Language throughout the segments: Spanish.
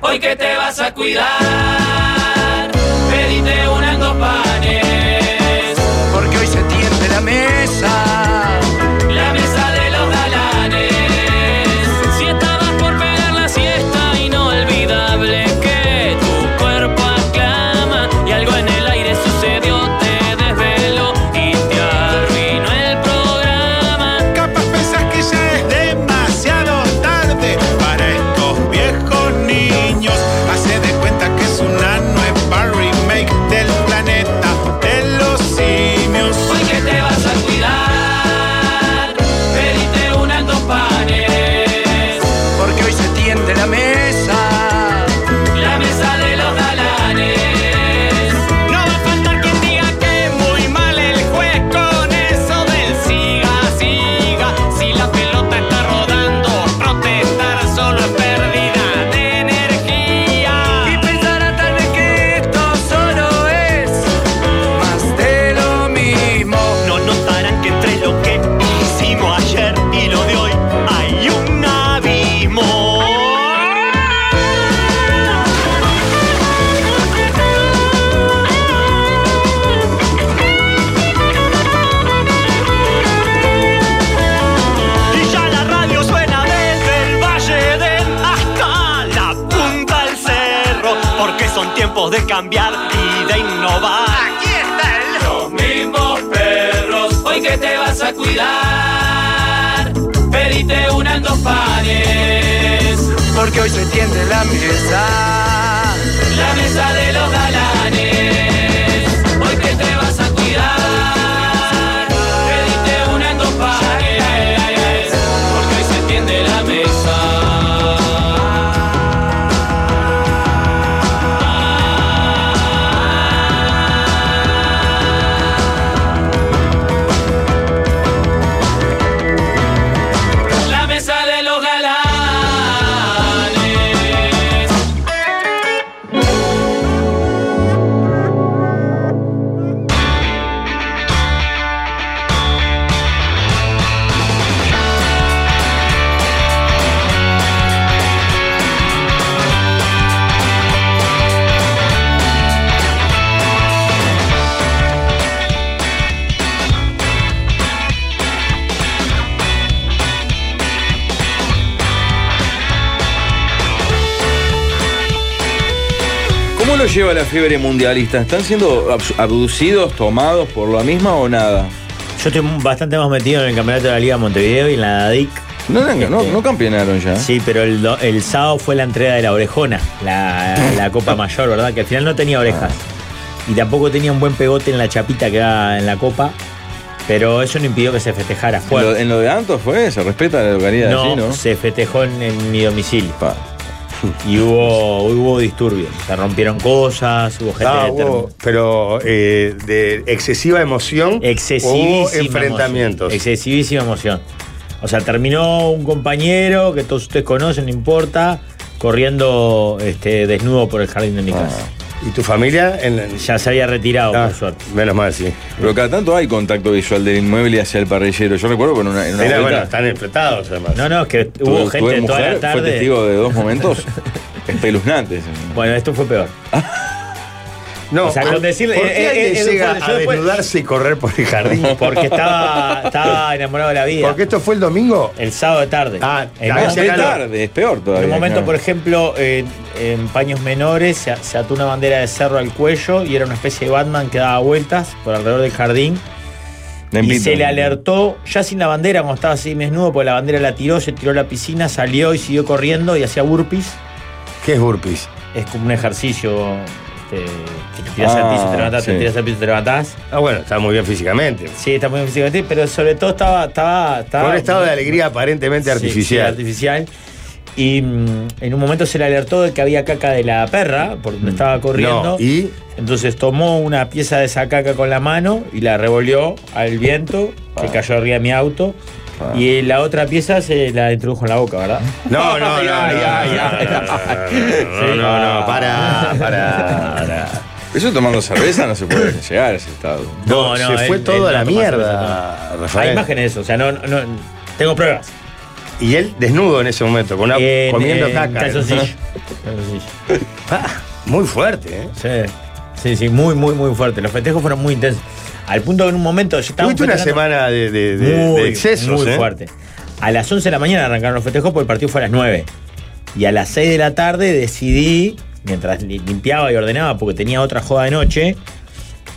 hoy que te vas a cuidar, pedite un ando panes, porque hoy se tiende la mesa, la mesa de los galanes. Si estabas por pegar la siesta, inolvidable que tu cuerpo aclama, y algo en el aire sucedió, te desveló y te arruinó el programa. Capaz pensás que ya es demasiado tarde para estos viejos niños. Hace de cuenta que es una nueva remake del planeta de los simios. Hoy que te vas a cuidar, pedite un ando panes, porque hoy se tiende la mesa, la mesa de los galanes. No va a faltar quien diga que muy mal el juez con eso del siga, siga. Si la pelota está rodando, protestar solo es pérdida de y energía. pensará tal vez que esto solo es más de lo mismo. No notarán que entre lo que hicimos ayer y lo de hoy hay un abismo. Y ya la radio suena desde el Valle del hasta la punta del cerro, porque son tiempos de cambiar y de innovar. Los mismos perros, hoy que te vas a cuidar, pedite un ando panes, Porque hoy se tiende la mesa. la mesa de los galanes. Hoy que te vas a cuidar, pedite un ando panes, porque hoy se tiende la mesa. La mesa de los galanes. ¿Cómo lo lleva la fiebre mundialista? ¿Están siendo abs- abducidos, tomados por la misma o nada? Yo estoy bastante más metido en el campeonato de la Liga Montevideo y en la DIC. Este, No, no, no, no campeonaron ya. Sí, pero el, do- el sábado fue la entrega de la orejona, la, la Copa Mayor, ¿verdad? Que al final no tenía orejas. Ah. Y tampoco tenía un buen pegote en la chapita que da en la Copa. Pero eso no impidió que se festejara ¿En lo, fuerte. en lo de Antos fue, se respeta la localidad no, allí, ¿no? se festejó en, en mi domicilio. Pa. Y hubo, hubo disturbios. Se rompieron cosas, hubo gente Ah, de term- hubo, pero eh, de excesiva emoción. Excesivísima Hubo enfrentamientos. emoción. Excesivísima emoción. O sea, terminó un compañero que todos ustedes conocen, no importa, corriendo este, desnudo por el jardín de mi casa. Ah. ¿Y tu familia? En, la- Ya se había retirado, Ah, por suerte. menos mal, sí. Pero cada tanto hay contacto visual del inmueble hacia el parrillero. Yo recuerdo que en una, en una Era, vuelta, bueno, están enfrentados además. No, no, es que tuve- tuve hubo gente toda mujer, la fue tarde. testigo de dos momentos espeluznantes. Bueno, esto fue peor. No, O sea, pero con decirle- ¿Por eh, qué alguien eh, eh, llega yo a después- desnudarse y correr por el jardín? Porque estaba, estaba enamorado de la vida. Porque esto fue el domingo. El sábado de tarde. Ah, en la un Es Hacía vez momento- se calor. tarde, es peor todavía. En un momento, claro. por ejemplo, en, en paños menores se, se ató una bandera de cerro al cuello y era una especie de Batman que daba vueltas por alrededor del jardín. De y Empito. se le alertó, ya sin la bandera, cuando estaba así desnudo, porque la bandera la tiró, se tiró a la piscina, salió y siguió corriendo y hacía burpees. ¿Qué es burpees? Es como un ejercicio este, que te tiras Ah, al piso, te levantás, sí. te tiras al piso, te levantás. Ah, bueno, está muy bien físicamente. Sí, está muy bien físicamente, pero sobre todo estaba... estaba, estaba Con un estado de alegría aparentemente Sí, sí, artificial. artificial. Y mm, en un momento se le alertó de que había caca de la perra, por donde estaba corriendo. Mm. No, y Entonces tomó una pieza de esa caca con la mano y la revolvió al viento, Ah. que cayó arriba de mi auto. Y eh, la otra pieza se la introdujo en la boca, ¿verdad? No, no, no, Ay, no, ay, ay, ay, no, no, no, no, no, para, para, para. Eso tomando cerveza no se puede llegar a ese estado. No, no, se fue él- todo él a la no tomó cerveza, mierda, Hay Rafael. imágenes de eso, o sea, no, no, no- tengo pruebas. Y él desnudo en ese momento, con una, En- comiendo en caca. calzoncillo. el bolsillo. Muy fuerte, ¿eh? Sí, sí, sí, muy, muy, muy fuerte. Los festejos fueron muy intensos. Al punto que en un momento ya estábamos. Tuviste una festejando- semana de, de, de- muy, de excesos, Muy ¿eh? fuerte. A las 11 de la mañana arrancaron los festejos porque el partido fue a las 9. Y a las 6 de la tarde decidí, mientras li- limpiaba y ordenaba porque tenía otra joda de noche,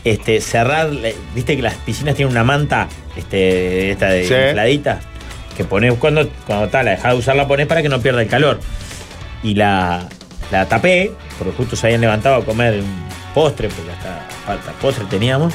este, cerrar. le- Viste que las piscinas tienen una manta este, esta de Sí. infladita, Que pones cuando, cuando está, la dejás de usar, la pones para que no pierda el calor. Y la, la tapé, porque justo se habían levantado a comer un postre, porque hasta falta postre teníamos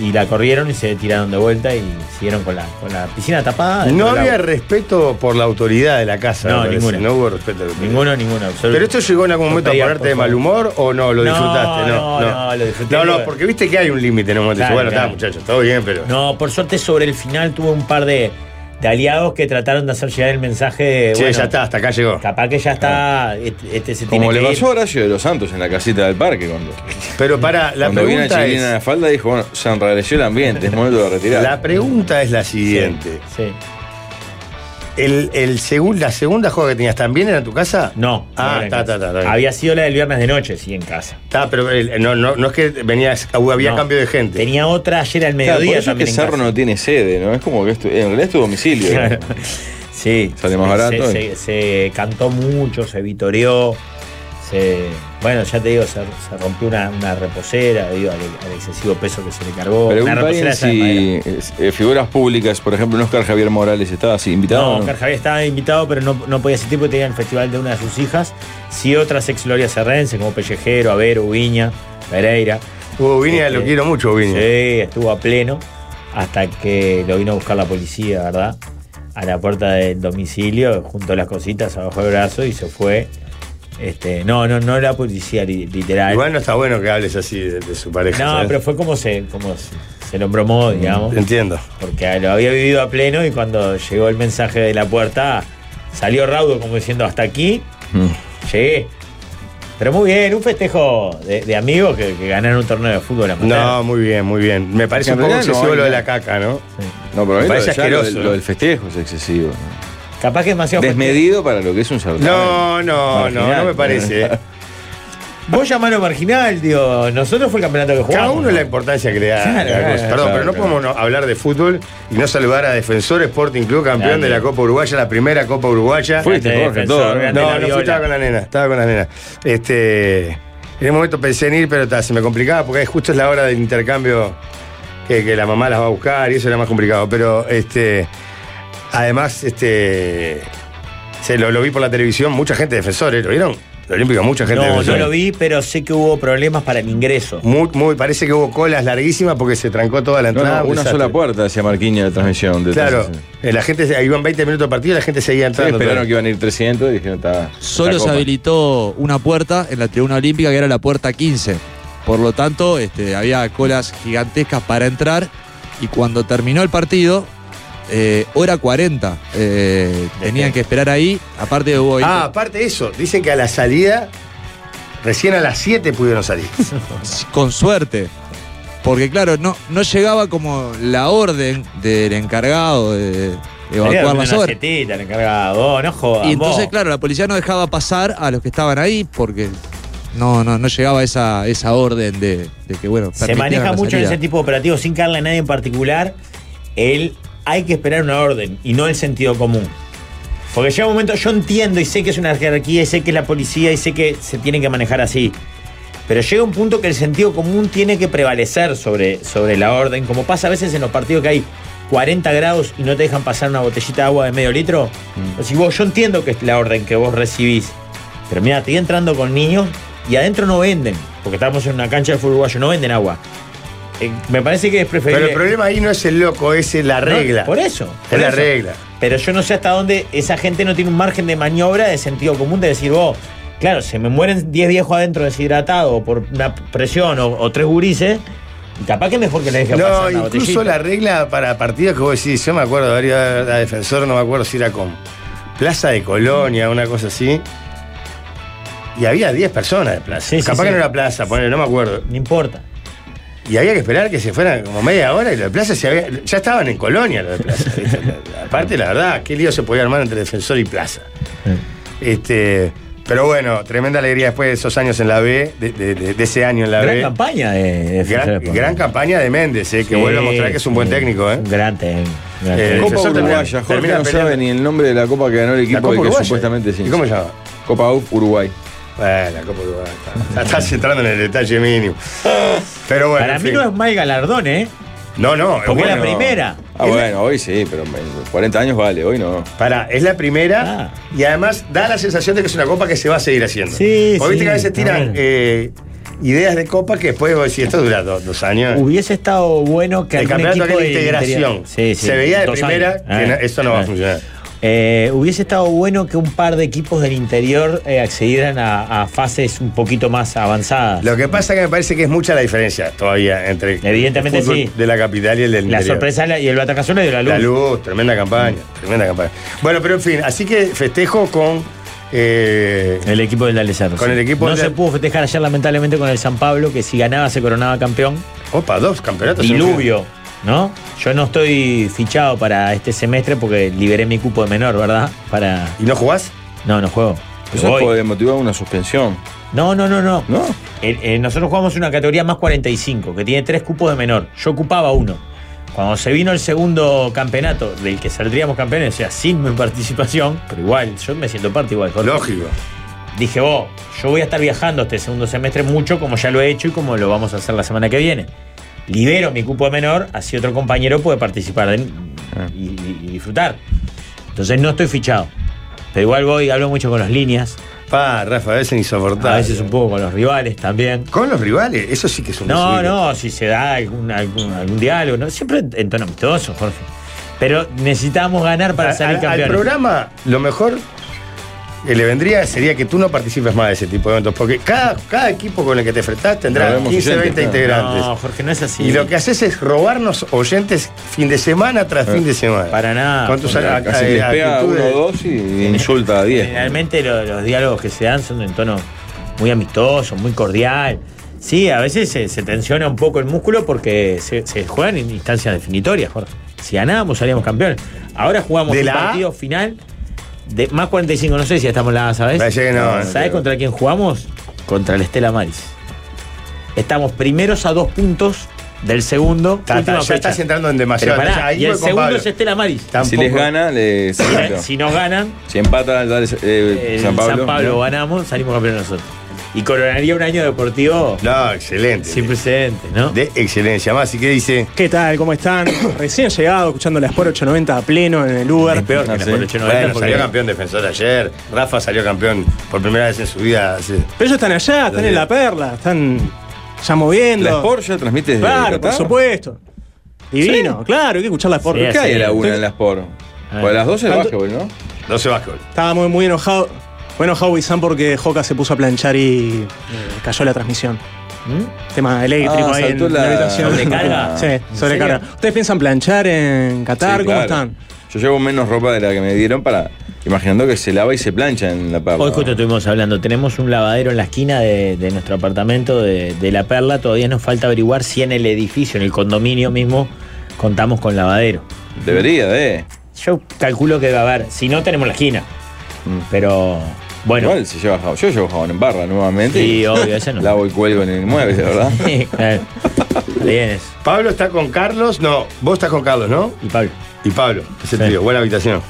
y la corrieron y se tiraron de vuelta y siguieron con la, con la piscina tapada. No dentro del había agua. respeto por la autoridad de la casa. No, me parece. ninguna. No hubo respeto. de la autoridad. Ninguno, ninguno, absoluto. Pero esto llegó en algún No momento pedía, a ponerte por de mal favor. humor o no, lo No, disfrutaste. No, no, no, no, lo disfruté No, no, porque- porque viste que hay un límite en un momento. Claro, bueno, está, claro. muchachos, todo bien, pero. No, por suerte sobre el final tuve un par de, de aliados que trataron de hacer llegar el mensaje de, che, bueno, ya está, hasta acá llegó. Ah. Capaz que ya está, este, este se Como tiene le que ir. pasó a Horacio de los Santos en la casita del parque cuando, Pero para, la cuando vino a pregunta Chilina en la es. falda dijo, bueno, se enrareció el ambiente, es momento de retirar. La pregunta es la Sí, siguiente. sí. El, el segun- la segunda joda que tenías, ¿también era en tu casa? No. Ah, no era en está, casa. está, está, está bien. Había sido la del viernes de noche, sí, en casa. Está, pero el- no, no, no es que venías, había No. cambio de gente. Tenía otra ayer al Claro, por mediodía eso es que también. en Cerro casa. no tiene sede, ¿no? Es como que esto, en realidad es tu domicilio. Claro. Sí. Sale más Se- barato. Se, se cantó mucho, se vitoreó. Se, bueno, ya te digo, se, se rompió una, una reposera debido al, al excesivo peso que se le cargó. Una Pregunta reposera alguien esa de madera. si eh, figuras públicas, por ejemplo, Oscar Javier Morales estaba así invitado. No, o no? Oscar Javier estaba invitado, pero no, no podía asistir porque tenía el festival de una de sus hijas. Sí, otras ex glorias serrenses como Pellejero, Avero, Viña, Pereira. Hugo Viña, lo Este, quiero mucho, Hugo Viña. Sí, estuvo a pleno hasta que lo vino a buscar la policía, ¿verdad? A la puerta del domicilio, juntó las cositas abajo del brazo y se fue. Este, no, no, no era policía li- literal. Igual no está bueno que hables así de, de su pareja. no, ¿sabes? pero fue como se, como se, se lo embromó, digamos. Entiendo. Porque lo había vivido a pleno y cuando llegó el mensaje de la puerta, salió raudo como diciendo hasta aquí, Mm. llegué. Pero muy bien, un festejo de, de amigos que, que ganaron un torneo de fútbol amateur. No, muy bien, muy bien. Me parece un Porque en realidad no poco excesivo hay lo de nada. la caca, ¿no? No, pero a mí Me lo, parece de- ya lo del- asqueroso. ¿eh? lo del festejo es excesivo. ¿no? Capaz que es demasiado Desmedido para lo que es un certamen. No, no, no, no Marginal. me parece. ¿eh? Vos llamarlo marginal, digo. Nosotros fue el campeonato que jugamos. Cada uno la importancia que le da. Claro, a la claro, cosa. Perdón, claro, pero no claro. podemos no hablar de fútbol y no saludar a Defensor Sporting Club, campeón Grande. de la Copa Uruguaya, la primera Copa Uruguaya. Fuiste, Grande Jorge, Este defensor, todo, ¿no? grande No, la no fui, viola. estaba con la nena, estaba con la nena. Este, en un momento pensé en ir, pero ta, se me complicaba porque justo es la hora del intercambio que, que la mamá las va a buscar y eso era más complicado. Pero este, además, este, se lo, lo vi por la televisión, mucha gente de defensores, ¿lo vieron? Lo olímpico, mucha gente de No, defensores. no lo vi, pero sé que hubo problemas para el ingreso. Muy, muy, parece que hubo colas larguísimas porque se trancó toda la No, no, entrada. un una desastre. sola puerta decía Marquinhos de transmisión. de Claro, transmisión. eh, la gente, se- iban 20 minutos de partido y la gente seguía Sí, entrando. esperaron que todavía. iban a ir 300 y dijeron, está. Solo está se copa". habilitó una puerta en la tribuna olímpica, que era la puerta 15. Por lo tanto, este, había colas gigantescas para entrar. Y cuando terminó el partido, eh, hora 40, eh, tenían que esperar ahí. Aparte hubo... Este. Ah, aparte de eso, dicen que a la salida, recién a las 7 pudieron salir. con suerte. Porque claro, no, no llegaba como la orden del encargado de Tenía evacuar una las obras. setita, el encargado, vos, no jodas. Y entonces, claro, la policía no dejaba pasar a los que estaban ahí porque no, no, no llegaba esa, esa orden de, de que, bueno, Se permitieran maneja la mucho en salida. ese tipo de operativos, sin carla a nadie en particular. El hay que esperar una orden y no el sentido común. Porque llega un momento, yo entiendo y sé que es una jerarquía, y sé que es la policía, y sé que se tiene que manejar así. Pero llega un punto que el sentido común tiene que prevalecer sobre, sobre la orden, como pasa a veces en los partidos que hay 40 grados y no te dejan pasar una botellita de agua de medio litro. Mm. O sea, vos, yo entiendo que es la orden que vos recibís, pero mira, estoy entrando con niños y adentro no venden, porque estamos en una cancha de fútbol uruguayo, no venden agua. Eh, me parece que es preferible. Pero el problema ahí no es el loco, es la No, regla. por eso. por Es la eso. regla. Pero yo no sé hasta dónde esa gente no tiene un margen de maniobra de sentido común de decir, vos, claro, se me mueren 10 viejos adentro deshidratados o por una presión o, o tres gurises, y capaz que es mejor que le deje No, pasar la incluso botellita. la regla para partidos que vos decís, yo me acuerdo de haber ido a a defensor, no me acuerdo si era con Plaza de Colonia, una cosa así. Y había 10 personas de plaza. Sí, sí, Capaz sí. que no era plaza, ponele, no me acuerdo. No importa. Y había que esperar que se fueran como media hora y los de plaza se había- ya estaban en colonia los de plaza. ¿viste? La- la- Aparte, la verdad, qué lío se podía armar entre defensor y plaza. Este, Pero bueno, tremenda alegría después de esos años en la B, de, de- de- de ese año en la Gran B. campaña de, de Gran, Ferrer, gran ¿no? campaña de Méndez, eh, que Sí, vuelve a mostrar que es un buen sí. técnico. Eh. Un gran técnico. gran Eh, técnico. Copa defensor termina- Uruguaya, Jorge termina no peleando. sabe ni el nombre de la copa que ganó el La equipo Copa de que Uruguaya. supuestamente sí. ¿Y cómo se llama? Copa UF Uruguay. Bueno, la Copa Uruguaya. está- Ya estás entrando en el detalle mínimo. Pero bueno. Para en mí fin. no es mal galardón, ¿eh? No, no. Porque bueno. la primera. Ah, Es la- bueno, hoy sí, pero en 40 años vale, hoy no. Pará, es la primera Ah. y además da la sensación de que es una copa que se va a seguir haciendo. Sí, Porque viste sí, que a veces está tiran bueno. eh, ideas de copa que después vos decís, esto dura dos, dos años. Hubiese estado bueno Uh, que Ah. el algún campeonato equipo aquel de interior- integración. Sí, sí, se veía de dos primera años. que Ah, no- esto no va a ah. funcionar. Eh, hubiese estado bueno que un par de equipos del interior eh, accedieran a, a fases un poquito más avanzadas. Lo que pasa es que me parece que es mucha la diferencia todavía entre Evidentemente el fútbol sí. de la capital y el del la interior. sorpresa la- y el batacazo le dio la luz. La luz, tremenda campaña, tremenda campaña. Bueno, pero en fin, así que festejo con. eh, El equipo del D'Alessandro. Con el equipo no del- se pudo festejar ayer lamentablemente con el San Pablo, que si ganaba se coronaba campeón. opa, dos campeonatos. Diluvio, ¿no? Yo no estoy fichado para este semestre porque liberé mi cupo de menor, ¿verdad? Para. ¿Y no jugás? No, no juego. Eso Voy. puede motivar una suspensión, No, no, no, no. ¿no? Eh, eh, nosotros jugamos una categoría más 45, que tiene tres cupos de menor. Yo ocupaba uno. Cuando se vino el segundo campeonato, del que saldríamos campeones, o sea, sin mi participación, pero igual, yo me siento parte igual. Jorge. Lógico. Dije, vos, yo voy a estar viajando este segundo semestre mucho, como ya lo he hecho y como lo vamos a hacer la semana que viene. Libero mi cupo de menor, así otro compañero puede participar de- Ah. y, y- y disfrutar. Entonces no estoy fichado. Pero igual voy, hablo mucho con las líneas, Pa, Rafa, a veces insoportable. a veces un poco con los rivales también. Con los rivales, eso sí que es un No, desubique. no, si se da algún, algún, algún diálogo, ¿no? siempre en tono amistoso, Jorge. Pero necesitábamos ganar para A- salir al- campeones. Al programa, lo mejor que le vendría sería que tú no participes más de ese tipo de eventos, porque cada, cada equipo con el que te enfrentás tendrá Habremos 15, 20 oyentes, claro. integrantes. No, Jorge, no es así. Y lo que haces es robarnos oyentes fin de semana tras fin de semana. Eh, Para nada. Con tus a- Casi a- les pega actitudes. uno o dos y insulta a diez. Generalmente lo- los diálogos que se dan son en tono muy amistoso, muy cordial. Sí, a veces se, se tensiona un poco el músculo porque se, se juegan en instancias definitorias, Jorge. Si ganábamos, salíamos campeones. Ahora jugamos ¿De el la A? partido final de más 45, no sé si ya estamos en la A, ¿sabes? Parece que no, no ¿Sabes creo. contra quién jugamos? Contra el Estela Maris. Estamos primeros a dos puntos del segundo. Ta- ta- última ya estás fecha. entrando en Pero demasiado. pará, Entonces, ahí y el voy con segundo Pablo. es Estela Maris. Si Tampoco- les gana, le Si- sale campeón. si nos ganan, Si empata, dale, eh, el San Pablo. ¿no? ganamos, salimos campeones nosotros. Y coronaría un año deportivo No, excelente. sin precedentes, ¿no? De excelencia. Más, ¿y qué dice? ¿Qué tal? ¿Cómo están? Recién llegado, escuchando la Sport 890 a pleno en el Uber. peor que Ah, la sí. Sport 890, Bueno, porque- salió campeón defensor ayer. Rafa salió campeón por primera vez en su vida. hace- Pero ellos están allá, están en la perla, están ya moviendo. La Sport ya transmite desde Claro, por Qatar. supuesto. Divino, claro, hay que escuchar la Sport. Sí, ¿Qué hay a la una en la Sport? Ah. O a las 12 es ¿Cuánto- básquetbol, ¿no? 12 básquetbol. Estaba muy, muy enojado. Muy enojado Wissam porque Joka se puso a planchar y eh, cayó la transmisión. Tema eléctrico Ah, ahí en saltó la- la habitación. ¿Mm? ¿Sobrecarga? Sí, ¿En sobrecarga. serio? ¿Ustedes piensan planchar en Qatar? Sí, ¿Cómo claro. están? Yo llevo menos ropa de la que me dieron para. Imaginando que se lava y se plancha en la parra. Hoy justo estuvimos hablando, tenemos un lavadero en la esquina de, de nuestro apartamento de, de La Perla, todavía nos falta averiguar si en el edificio, en el condominio mismo, contamos con lavadero. Debería eh. de. Yo calculo que va a haber, si no tenemos la esquina, Mm. pero bueno, Igual se lleva jabón. Yo llevo jabón en barra nuevamente. Sí, y obvio, ese no. Lavo y cuelgo en el mueble, ¿verdad? Claro. Está bien eso. Pablo está con Carlos. No, vos estás con Carlos, ¿no? Y Pablo. Y Pablo, es el Sí. tío. Buena habitación.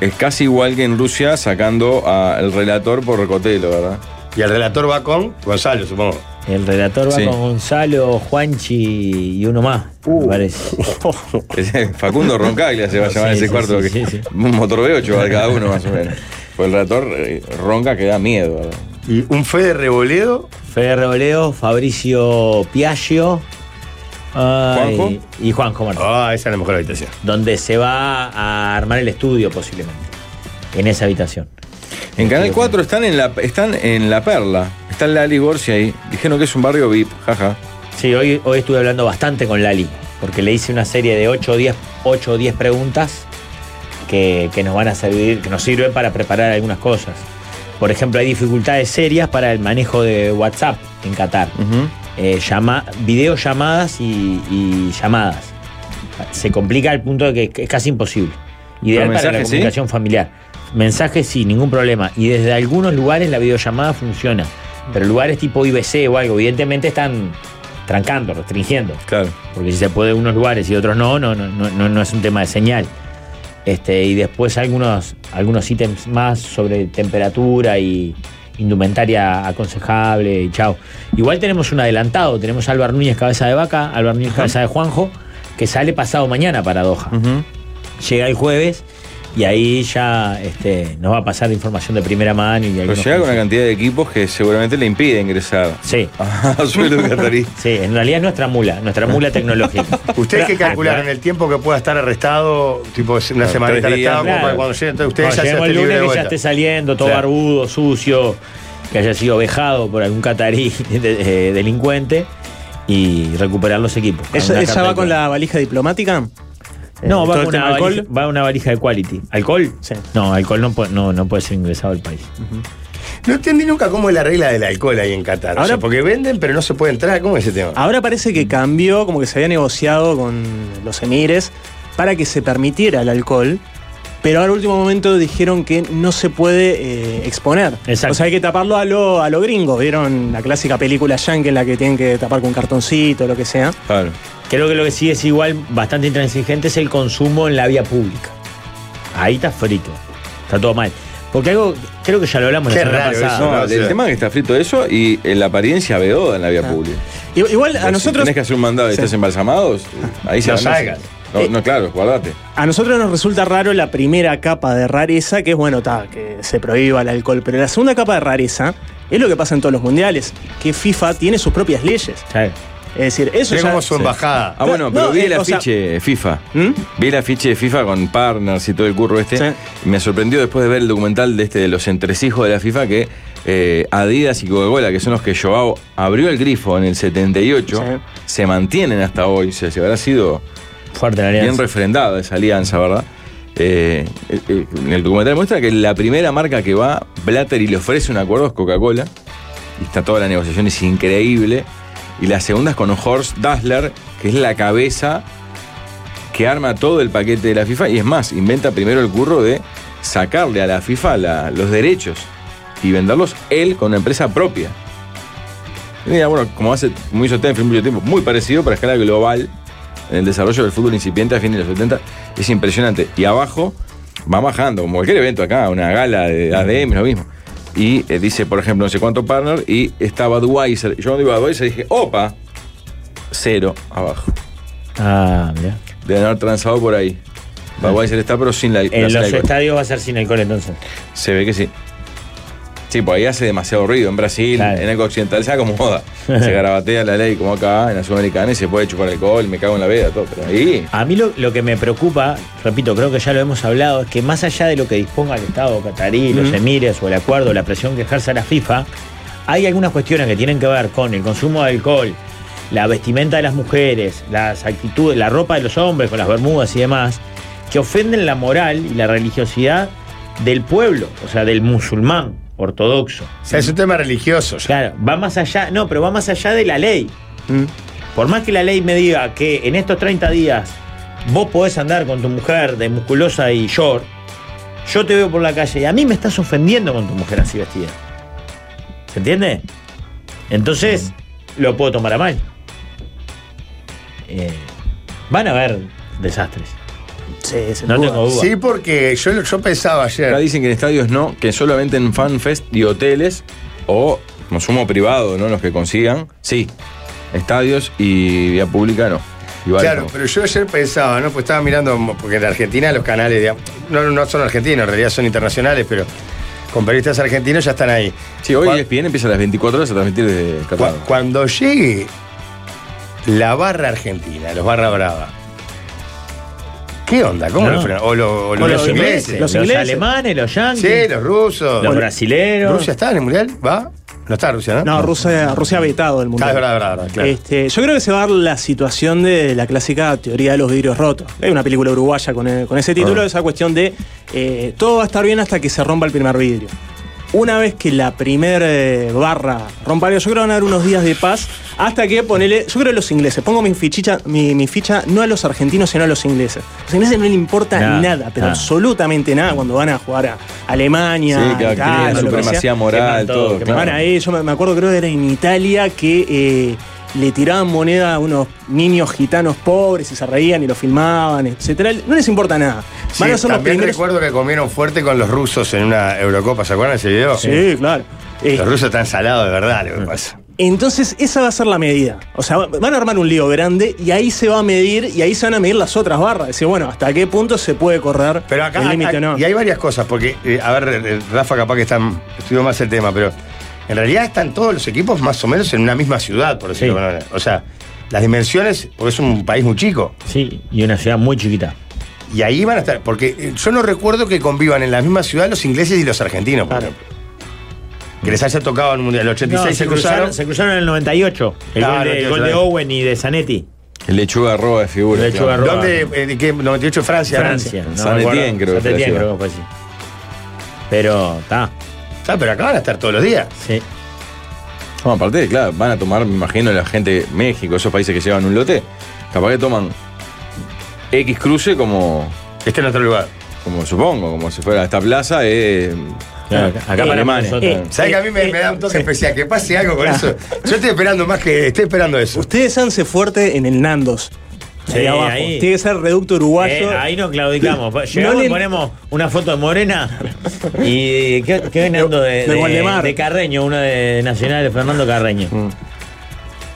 Es casi igual que en Rusia sacando al relator por Recotelo, ¿verdad? Y el relator va con Gonzalo, supongo. El relator va Sí. con Gonzalo, Juanchi y uno más, me parece. Ese Uh. Facundo Roncaglia se va a llamar Sí, ese sí, cuarto. sí, que- sí, sí. Un motor B8 va cada uno, más o menos. Pues el relator eh, ronca que da miedo, ¿verdad? Y un Fede Reboledo. Fede Reboleo, Fabricio Piaggio ay, Juanjo. y Juanjo Martín. Ah, esa es la mejor habitación. Donde se va a armar el estudio posiblemente. En esa habitación. En Canal 4 están en la, están en la Perla. Está en la Ligorcia ahí. Dijeron que es un barrio VIP, jaja. Sí, hoy, hoy estuve hablando bastante con Lali, porque le hice una serie de 8 o 10, ocho o 10 preguntas que, que nos van a servir, que nos sirven para preparar algunas cosas. Por ejemplo, hay dificultades serias para el manejo de WhatsApp en Qatar. Ujú. eh, llama, videollamadas y, y llamadas. Se complica al punto de que es casi imposible. Ideal ¿Pero para la mensajes, sí? comunicación familiar. Mensajes sí, ningún problema. Y desde algunos lugares la videollamada funciona. Pero lugares tipo IBC o algo, evidentemente están trancando, restringiendo. Claro. Porque si se puede unos lugares y otros no, no, no, no, no, no es un tema de señal. Este, y después algunos, algunos ítems más sobre temperatura y indumentaria aconsejable y chao. Igual tenemos un adelantado, tenemos a Álvaro Núñez Cabeza de Vaca, Álvaro Núñez Cabeza de Juanjo, que sale pasado mañana para Doha. Llega el jueves y ahí ya este, nos va a pasar información de primera mano. Y Pero algunos llega con una cantidad de equipos que seguramente le impide ingresar Ah. Sí, a suelo catarí. sí, en realidad es nuestra mula, nuestra mula tecnológica. Ustedes que Claro, calcularon el tiempo que pueda estar arrestado, tipo una semana tres estar días, arrestado, como claro. para cuando lleguen, entonces ustedes Cuando ya lleguemos se el libre lunes de que ya vuelta. esté saliendo, todo Claro. barbudo, sucio, que haya sido vejado por algún catarí de- eh, delincuente y recuperar los equipos. ¿Esa, Una Eh, esa carta va de- con la valija diplomática? No, va ¿Todo con el tema una, alcohol? valija, va una valija de quality. ¿Alcohol? Sí. No, alcohol no, puede- no, no puede ser ingresado al país. No entendí nunca cómo es la regla del alcohol ahí en Qatar. O Ahora- sea, porque venden, pero no se puede entrar. ¿Cómo es ese tema? Ahora parece que cambió, como que se había negociado con los emires para que se permitiera el alcohol, pero al último momento dijeron que no se puede eh, exponer. Exacto. O sea, hay que taparlo a lo, a lo gringo. ¿Vieron la clásica película yankee en la que tienen que tapar con cartoncito, lo que sea? Claro. Creo que lo que sí es igual bastante intransigente es el consumo en la vía pública. Ahí está frito. Está todo mal. Porque algo, creo que ya lo hablamos Qué la semana raro eso, pasada. No, el no, o sea- tema es que está frito eso y eh, la apariencia beoda en la vía pública. I- Ah. Igual Pues a si nosotros, tenés que hacer un mandado y Sí. Eh, estás embalsamados, eh, ahí se No van a- salgas. No, no, claro, guardate. a nosotros nos resulta raro la primera capa de rareza, que es bueno, ta, que se prohíba el alcohol, pero la segunda capa de rareza es lo que pasa en todos los mundiales, que FIFA tiene sus propias leyes. ¿Sabes? Es decir, eso Es ya- como su embajada. Ah, bueno, pero No, vi eh, el o sea- afiche FIFA. ¿Mm? Vi el afiche de FIFA con partners y todo el curro este. Sí. Y me sorprendió después de ver el documental de este de los entresijos de la FIFA que eh, Adidas y Coca-Cola, que son los que Joao abrió el grifo en el 78, Sí. se mantienen hasta hoy. Se, se habrá sido Fuerte la bien alianza. refrendada esa alianza, ¿verdad? Eh, eh, eh, en el documental muestra que la primera marca que va Blatter y le ofrece un acuerdo es Coca-Cola. Y está toda la negociación, es increíble. Y la segunda es con Horst Dassler, que es la cabeza que arma todo el paquete de la FIFA. Y es más, inventa primero el curro de sacarle a la FIFA la- los derechos y venderlos él con una empresa propia. Y mira, bueno, como hace, como hizo Tenfield mucho tiempo, muy parecido para escala global en el desarrollo del fútbol incipiente a fines de los 70, es impresionante. Y abajo va bajando, como cualquier evento acá, una gala de ADM, lo mismo. Y eh, dice, por ejemplo, no sé cuánto partner, y está Budweiser. Yo cuando digo Budweiser dije, opa, cero abajo. Ah, mira. Ah. Deben haber transado por ahí. Budweiser está, pero sin la, la En sin los alcohol. estadios va a ser sin alcohol entonces. Se ve que sí. Sí, pues ahí hace demasiado ruido. En Brasil, Claro. en el occidental se acomoda. Se garabatea la ley como acá, en la sudamericana, y se puede chupar alcohol, me cago en la veda, todo. Pero ahí, A mí lo, lo que me preocupa, repito, creo que ya lo hemos hablado, es que más allá de lo que disponga el Estado catarí, los emires o el acuerdo, la presión que ejerza la FIFA, hay algunas cuestiones que tienen que ver con el consumo de alcohol, la vestimenta de las mujeres, las actitudes, la ropa de los hombres con las bermudas y demás, que ofenden la moral y la religiosidad del pueblo, o sea, del musulmán ortodoxo. O sea, es un tema religioso. ya. Claro, va más allá, no, pero va más allá de la ley. Mm. Por más que la ley me diga que en estos 30 días vos podés andar con tu mujer de musculosa y short, yo te veo por la calle y a mí me estás ofendiendo con tu mujer así vestida. ¿Se entiende? Entonces, lo puedo tomar a mal. Eh, van a haber desastres. Sí, sin No duda. tengo duda. Sí, porque yo, yo pensaba ayer. Acá dicen que en estadios no, que solamente en fanfest y hoteles o consumo privado, ¿no? Los que consigan. Sí, estadios y vía pública no. Y bares Claro, no. pero yo ayer pensaba, ¿no? Pues estaba mirando, porque en Argentina los canales, digamos, no, no son argentinos, en realidad son internacionales, pero con periodistas argentinos ya están ahí. Sí, hoy E Cuan- ESPN empieza a las 24 horas a transmitir desde cu- Qatar. Cuando llegue la barra argentina, los barra brava, ¿qué onda? ¿Cómo No. lo frenan? O, lo- o Con los ingleses. los, los ingleses. alemanes, los yanquis, Sí, los rusos. los Bueno, brasileros. ¿Rusia está en el mundial? ¿Va? No está Rusia, ¿no? No, Rusia, Rusia ha vetado Está, el mundial. es verdad, verdad, verdad, claro. Este, yo creo que se va a dar la situación de la clásica teoría de los vidrios rotos. Hay una película uruguaya con, eh, con ese título, esa cuestión de eh, todo va a estar bien hasta que se rompa el primer vidrio. Una vez que la primer eh, barra rompa, yo creo que van a haber unos días de paz hasta que ponele. Yo creo que los ingleses. Pongo mi, fichicha, mi, mi ficha no a los argentinos, sino a los ingleses. A los ingleses no les importa Nada, nada, pero nada. absolutamente nada cuando van a jugar a Alemania, Sí, claro, Italia, tiene lo que sea. supremacía moral, queman todo, todo. queman claro. Van ahí, Eh, yo me- me acuerdo creo que era en Italia que eh, le tiraban moneda a unos niños gitanos pobres y se reían y lo filmaban, etcétera. No les importa nada. Van Sí, a ser los también primeros. recuerdo que comieron fuerte con los rusos en una Eurocopa, ¿se acuerdan de ese video? Sí, claro. Eh, Los rusos están salados de verdad, Mm. lo que pasa. entonces, esa va a ser la medida. O sea, va- van a armar un lío grande y ahí se va a medir y ahí se van a medir las otras barras. Decir, bueno, ¿hasta qué punto se puede correr Pero acá el hay- límite o hay- no? y hay varias cosas, porque, eh, a ver, eh, Rafa capaz que está, estudió más el tema, pero en realidad están todos los equipos más o menos en una misma ciudad, por decirlo de Sí. alguna manera. O sea, las dimensiones, porque es un país muy chico, Sí, y una ciudad muy chiquita. y ahí van a estar, porque eh, yo no recuerdo que convivan en la misma ciudad los ingleses y los argentinos, por Claro. ejemplo. Que les haya tocado en el Mundial, el 86 No, se, se, cruzaron. cruzaron, se cruzaron en el 98. El Ah, gol de, 98, gol de claro. Owen y de Zanetti. El lechuga roba de figura. Lechuga claro. roba. ¿Dónde? eh, ¿De qué? 98 Francia. Francia. San Etienne, creo que que fue la ciudad. creo que fue así. Pero está, Ah, pero acá van a estar todos los días. sí. No, aparte, claro, van a tomar, me imagino, la gente México, esos países que llevan un lote, capaz que toman X cruce como, Este en otro lugar. como supongo, como si fuera esta plaza, eh, Claro, acá para para Alemania. nosotros. Eh, ¿Sabes que a mí me, me da un toque especial? Que pase algo con eso. Yo estoy esperando más que. Estoy esperando eso. Ustedes háganse fuerte en el Nandos. Sí, ahí abajo. ahí. Tiene que ser reducto uruguayo. Eh, ahí no claudicamos. Llegamos No le- y ponemos una foto de Morena. ¿Y qué, qué viene dando de, De Waldemar. de Carreño? Una de Nacional de Fernando Carreño. Mm.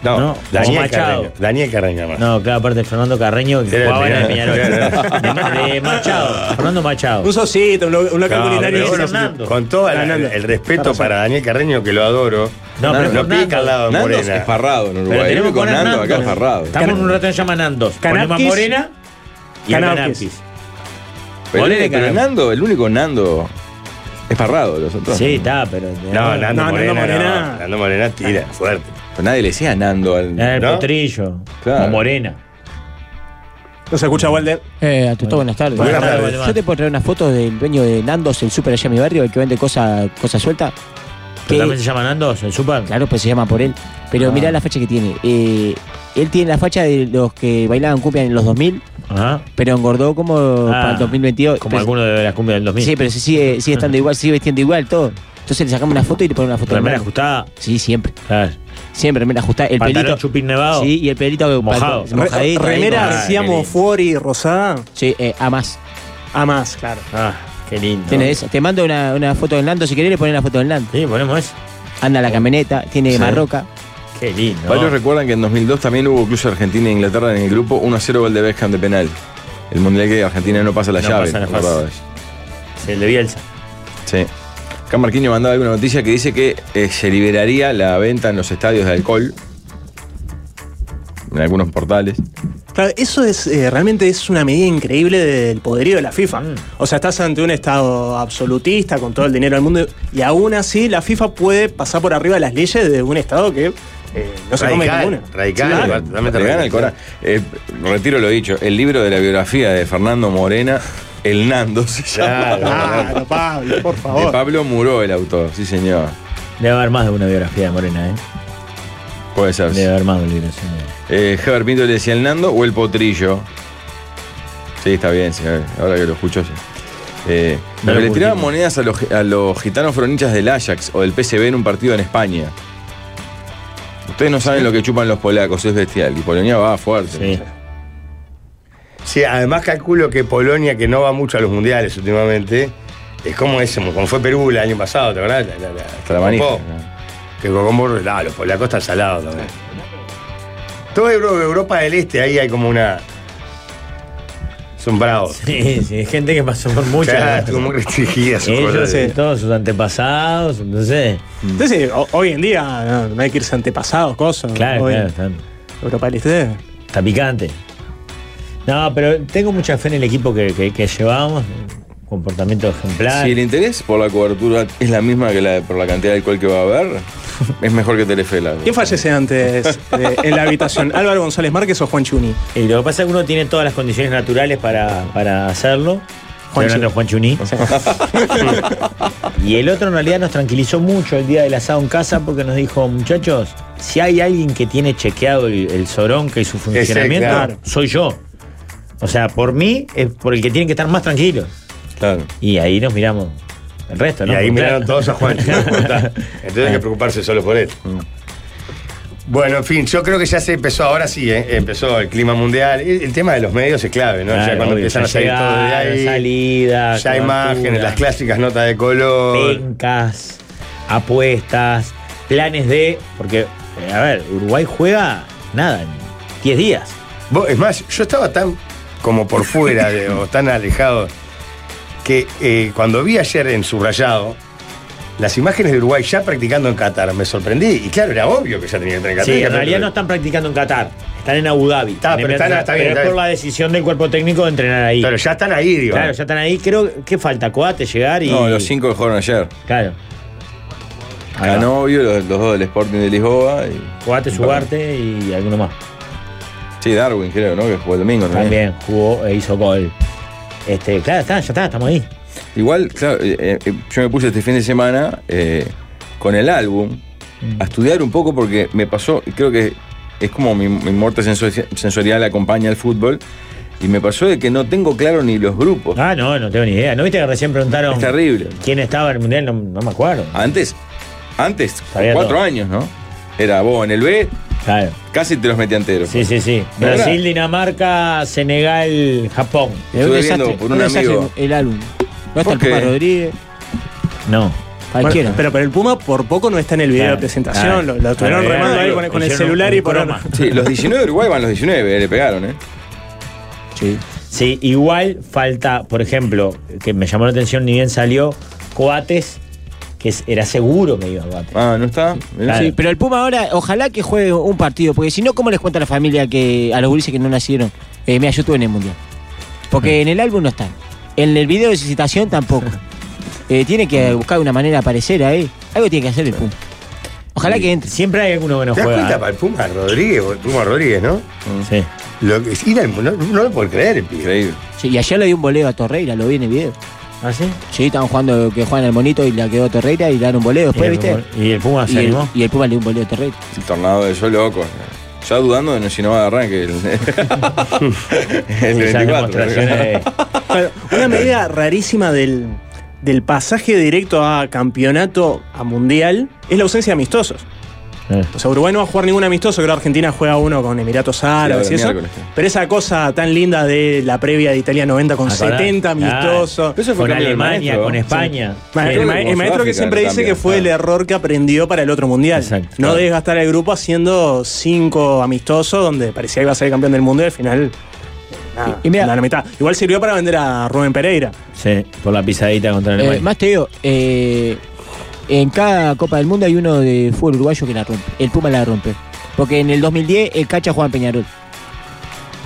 No, No, como Daniel Machado. Carreño. Daniel Carreño, más. No, claro, aparte de Fernando Carreño, que Era jugaba en el Peñarol. Peñarol. De, Ma- de Machado, Fernando Machado. Un socito, un, lo- un local No, culinario. pero es bueno, Hernando. Con todo el, Hernando. el respeto Está para Daniel Carreño, que lo adoro. No, pero lo Fernando. pica al lado de Nandos Morena. es farrado en Pero Uruguay. tenemos Vive que con poner Nando acá es Nandos. farrado. Estamos en un rato en llama Nandos. Ponemos Canapkis. a Morena y a Canapkis. Canapkis. Pero, Ponele pero Canapkis. Nando, el único Nando es farrado, los otros. Sí, está, pero. No, Era Nando No, Nando Morena. no. Morena. Nando Morena tira fuerte. Pero nadie le decía Nando al. el ¿No? potrillo. Claro. O Eh, Morena. No se escucha Walder. Eh, a tu todo, buenas tardes. Buenas tardes. Yo te puedo traer unas fotos del dueño de Nandos, el super allá en mi barrio, el que vende cosas cosa suelta. ¿Pero Que- también se llama Nandos? ¿El Super? claro, pues se llama por él. Pero Ah. mirá la facha que tiene. Eh, él tiene la facha de los que bailaban cumbia en los 2000, Ajá. pero engordó como para el 2022. Ah. Como Pero- alguno de las cumbias del 2000. Sí, pero se sigue, sigue estando igual, sigue vestiendo igual, todo. Entonces le sacamos una foto y le ponemos una foto. de Remera Nando. ajustada. Sí, siempre. Claro. Siempre remera ajustada. El Pantalón pelito. chupín nevado. Sí, y el pelito Mojado. pa- mojadito, ahí, Remera como- Ah, García qué lindo. Monfori rosada. Sí, eh, a más. A más, claro. Ah, qué lindo. Tiene eso. Te mando una, una foto del Nando, si querés le pones la foto del Nando. Sí, ponemos eso. Anda la camioneta, tiene Sí. marroca. Qué lindo. Varios recuerdan que en 2002 también hubo incluso Argentina e Inglaterra en el grupo 1-0 gol de Beckham de penal. El mundial que Argentina no pasa la No llave. pasa la fase. ¿recordabas? Sí, El de Bielsa. Sí. Acá Marquinho mandaba alguna noticia que dice que eh, se liberaría la venta en los estadios de alcohol. En algunos portales. Claro, eso es eh, realmente es una medida increíble del poderío de la FIFA. Mm. O sea, estás ante un estado absolutista con todo el dinero del mundo y aún así la FIFA puede pasar por arriba de las leyes de un estado que eh, no se come Radical, ninguna. radical, Sí, igual, totalmente Le gana radical. el Corán. Eh, retiro lo dicho. El libro de la biografía de Fernando Morena, El Nando se llama. Claro. Claro, Pablo, por De favor. Pablo Muró el autor, sí señor. Debe haber más de una biografía de Morena, ¿eh? Puede ser. Debe haber más de una biografía. de Morena. Eh, Heber Pinto le decía el Nando o el Potrillo. Sí, está bien, sí, a ver, ahora que lo escucho, sí. Eh, No lo le pusimos. tiraban monedas a los, a los gitanos froninchas del Ajax o del PSV en un partido en España. Ustedes no saben lo que chupan los polacos, es bestial. Y Polonia va fuerte. Sí. Sí, además calculo que Polonia, que no va mucho a los mundiales últimamente, es como ese, como fue Perú el año pasado, ¿te acordás? La, la- la- Hasta la manija. Cocó, Que Cocó Borges, ah, los polacos están salados también. Toda Euro- Europa del Este, ahí hay como una. Son bravos. Sí, sí, gente que pasó por muchas. Claro, estuvo muy restringida su cosa. Ellos, de- eh, todos sus antepasados, no sé. Entonces, o- hoy en día no, no hay que irse antepasados, cosas. Claro, Hoy, claro, está, Europa del Este. está picante. No, pero tengo mucha fe en el equipo que, que, que llevamos. Comportamiento ejemplar. Si el interés por la cobertura es la misma que la, por la cantidad de alcohol que va a haber, es mejor que Telefela. ¿Quién fallece antes eh, en la habitación? ¿Álvaro González Márquez o Juan Chuni? Y lo que pasa es que uno tiene todas las condiciones naturales para, para hacerlo. Juanchi. Leonardo Juanchuní. y el otro en realidad nos tranquilizó mucho el día del asado en casa porque nos dijo, muchachos, si hay alguien que tiene chequeado el, el Soronca y su funcionamiento, claro. soy yo. O sea, por mí es por el que tienen que estar más tranquilos. Claro. Y ahí nos miramos el resto, Y ¿no? ahí Porque, miraron claro, todos a Juan. Entonces hay que preocuparse solo por él. Mm. Bueno, en fin, yo creo que ya se empezó, ahora sí, ¿eh? empezó el clima mundial. El, el tema de los medios es clave, ¿no? ya claro, cuando obvio, empiezan ya a salir todo de llegaron, ahí. salidas, ya hay cobertura, imágenes, las clásicas notas de color. pencas, apuestas, planes de. Porque, eh, a ver, Uruguay juega nada, en 10 días. Vos- es más, yo estaba tan como por fuera de- o tan alejado que eh, cuando vi ayer en subrayado las imágenes de Uruguay ya practicando en Qatar, me sorprendí. Y claro, era obvio que ya tenía que tener en Qatar. Sí, Ya en realidad pre- no están practicando en Qatar, están en Abu Dhabi. Está, pero están- está bien, pero está es por bien. la decisión del cuerpo técnico de entrenar ahí. Pero ya están ahí, digo. claro, ya están ahí. Creo que falta Coate llegar y. No, los cinco que jugaron ayer. Claro. Ahí va. Canovio, los, los dos del Sporting de Lisboa. Y, Coate, Subarte y alguno más. sí, Darwin, creo, ¿no? Que jugó el domingo también. También jugó e hizo gol. Este, claro, está, ya está, estamos ahí. Igual, claro, eh, eh, yo me puse este fin de semana eh, con el álbum Mm. a estudiar un poco porque me pasó, creo que es como mi, mi muerte senso- sensorial acompaña al fútbol, y me pasó de que no tengo claro ni los grupos. Ah, no, no tengo ni idea. ¿No viste que recién preguntaron Es terrible. quién estaba en el mundial? No, no me acuerdo. Antes, antes, con Sabía cuatro todo. años, ¿no? Era vos en el B, Claro. casi te los metí enteros. Sí, sí, sí. ¿Verdad? Brasil, Dinamarca, Senegal, Japón. Es Estuve viendo por un amigo. el álbum. No está ¿Por el qué? Puma Rodríguez, No. Bueno, cualquiera. pero, pero el Puma por poco no está en el video Claro, de presentación. claro. lo, lo tuvieron Ah. Claro, remando ahí claro, con, con el hicieron celular un y por croma. Sí, los 19 de Uruguay van los 19, le pegaron, ¿eh? Sí. Sí, igual falta, por ejemplo, que me llamó la atención, ni bien salió, Coates, que es- era seguro que iba a Coates. Ah, ¿no está? Mirá. Claro. Sí, pero el Puma ahora, ojalá que juegue un partido, porque si no, ¿cómo les cuenta a la familia que a los gurises que no nacieron? Eh, mira, yo estuve en el Mundial. Porque en el álbum no están. En el video de citación tampoco. Eh, tiene que buscar una manera de aparecer ahí. Algo tiene que hacer el Puma. Ojalá que entre. Siempre hay alguno que no ¿Te das juega. ¿eh? cuenta para el Puma Rodríguez? El Puma Rodríguez, ¿no? Sí. Lo que- ir al- no, no lo puedo creer, el pibe. Increíble. Sí, y ayer le di un voleo a Torreira, lo vi en el video. ¿Ah, sí? Sí, estaban jugando que juegan al monito y la quedó Torreira y le dan un voleo después, y, ¿viste? el, y el Puma se Y el, animó. y el Puma le dio un voleo a Torreira. El tornado de yo loco. Ya dudando de no- si no va a arranque el, el Esas 24. demostraciones de- Claro, una medida rarísima del, del pasaje directo a campeonato a mundial es la ausencia de amistosos. Eh. O sea, Uruguay no va a jugar ningún amistoso, creo que Argentina juega uno con Emiratos Árabes ahora y eso. miércoles. Pero esa cosa tan linda de la previa de Italia 90 con Acordá, 70 claro. amistosos. Pero eso fue Con cambio del Alemania, maestro, con ¿no? España. Ma- Sí. el, ma- Como el maestro que Sudáfrica siempre dice también, que fue el claro. error que aprendió para el otro mundial. Exacto, no claro. desgastar al grupo haciendo cinco amistosos donde parecía que iba a ser campeón del mundo y al final. eh, Nada, Y- y mira- nada, la mitad. Igual sirvió para vender a Rubén Pereira. Sí, por la pisadita contra el Eh, Alemania. más te digo, eh, en cada Copa del Mundo hay uno de fútbol uruguayo que la rompe. El Puma la rompe. Porque en el 2010 el Cacha jugaba en Peñarol.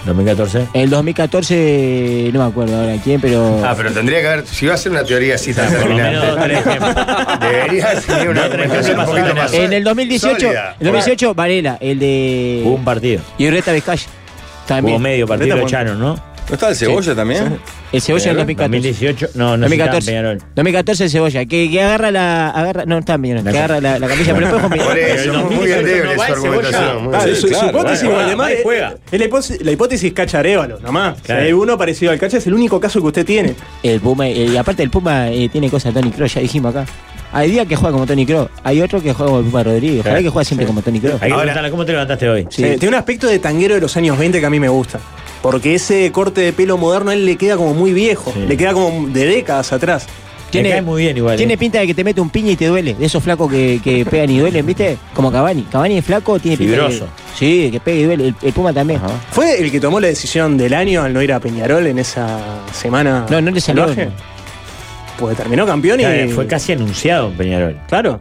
2014. En el 2014, no me acuerdo ahora quién, pero. Ah, pero tendría que haber. Si va a ser una teoría así tan Por lo terminante, menos dos, tres ejemplos. debería ser una No, tres argumentación un cosas poquito más. pasaron. en el 2018, sólida. el 2018 Varela, el de. Hubo un partido. Y Urreta Vizcaya. Hubo También. medio partido, Reta lo fue- echaron, ¿no? ¿No está el Cebolla también? El Cebolla en el 2014. 2018. No, no 2014. 2014. Peñarol. 2014 el Cebolla. Que, que agarra la. Agarra, no, está en Peñarol, La Que ca- agarra la, la camilla, pero después con Por Peñarol. eso, Pero el muy 2018 endeble no va su el Cebolla. argumentación. muy Ah, Claro, bien. sí, su, su claro, hipótesis, bueno. además, Va y es- juega. es la hipótesis, la hipótesis Cacha Arévalo, nomás. Claro. Si hay uno parecido al Cacha, es el único caso que usted tiene. El Puma, eh, y aparte el Puma eh, tiene cosas de Tony Kroos, ya dijimos acá. Hay días que juega como Tony Kroos, hay otro que juega como el Puma Rodríguez, ojalá Sí. que juega siempre como Tony Kroos. Hay que Ahora- preguntarle, ¿cómo te levantaste hoy? Sí. Eh, tiene un aspecto de tanguero de los años 20 que a mí me gusta. Porque ese corte de pelo moderno a él le queda como muy viejo. Sí. Le queda como de décadas atrás. Tiene, cae muy bien igual. Tiene eh. pinta de que te mete un piña y te duele, de esos flacos que, que pegan y duelen, ¿viste? Como Cavani. Cavani es flaco, tiene Fibroso. pinta de que, Sí, que pega y duele, el, el Puma también. ¿Fue el que tomó la decisión del año al no ir a Peñarol en esa semana? No, no le salió. salvaje? Pues terminó campeón Claro, y. Fue casi anunciado en Peñarol. Claro.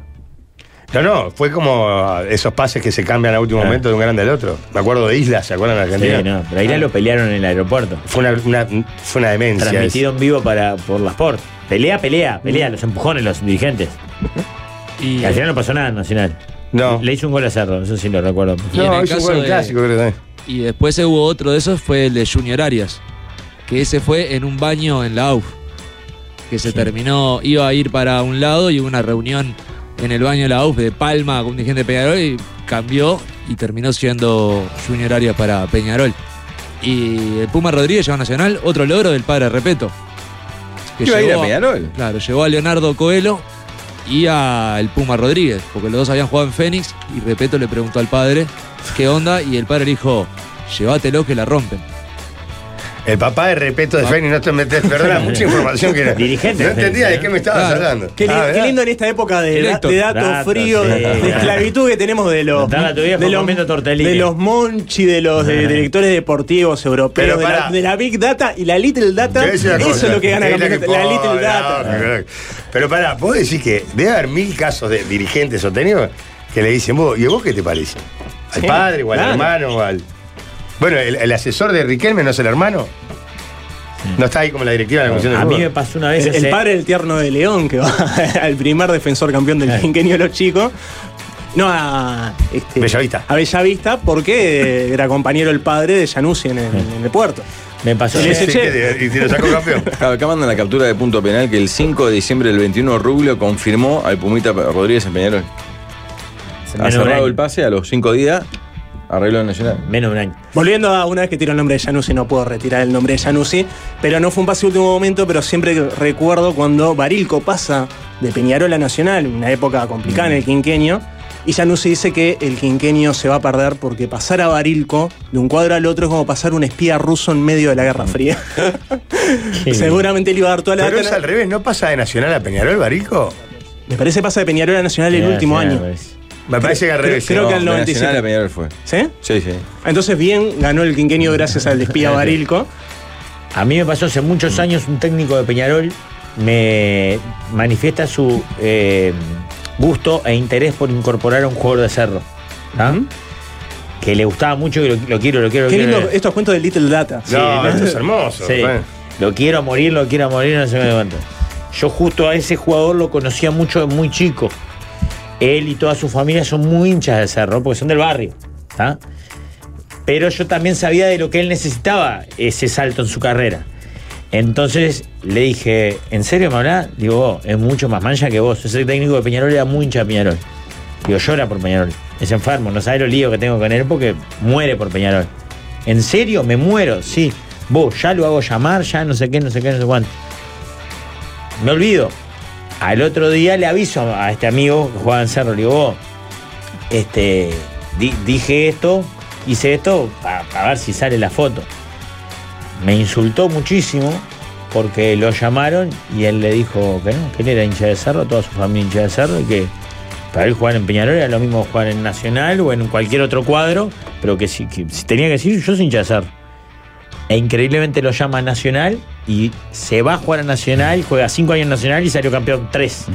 No, no, fue como esos pases que se cambian a último Ah. momento de un grande al otro. Me acuerdo de Islas, ¿se acuerdan de Argentina? Sí, no, pero ahí la lo pelearon en el aeropuerto. Fue una, una- fue una demencia. Transmitido en vivo para, por la Sport. Pelea, pelea, pelea, los empujones, los dirigentes. Y, Y al final no pasó nada en Nacional. No. Le hizo un gol a Cerro, eso sí lo recuerdo. y en No, el hizo un caso buen de- clásico, creo que también. y después hubo otro de esos, fue el de Junior Arias, que ese fue en un baño en la AUF. que se terminó, iba a ir para un lado y hubo una reunión en el baño de la UF de Palma con un dirigente de Peñarol y cambió y terminó siendo Junior Arias para Peñarol. Y el Puma Rodríguez llegó a Nacional, otro logro del padre Repeto. que Iba a ir llegó a Peñarol. Claro, llevó a Leonardo Coelho y al Puma Rodríguez, porque los dos habían jugado en Fénix y Repeto le preguntó al padre qué onda y el padre le dijo, llévatelo que la rompen. Ah. El papá de Repeto de Fénix, no te metes, perdona, mucha información que era. Dirigente No de Fénix, entendía de ¿no? qué me estabas Claro. hablando. Qué, li- Ah, qué ¿verdad? lindo en esta época de, da- Electo. de datos Datos, fríos, sí. de, de esclavitud que tenemos de los, Contala a tu viejo de los, comiendo tortellini. de los Monchi, de los de- directores deportivos europeos, Pero de la, pará. de la Big Data y la Little Data. Te voy a decir una Eso cosa. es lo que gana Es la, que ¿eh? la pone, Little Data. no, no, no. Pero pará, vos decís que debe haber mil casos de dirigentes o técnicos que le dicen, vos, ¿y a vos qué te parece? ¿Al Sí, padre o al claro. hermano o al. Bueno, el, el asesor de Riquelme no es el hermano. No está ahí como la directiva de la Comisión de A mí me Fútbol. pasó una vez El, el hace- padre del tierno de León, que va al primer defensor campeón del quinquenio de los chicos. No, a. este, Bellavista. A Bellavista, porque eh, era compañero el padre de Januzzi en el, en el puerto. Me pasó. este. El Sí, ese- che. que te- Y te lo sacó campeón. Claro, Acá mandan la captura de punto penal que el 5 de diciembre del 21 Rubio confirmó al Pumita Rodríguez en Peñarol. Ha Menos cerrado Brain. el pase a los 5 días, arreglo nacional. Menos de un año. Volviendo a una vez que tiro el nombre de Januzzi, no puedo retirar el nombre de Januzzi, pero no fue un pase de último momento, pero siempre recuerdo cuando Barilco pasa de Peñarol a Nacional, una época complicada en el quinquenio, y Januzzi dice que el quinquenio se va a perder porque pasar a Barilco de un cuadro al otro es como pasar un espía ruso en medio de la Guerra Fría. Mm. Seguramente le iba a dar toda la Pero es data. al revés, ¿no pasa de Nacional a Peñarol, Barico? Me parece pasa de Peñarol a Nacional el Sí, último sí, año. pues. Me parece que al creo- revés. creo ¿no? que al de 97. Nacional a Peñarol fue. ¿Sí? Sí, sí. Entonces bien ganó el quinquenio gracias al espía Barilco. A mí me pasó hace muchos años un técnico de Peñarol me manifiesta su eh, gusto e interés por incorporar a un jugador de cerro. ¿tá? Que le gustaba mucho y lo, lo quiero, lo quiero, lo Mm. Qué quiero. lindo estos cuentos de Little Data. No, Sí, eh, esto es hermoso. Sí. Bueno. Lo quiero a morir, lo quiero a morir, no se me levanta. Yo justo a ese jugador lo conocía mucho, muy chico. Él y toda su familia son muy hinchas de Cerro, porque son del barrio. ¿tá? Pero yo también sabía de lo que él necesitaba, ese salto en su carrera. Entonces le dije, ¿en serio me hablás? Digo, vos, es mucho más mancha que vos. Ese técnico de Peñarol era muy hincha de Peñarol. Digo, llora por Peñarol. Es enfermo, no sabe los líos que tengo con él porque muere por Peñarol. ¿En serio? Me muero, sí. Vos, ya lo hago llamar, ya no sé qué, no sé qué, no sé cuánto. Me olvido. Al otro día le aviso a este amigo que jugaba en Cerro, le digo, vos, este, di- dije esto, hice esto, para ver si sale la foto. Me insultó muchísimo porque lo llamaron y él le dijo que no, que él era hincha de Cerro, toda su familia hincha de Cerro y que para él jugar en Peñarol era lo mismo que jugar en Nacional o en cualquier otro cuadro, pero que si, que si tenía que decir, yo soy hincha de Cerro. E increíblemente lo llama a Nacional y se va a jugar a Nacional, juega cinco años en Nacional y salió campeón tres.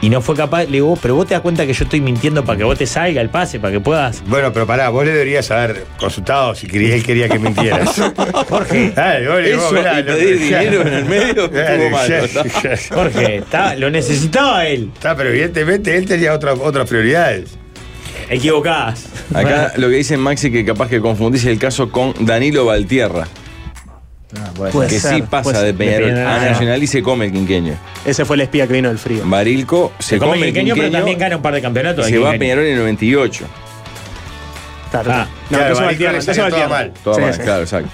Y no fue capaz, le digo, "Vos, pero vos te das cuenta que yo estoy mintiendo para que vos te salga el pase, para que puedas. Bueno, pero pará, vos le deberías haber consultado si quería- él quería que mintieras. Jorge. Eso y pedir dinero en el medio estuvo malo. ¿no? Jorge, está- lo necesitaba él. Está, pero evidentemente él tenía otra- otras prioridades. Equivocadas. Acá lo que dice Maxi que capaz que confundís el caso con Danilo Valtierra, Ah, bueno. Puede que ser, sí pasa puede de ser. Peñarol Ah, Peñarol, a no. Nacional y se come el quinqueño. ah, Ese fue el espía que vino del frío. Barilco se, Se come el quinqueño, pero también y gana un par de campeonatos. se el va a quinqueño. Peñarol en el 98. Claro. Ah. Claro, no, entonces Barico Valtierra, le entonces salió todo Valtierra. mal. Todo Sí, mal, sí. claro, exacto.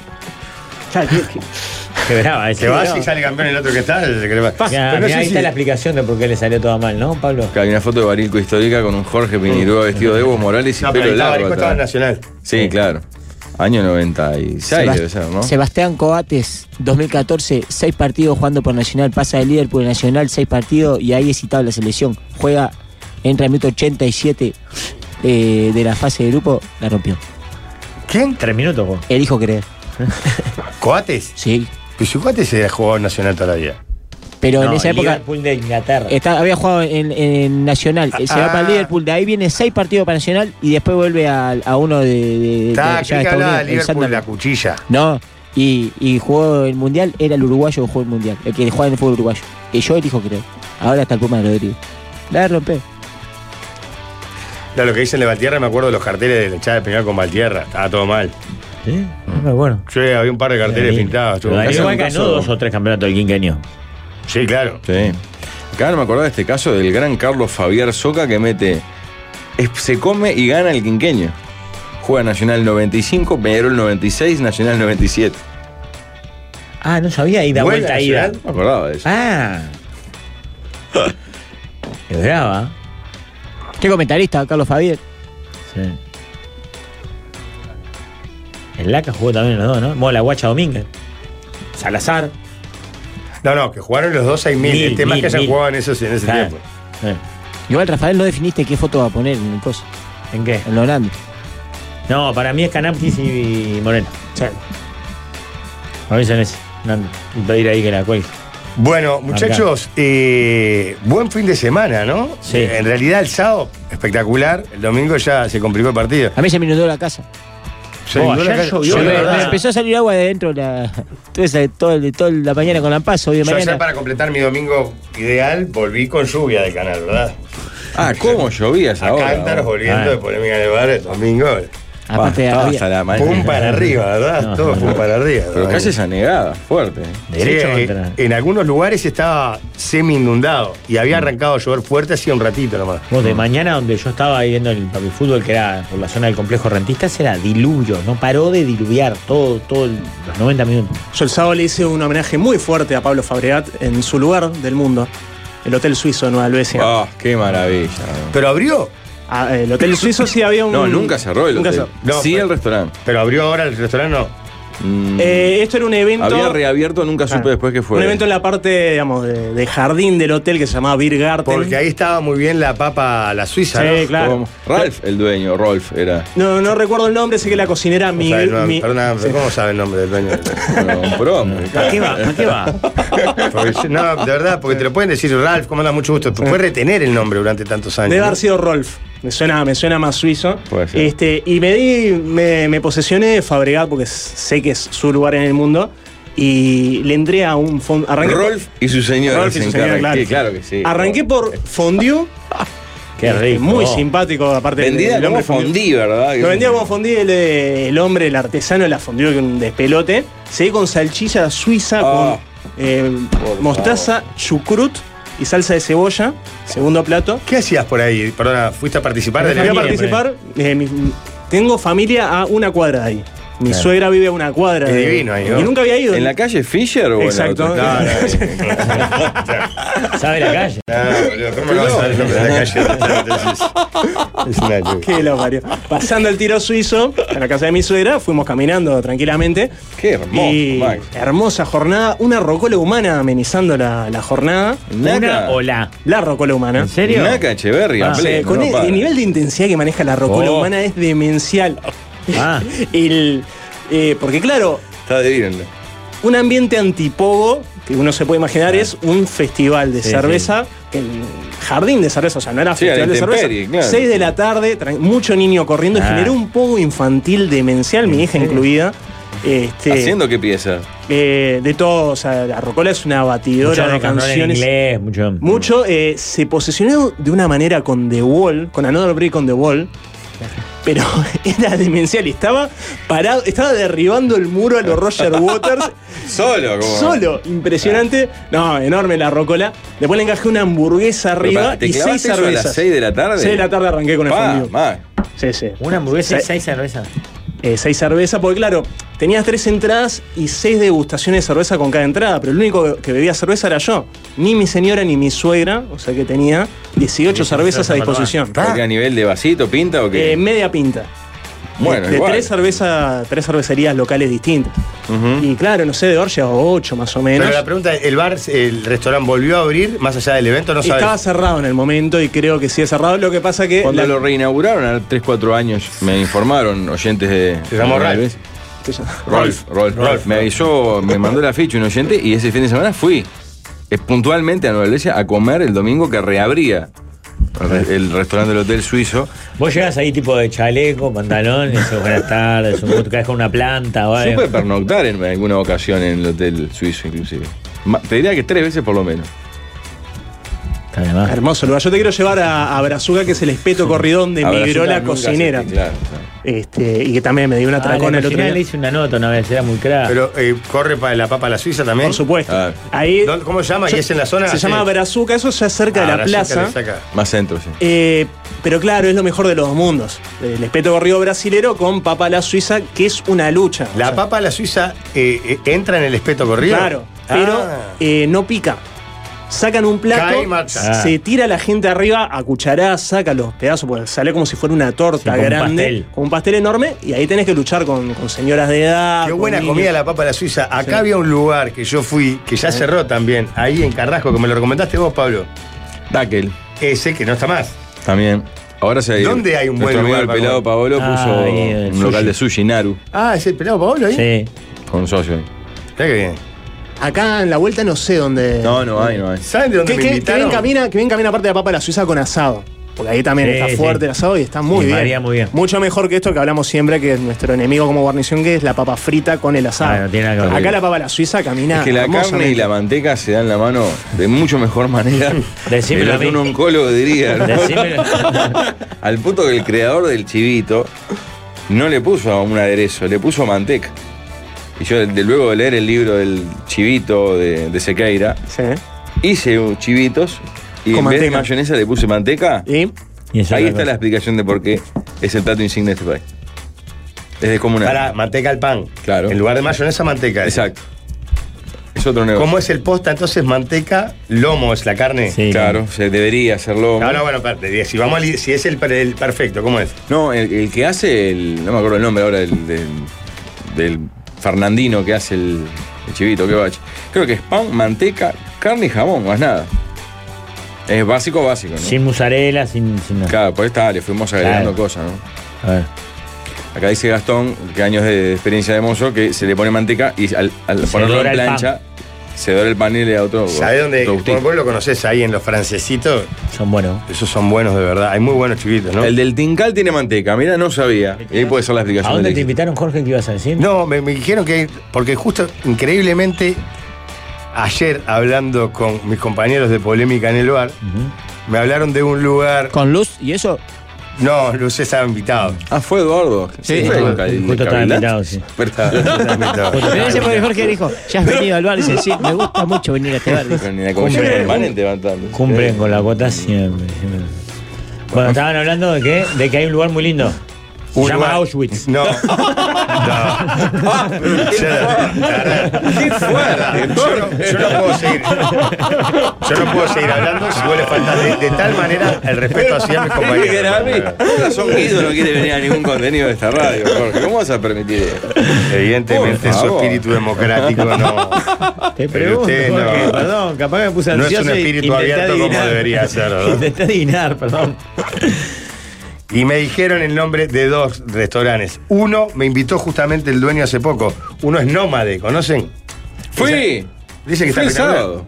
Claro, que- Qué brava ese. Se va Qué y sale campeón el otro que está. el que le va. brava. Ya, Pero no mirá, sé ahí si- está la explicación de por qué le salió todo mal, ¿no, Pablo? Acá hay una foto de Barilco histórica con un Jorge Pinirúa vestido de Evo Morales y No, pero pelo ahí estaba, largo. Barico estaba en atrás. Nacional. Sí, claro. Año 96 Sebast- debe ser, ¿no? Sebastián Coates, 2014, 6 partidos jugando por Nacional, pasa de líder por Nacional, 6 partidos y ahí es citado la selección. Juega, entra en minuto 87 eh, de la fase de grupo, la rompió. ¿Quién? Tres minutos, vos. Elijo creer, ¿Coates? sí. Pues su Coates se ha jugado en Nacional toda la vida. Pero en No, esa época Liverpool de Inglaterra. está- había jugado en, en Nacional, eh, se va Ah. para el Liverpool, de ahí viene 6 partidos para Nacional y después vuelve a, a uno de... de- de- Está, allá de que Estados hablaba Unidos, de el Liverpool la Sunderland. cuchilla. No, y, y jugó el mundial, era el uruguayo que jugó el mundial, el que juega en el fútbol uruguayo. Y yo elijo creo. Ahora está el Puma de Rodríguez. La rompe. Claro, lo que dicen de Valtierra, me acuerdo de los carteles de la hinchada de Peñarol con Valtierra. Estaba todo mal. ¿Sí? No, bueno. Sí, había un par de carteles Ahí. pintados. ¿Eh? Pero Daniel Casi un Vaca ganó caso- dos o tres campeonatos del quinquenio. Sí, claro. Sí. Acá no me acordaba de este caso del gran Carlos Fabián Soca que mete. es- se come y gana el quinqueño. Juega Nacional 95, Peñarol 96, Nacional 97. Ah, no sabía, ida, Vuelve vuelta, ida. Nacional. No me acordaba de eso. Ah. Es brava. Qué comentarista, Carlos Fabier. Sí. El Laca jugó también los dos, ¿no? Bueno, la Guacha Domínguez. Salazar. No, no, que jugaron los dos 6.000. Mil, El tema es mil, que hayan mil. jugado en, esos, en ese Claro. tiempo. Eh, Ah, Igual, Rafael, no definiste qué foto va a poner en el coso, ¿En qué? en lo grande. No, para mí es Canaptis y Moreno. Sí. A mí son ese. No, y pedir ahí que la cuelgue. Bueno, muchachos, eh, buen fin de semana, ¿no? Sí. Eh, En realidad el sábado espectacular, el domingo ya se complicó el partido. A mí se me inundó la casa. Se Oh, inundó la ayer calle. llovió, Sí, la la Me- verdad. verdad. me empezó a salir agua de dentro la, toda, esa- toda el- toda la mañana con lampazo, hoy de Yo ayer mañana. para completar mi domingo ideal volví con lluvia del canal, ¿verdad? Ah, ¿cómo llovía A esa hora? cántaros vos? volviendo Ah. de polémica en el bar el domingo. Pa, Aparte, estaba había- hasta la mañana. Pum para arriba, ¿verdad? No, Todo no, pum no. para arriba. Pero ¿verdad? casi esa negada, fuerte. Sí, Derecho eh, contra. en algunos lugares estaba semi inundado y había arrancado a llover fuerte hacía un ratito nomás. Mm. Vos, de mañana, donde yo estaba ahí viendo el papi fútbol, que era por la zona del complejo rentistas, era diluvio. No paró de diluviar todo, todo el- los 90 minutos. Yo el sábado le hice un homenaje muy fuerte a Pablo Fabregat en su lugar del mundo, el Hotel Suizo de Nueva Albesia. Ah, qué maravilla. Pero abrió, Ah, el Hotel Suizo sí había un. No, nunca cerró el nunca hotel. cerró. Mm. No, sí, pero- el restaurante. pero abrió ahora el restaurante no. Mm, Eh, esto era un evento. había reabierto, nunca supe Claro. después que fue. Un evento en la parte, digamos, de, de jardín del hotel que se llamaba Beer Garden. Porque ahí estaba muy bien la papa, la suiza, Sí, ¿no? claro. ¿Cómo? Ralph, el dueño, Rolf era. No, no recuerdo el nombre, sé que la cocinera O sea, Miguel. no, Mi- perdona, ¿cómo sabe el nombre del dueño? Lo compró, hombre. ¿Para qué va? ¿Para qué va? Porque yo- no, de verdad, porque te lo pueden decir, Ralph, ¿cómo anda? Mucho gusto. Tú puedes retener el nombre durante tantos años. Debe ¿no? haber sido Rolf. Me suena, me suena más suizo. Puede ser. Este, y me di, me, me posesioné de Fabregat porque sé que es su lugar en el mundo. Y le entré a un fondo. Arranqué, Rolf y su señora. Rolf y se su señora, encargan. Sí, claro. claro que sí. arranqué Eh. por Fondue. Qué este, rico. Muy simpático, aparte del- Vendida del como hombre fondí, ¿verdad? Lo vendía como fondue el, eh, el hombre, el artesano, la fondue que un despelote. Se ve con salchicha suiza, Ah, con eh, favor. mostaza, chucrut y salsa de cebolla. Segundo plato. ¿Qué hacías por ahí? Perdona, ¿fuiste a participar del Voy a familia, evento? participar. eh, mi- tengo familia a una cuadra de ahí. Mi suegra vive a una cuadra. Qué de- divino ahí, ¿no? Y nunca había ido. ¿En la calle Fisher o en la Exacto. otra? No, no, ¿Sabe la calle? no, boludo, ¿cómo no vas a saber el nombre de la calle? Es una lluvia. Que lo parió. Pasando el tiro suizo a la casa de mi suegra, fuimos caminando tranquilamente. Qué hermoso, Y Max. hermosa jornada, una rocola humana amenizando la, la jornada. ¿Una Naca. o la? La rocola humana. ¿En serio? Naca Echeverry, Ah, a Sí, pleno, con no el, para. el nivel de intensidad que maneja la rocola Oh. humana es demencial. Ah, El, eh, porque claro, Está de irlo. un ambiente antipogo que uno se puede imaginar es un festival de Sí, cerveza, que el jardín de cerveza, o sea, no era Sí, a la festival de intemperie, cerveza. claro. 6 de la tarde, tra- mucho niño corriendo, y Ah. generó un pogo infantil demencial, mi hija incluida. Este, ¿Haciendo qué pieza? eh, de todo, o sea, la rocola es una batidora mucho de rock and roll en canciones. inglés, mucho. Mucho eh, se posicionó de una manera con The Wall, con Another Break on The Wall. Pero era demencial y estaba parado, estaba derribando el muro a los Roger Waters Solo, como. solo. Impresionante. No, enorme la rocola. Después le encajé una hamburguesa Pero pará, arriba ¿Te y seis clavaste eso a cervezas. las 6 de la tarde? Seis de la tarde arranqué con el Pa, fondue. Max. Eh, Sí, sí. Una hamburguesa y Se- seis cervezas. eh, seis cervezas, porque claro, tenías tres entradas y seis degustaciones de cerveza con cada entrada, pero el único que bebía cerveza era yo. Ni mi señora ni mi suegra, o sea que tenía 18 cervezas a cervezas para disposición. Porque a nivel de vasito, pinta o qué? Eh, media pinta. bueno, de igual. tres, cerveza, tres cervecerías locales distintas. Ujú. Y claro, no sé, de Orgia o ocho más o menos. Pero la pregunta, ¿el bar, el restaurante volvió a abrir más allá del evento? No sabes. Estaba cerrado en el momento y creo que sí es cerrado. Lo que pasa que. Cuando la- lo reinauguraron, a 3, 4 años, me informaron oyentes de. Se llamó Ralph. Rolf. que ya- Rolf, Rolf, Rolf. Me avisó, me mandó la ficha un oyente y ese fin de semana fui eh, puntualmente a Nueva Iglesia a comer el domingo que reabría el re- el restaurante del Hotel Suizo. Vos llegás ahí tipo de chaleco, pantalón, y decís, buenas tardes, un gusto, caes con una planta, o algo. Supe pernoctar en alguna ocasión en el Hotel Suizo, inclusive. Ma- Te diría que tres veces por lo menos. Está de más. Hermoso lugar. Yo te quiero llevar a, a Brazuca, que es el espeto corridón de A migró Brazuca la nunca cocinera. asistí, claro, claro. Este, y que también me dio un atracón Ah, el la otro original día. le hice una nota una vez, era muy crack. Pero eh, corre para la papa a la Suiza también. Por supuesto. Ah. Ahí, ¿Dónde- ¿Cómo se llama? yo- ¿Y es en la zona? Se Sí. llama Brazuca, eso ya es cerca Ah, de la Brasil, que plaza. le saca. Más centro, sí. Eh, pero claro, es lo mejor de los dos mundos. El espeto gorrido brasilero con papa a la suiza, que es una lucha. O La sea, papa a la Suiza eh, eh, entra en el espeto corrido. Claro, Ah. pero eh, no pica. Sacan un plato, Cae y mata. se tira la gente arriba a cucharadas, saca los pedazos, porque sale como si fuera una torta Sí, con un grande, pastel. con un pastel enorme, y ahí tenés que luchar con, con señoras de edad. Qué con buena niños. comida la papa a la Suiza. Acá había un lugar que yo fui, que ya cerró también, ahí en Carrasco, que me lo recomendaste vos, Pablo. Dackel, Ese que no está más. también. Ahora se ¿Dónde hay un buen nuestro amigo lugar el para pelado Paolo puso Ah, ahí, el un local de sushi Naru Ah, es el pelado Paolo ahí. Sí. con un socio. ahí. Mirá qué bien. Acá en la vuelta no sé dónde. No, no hay, no hay. ¿Saben de dónde Que, me que- que invitaron? bien camina, que bien camina parte de la papa de la Suiza con asado. Porque ahí también Sí, está sí. fuerte el asado y está muy Y bien. varía muy bien. Mucho mejor que esto que hablamos siempre, que es nuestro enemigo como guarnición, que es la papa frita con el asado. Ah, no tiene nada que ver. Acá la papa de la Suiza camina. ¿eh? Es que la carne hermosamente. y la manteca se dan la mano de mucho mejor manera de Decímelo lo a que mí. un oncólogo diría. ¿no? Decímelo. Al punto que el creador del chivito no le puso un aderezo, le puso manteca. Y yo, de, luego de leer el libro del chivito de, de Sequeira, Sí. hice un chivitos y Con en vez de manteca. mayonesa le puse manteca. Y Y es Ahí otra está cosa. la explicación de por qué es el plato insignia de este país. Es descomunal. Para manteca al pan. Claro. En lugar de mayonesa, manteca. Exacto. Es otro negocio. ¿Cómo es el posta? Entonces, manteca, lomo es la carne. Sí. Claro, se debería hacerlo. Ahora, bueno, espérate, si, vamos al- si es el, per- el perfecto, ¿cómo es? No, el, el que hace el. No me acuerdo el nombre ahora del. del, del Fernandino que hace el, el chivito, que bache. Creo que es pan, manteca, carne y jamón, más nada. Es básico, básico, ¿no? Sin mozzarella, sin. sin nada. Claro, por esta le fuimos agregando Claro. cosas, ¿no? A ver. Acá dice Gastón, que años de experiencia de mozo, que se le pone manteca y al, al Se ponerlo dora en el pan. plancha, se dora el pan y le da otro. ¿Sabés dónde? otro gustito. Por vos lo conocés ahí en los francesitos. Son buenos. Esos son buenos de verdad. Hay muy buenos chivitos, ¿no? El del Tincal tiene manteca, mira, no sabía. Y ahí puede ser la ¿A explicación. dónde del éxito. te invitaron, Jorge, que ibas a decir? No, me, me dijeron que. Porque justo, increíblemente, ayer hablando con mis compañeros de polémica en el bar, me hablaron de un lugar. Con luz y eso. No, Luce estaba invitado. Ah, fue Eduardo. Sí. fue Justo el cal- estaba cabildante. invitado, sí. Pero- Pero ese fue Jorge dijo, ya has venido al bar, dice, sí, me gusta mucho venir a este bar. dice. Ni la comisión permanente este va a estar. Cumplen con la cuota siempre. siempre. Bueno, estaban hablando de que, de que hay un lugar muy lindo. Se Un llama lugar- Auschwitz. No. No. ¡Qué fuerte! Yo no, yo no puedo seguir. Yo no puedo seguir hablando si vos le faltas de, de tal manera el respeto hacia mis compañeros. Son Guido no quiere venir a ningún contenido de esta radio, Jorge. ¿Cómo vas a permitir eso? Evidentemente, Por su favor. espíritu democrático no, Te Pero pregunto, usted Jorge, no. perdón, capaz que me puse no es ansioso un y espíritu intenté abierto como adivinar. debería ser. ¿verdad? Intenté adivinar, perdón. Y me dijeron el nombre de dos restaurantes. Uno me invitó justamente el dueño hace poco. Uno es Nómade, ¿conocen? Fui. Dice que Fui está el espectacular. sábado.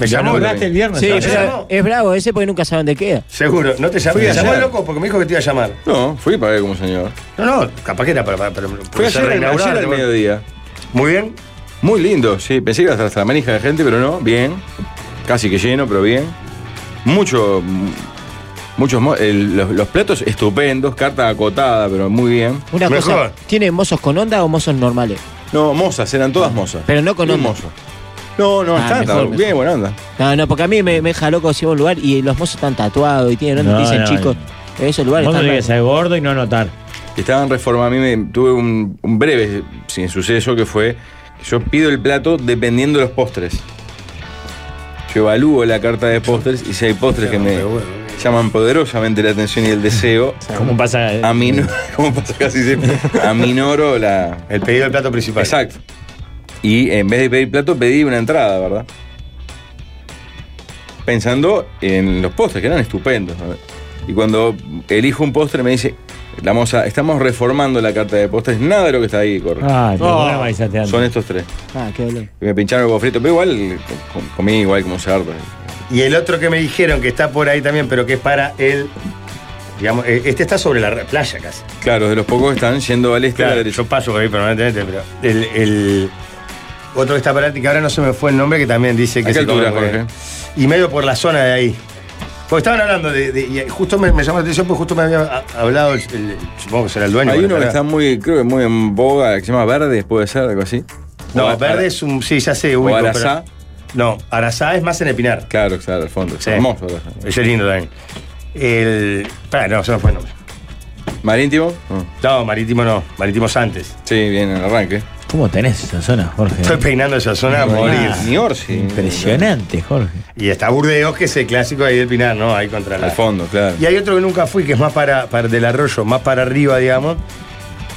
Me Ya llamó. nombraste el viernes. Sí, ¿sabes? pero es bravo ese porque nunca sabe dónde queda. Seguro, no te llamó. Fui ¿Te llamó ayer. loco porque me dijo que te iba a llamar. No, fui para ver como señor. No, no, capaz que era para. para, para- Fue para ayer, al- reinaugurar, ayer al ¿no? mediodía. Muy bien. Muy lindo, sí. Pensé que iba a estar hasta la manija de gente, pero no, bien. Casi que lleno, pero bien. Mucho. mm, Muchos. mo- el- los, los platos estupendos, carta acotada, pero muy bien. Una Mejor. cosa, ¿tiene mozos con onda o mozos normales? No, mozas, eran todas mozas. Pero no con un onda. mozo. No, no, Ah, está, está mejor, mejor. bien, buena onda. No, no, porque a mí me, me deja loco si voy a un lugar y los mozos están tatuados y tienen onda y No, dicen no, chicos. En esos lugares Vos no están que ser gordo y no anotar. Estaba en reforma, a mí me tuve un, un breve sin suceso que fue, yo pido el plato dependiendo de los postres. Yo evalúo la carta de postres y si hay postres que me llaman poderosamente la atención y el deseo, ¿Cómo pasa? a mí no, como pasa casi siempre, aminoro la... El pedido del plato principal. Exacto. Y en vez de pedir plato pedí una entrada, ¿verdad? Pensando en los postres, que eran estupendos. ¿no? Y cuando elijo un postre me dice, la moza, estamos reformando la carta de postres, nada de lo que está ahí corre. Ah, pero Oh. ¿cómo la avisaste antes? Son estos tres. Ah, qué dolor. Y me pincharon el huevo frito, pero igual com- comí igual como cerdo. Y el otro que me dijeron que está por ahí también, pero que es para el. Digamos, eh, este está sobre la ra- playa casi. Claro, de los pocos que están yendo al este a la Claro, derecha. yo paso por ahí permanentemente, pero. este El, el otro que está para que ahora no se me fue el nombre, que también dice ¿A que qué se come altura, por ahí. Jorge? Y medio por la zona de ahí. Porque estaban hablando de. de- y justo me, me llamó la atención porque justo me había ha- hablado, el- el- supongo que será el dueño. Hay porque uno que estará- está muy, creo que muy en boga, que se llama Verdes, puede ser, algo así. No, O- verde es un. Sí, ya sé, O ubico, pero- Araxá. No, Arasá es más en Epinar. Claro, claro, al fondo. Es Sí. hermoso. Araxá. Ese es lindo también. El. Pará, no, se me fue el nombre. Marítimo. Mm. No, marítimo no, marítimo es antes. Sí, bien, en el arranque. ¿Cómo tenés esa zona, Jorge? Estoy peinando esa zona a morir. Ni Orsi. Impresionante, Jorge. Y está Burdeos, que es el clásico ahí del Pinar, ¿no? Ahí contra la. Al fondo, claro. Y hay otro que nunca fui, que es más para, para del arroyo, más para arriba, digamos,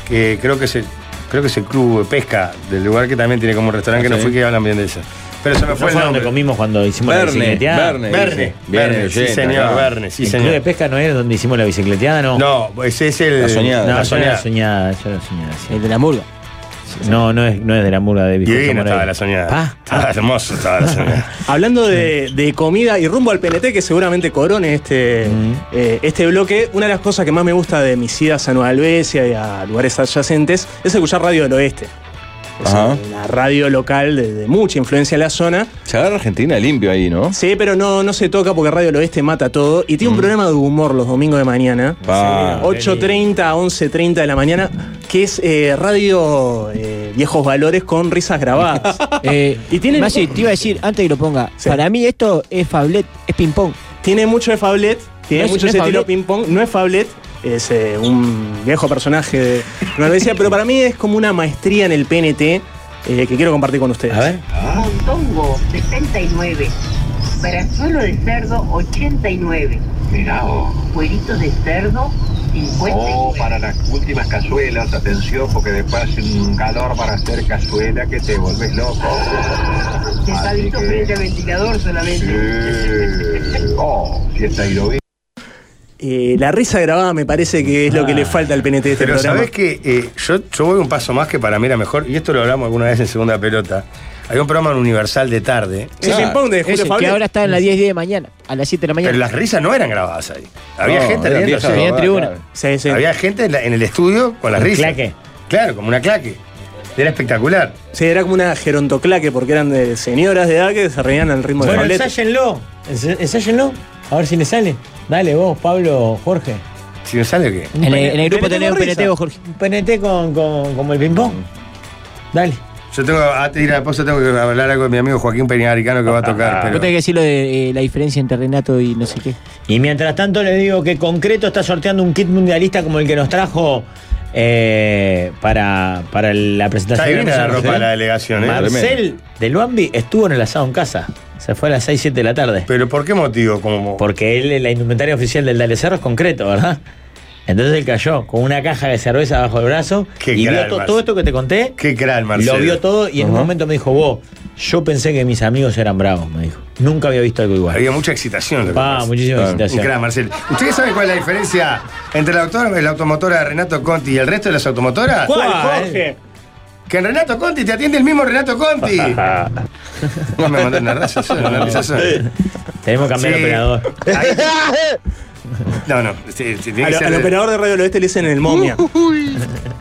que creo que es el, creo que es el club de pesca del lugar que también tiene como un restaurante que Ah, Sí. no fui que hablan bien de eso. Pero se me ¿No fue fue el donde nombre. comimos cuando hicimos la Verne, bicicleteada? Verne. Verne, dice. Bien, Verne, sí oyenta, señor, claro. Verne, sí ¿El club de señor. pesca no es donde hicimos la bicicleteada? No, pues No, ese es el. La soñada. no, La yo era soñada. la soñada, yo era la soñada. sí. El de la murga. No, no es, no es de la murga de Vizconcha Divino estaba Morel. la soñada. Pa. Estaba hermoso, estaba la soñada. Hablando de, de comida y rumbo al PNT, que seguramente corone este, eh, este bloque, una de las cosas que más me gusta de mis idas a Nueva Albesia y a lugares adyacentes es escuchar Radio del Oeste. Es Ajá. una radio local de, de mucha influencia en la zona. Se agarra Argentina limpio ahí, ¿no? Mm. Sí, pero no, no se toca porque Radio del Oeste mata todo. Y tiene un programa de humor los domingos de mañana. Pa. 8.30 a 11.30 de la mañana, que es eh, Radio eh, Viejos Valores con risas grabadas. Eh, Y tienen- Masi, te iba a decir, antes que lo ponga, Sí. para mí esto es Fablet, es ping-pong. Tiene mucho de Fablet, tiene No es- mucho no es ese tiro Fablet. ping-pong. No es Fablet, es eh, un viejo personaje de una universidad, pero para mí es como una maestría en el PNT eh, que quiero compartir con ustedes. A ver, Montongo 69, Barazuelo de cerdo 89, Cueritos de cerdo 59. Oh, para las últimas cazuelas, atención, porque después hace un calor para hacer cazuela que te volvés loco. Sentadito Así que- frente al ventilador solamente. Oh, fiesta Iroví. Eh, la risa grabada me parece que es lo que le falta al PNT de este Pero programa. sabés que eh, yo, yo voy un paso más que para mí era mejor, y esto lo hablamos alguna vez en segunda pelota. Hay un programa en Universal de tarde. El Claro, ping-pong de Julio Ese, Fablet. que ahora está en las 10 de mañana, a las 7 de la mañana. Pero las risas no eran grabadas ahí. No, Había gente era riendo. vieja tenía abogada, tribuna. claro. Sí, sí. Había gente en, la- en el estudio con las Un risas. claque. Claro, como una claque. Era espectacular. Sí, era como una gerontoclaque porque eran de señoras de edad que se reían al ritmo bueno, de Fablet. ensáyenlo. Ens- Ensáyenlo. A ver si le sale. Dale vos, Pablo, Jorge. Si no sale qué. en, el, en el grupo PNT tenés con un risa. peneteo, Jorge. Un PNT con, con, como el ping-pong. Dale. Yo tengo, ah, antes de ir a la pausa, tengo que hablar algo con mi amigo Joaquín Peñaricano que va a tocar. Vos pero- tenés que decir lo de eh, la diferencia entre Renato y no sé qué. Y mientras tanto les digo que Concreto está sorteando un kit mundialista como el que nos trajo eh, para, para la Está presentación. bien la ropa de la delegación, ¿eh? Marcel de Luambi estuvo en el asado en casa. Se fue a las 6, 7 de la tarde. Pero ¿por qué motivo? Como, Porque él, la indumentaria oficial del Dale Cerro es concreto, ¿verdad? Entonces él cayó con una caja de cerveza bajo el brazo Qué y gran, vio to- Marcel. todo esto que te conté. Qué crack, Marcelo. Lo vio todo y en un Ajá. momento me dijo, vos, yo pensé que mis amigos eran bravos, me dijo. Nunca había visto algo igual. Había mucha excitación. lo que Pa, pasa. muchísimas Claro. Un felicitaciones. crack, Marcel. ¿Ustedes saben cuál es la diferencia entre la autor- la automotora de Renato Conti y el resto de las automotoras? ¿Cuál, ¿Cuál? Jorge? Que en Renato Conti te atiende el mismo Renato Conti. no me mandó una raza, eso, una risazo. Tenemos que cambiar Sí. de operador. Ahí- No, no. sí, sí, tiene que Al, ser al de- operador de Radio del Oeste le dicen el momia.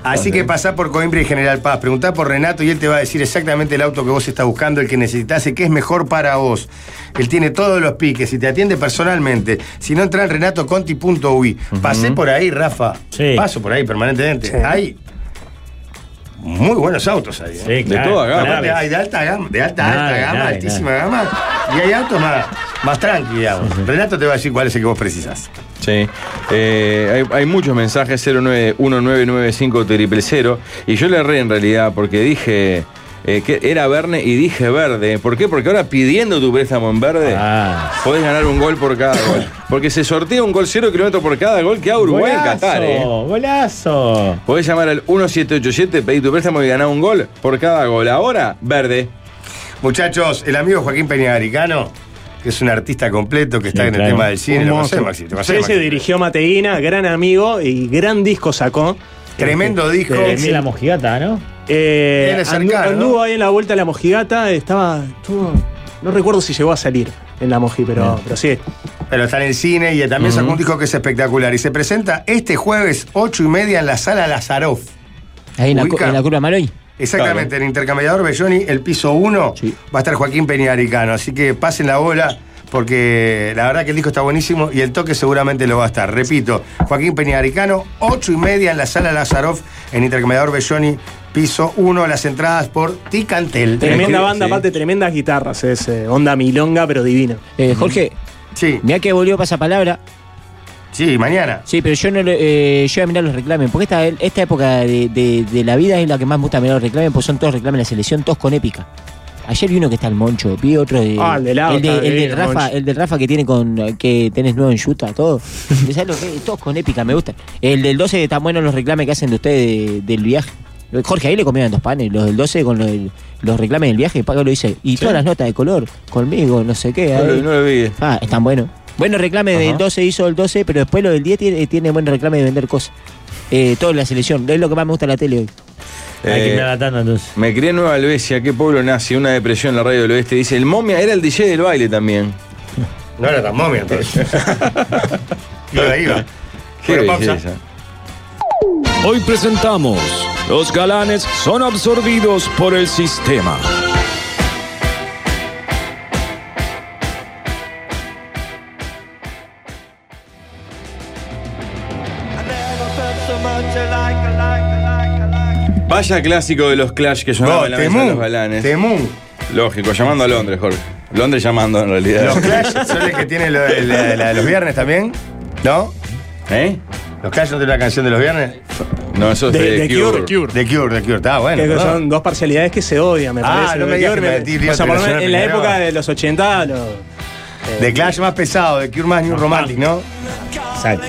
Así que pasá por Coimbra y General Paz, preguntá por Renato y él te va a decir exactamente el auto que vos estás buscando, el que necesitas, el que es mejor para vos. Él tiene todos los piques y te atiende personalmente. Si no, entra en renatoconti.ui. Pasé por ahí, Rafa. Sí. Paso por ahí permanentemente. Hay muy buenos autos ahí. ¿eh? Sí, De todo acá. Aparte, Naves. hay de alta gama, de alta, Naves, alta gama, naves, altísima gama. Y hay autos más, más tranqui, digamos. Renato te va a decir cuál es el que vos precisás. Sí. Eh, hay, hay muchos mensajes, 091995000. Y yo le erré en realidad porque dije eh, que era Verne y dije verde. ¿Por qué? Porque ahora pidiendo tu préstamo en verde, Ah. podés ganar un gol por cada gol. Porque se sortea un gol cero kilómetro por cada gol que haga Uruguay en Qatar, ¿eh? golazo. Podés llamar al 1787, pedir tu préstamo y ganar un gol por cada gol. Ahora, verde. Muchachos, el amigo Joaquín Peñagaricano, que es un artista completo que está Sí, en el claro. tema del cine, lo Hermoso. conocés, Maxi, te conocés, Sí, se Maxi. dirigió Mateína, gran amigo y gran disco sacó. Tremendo disco. Eh, Es la mojigata, ¿no? Eh, Viene andu- cercano, ¿no? Anduvo ahí en la vuelta a la mojigata, estaba. estuvo- no recuerdo si llegó a salir en la moji, pero, pero sí. Pero está en el cine y también sacó un disco que es espectacular. Y se presenta este jueves, 8 y media, en la sala Lazaroff. Ahí en la, cu- Ubica. en la curva Maroy. Exactamente, en Intercambiador Belloni, el piso 1, Sí. va a estar Joaquín Peñaricano. Así que pasen la bola porque la verdad que el disco está buenísimo y el toque seguramente lo va a estar. Repito, Joaquín Peñaricano, 8 y media en la sala Lazaroff, en Intercambiador Belloni, piso 1, las entradas por Ticantel. Tremenda banda, aparte, tremendas guitarras. Es eh, onda milonga, pero divina. Eh, Jorge, Sí, mirá que volvió pasapalabra. sí, mañana. Sí, pero yo no lo- eh, yo voy a mirar los reclamen, porque esta, esta época de, de- de la vida es la que más me gusta mirar los reclamen, porque son todos reclamen de la selección, todos con épica. Ayer vi uno que está el Moncho, vi otro de, Ah, el de Lau, el, de, está el de bien, Rafa, Moncho. el de Rafa que tiene con que tenés nuevo en Utah, todo. ¿Sabés lo que? todos con épica, me gusta. El del 12 tan buenos los reclames que hacen de ustedes de- del viaje. Jorge, ahí le comieron dos panes, los del 12 con los, del- los reclames del viaje, Paco lo dice, y todas las notas de color, conmigo, no sé qué. No, ahí. lo- no lo vi. Ah, están buenos. Buenos reclames del 12 hizo el 12, pero después lo del 10 tiene, eh, tiene buen reclame de vender cosas. Eh, todo en la selección. Es lo que más me gusta de la tele hoy. Hay que Eh, mirar la tanda entonces. Me crié en Nueva Albesia, qué pueblo nazi, una depresión en la radio del oeste. Dice, el momia era el DJ del baile también. No era tan momia entonces. iba, iba. Qué Bueno, pausa. belleza. Hoy presentamos, los galanes son absorbidos por el sistema. Vaya clásico de los Clash que sonaba No, en la mesa de los Temun, galanes. Temun. Lógico, llamando a Londres, Jorge. Londres llamando en realidad. Los Clash son el que tiene lo- la, la de los viernes también, ¿no? ¿Eh? ¿Los Clash no tienen la canción de los viernes? No, eso es De- de, de Cure. Cure. The Cure, The Cure, está bueno. Que perdón. son dos parcialidades que se odian, me Ah, parece. no Lo me digas Cure que me metí lío o entre sea, por lo los menos en la primero. época de los 80, lo- eh, The Clash más pesado, The Cure más New Romantic, ¿no? Exacto.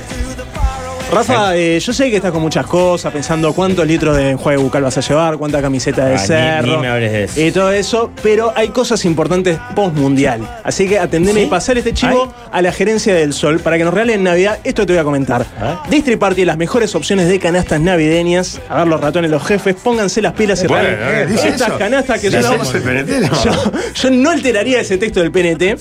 Rafa, eh, yo sé que estás con muchas cosas, pensando cuántos litros de enjuague bucal vas a llevar, cuánta camiseta de Ah, ni- cerro. ni me hables de eso. Y todo eso, pero hay cosas importantes post-mundial. Así que atendeme y pasar este chivo a la gerencia del sol para que nos regalen en Navidad. Esto te voy a comentar. Distriparty, las mejores opciones de canastas navideñas. A ver, los ratones, los jefes, pónganse las pilas y Bueno, regalen eh, dice Estas eso. canastas que Dice son eso el penetero. yo, yo no alteraría ese texto del PNT.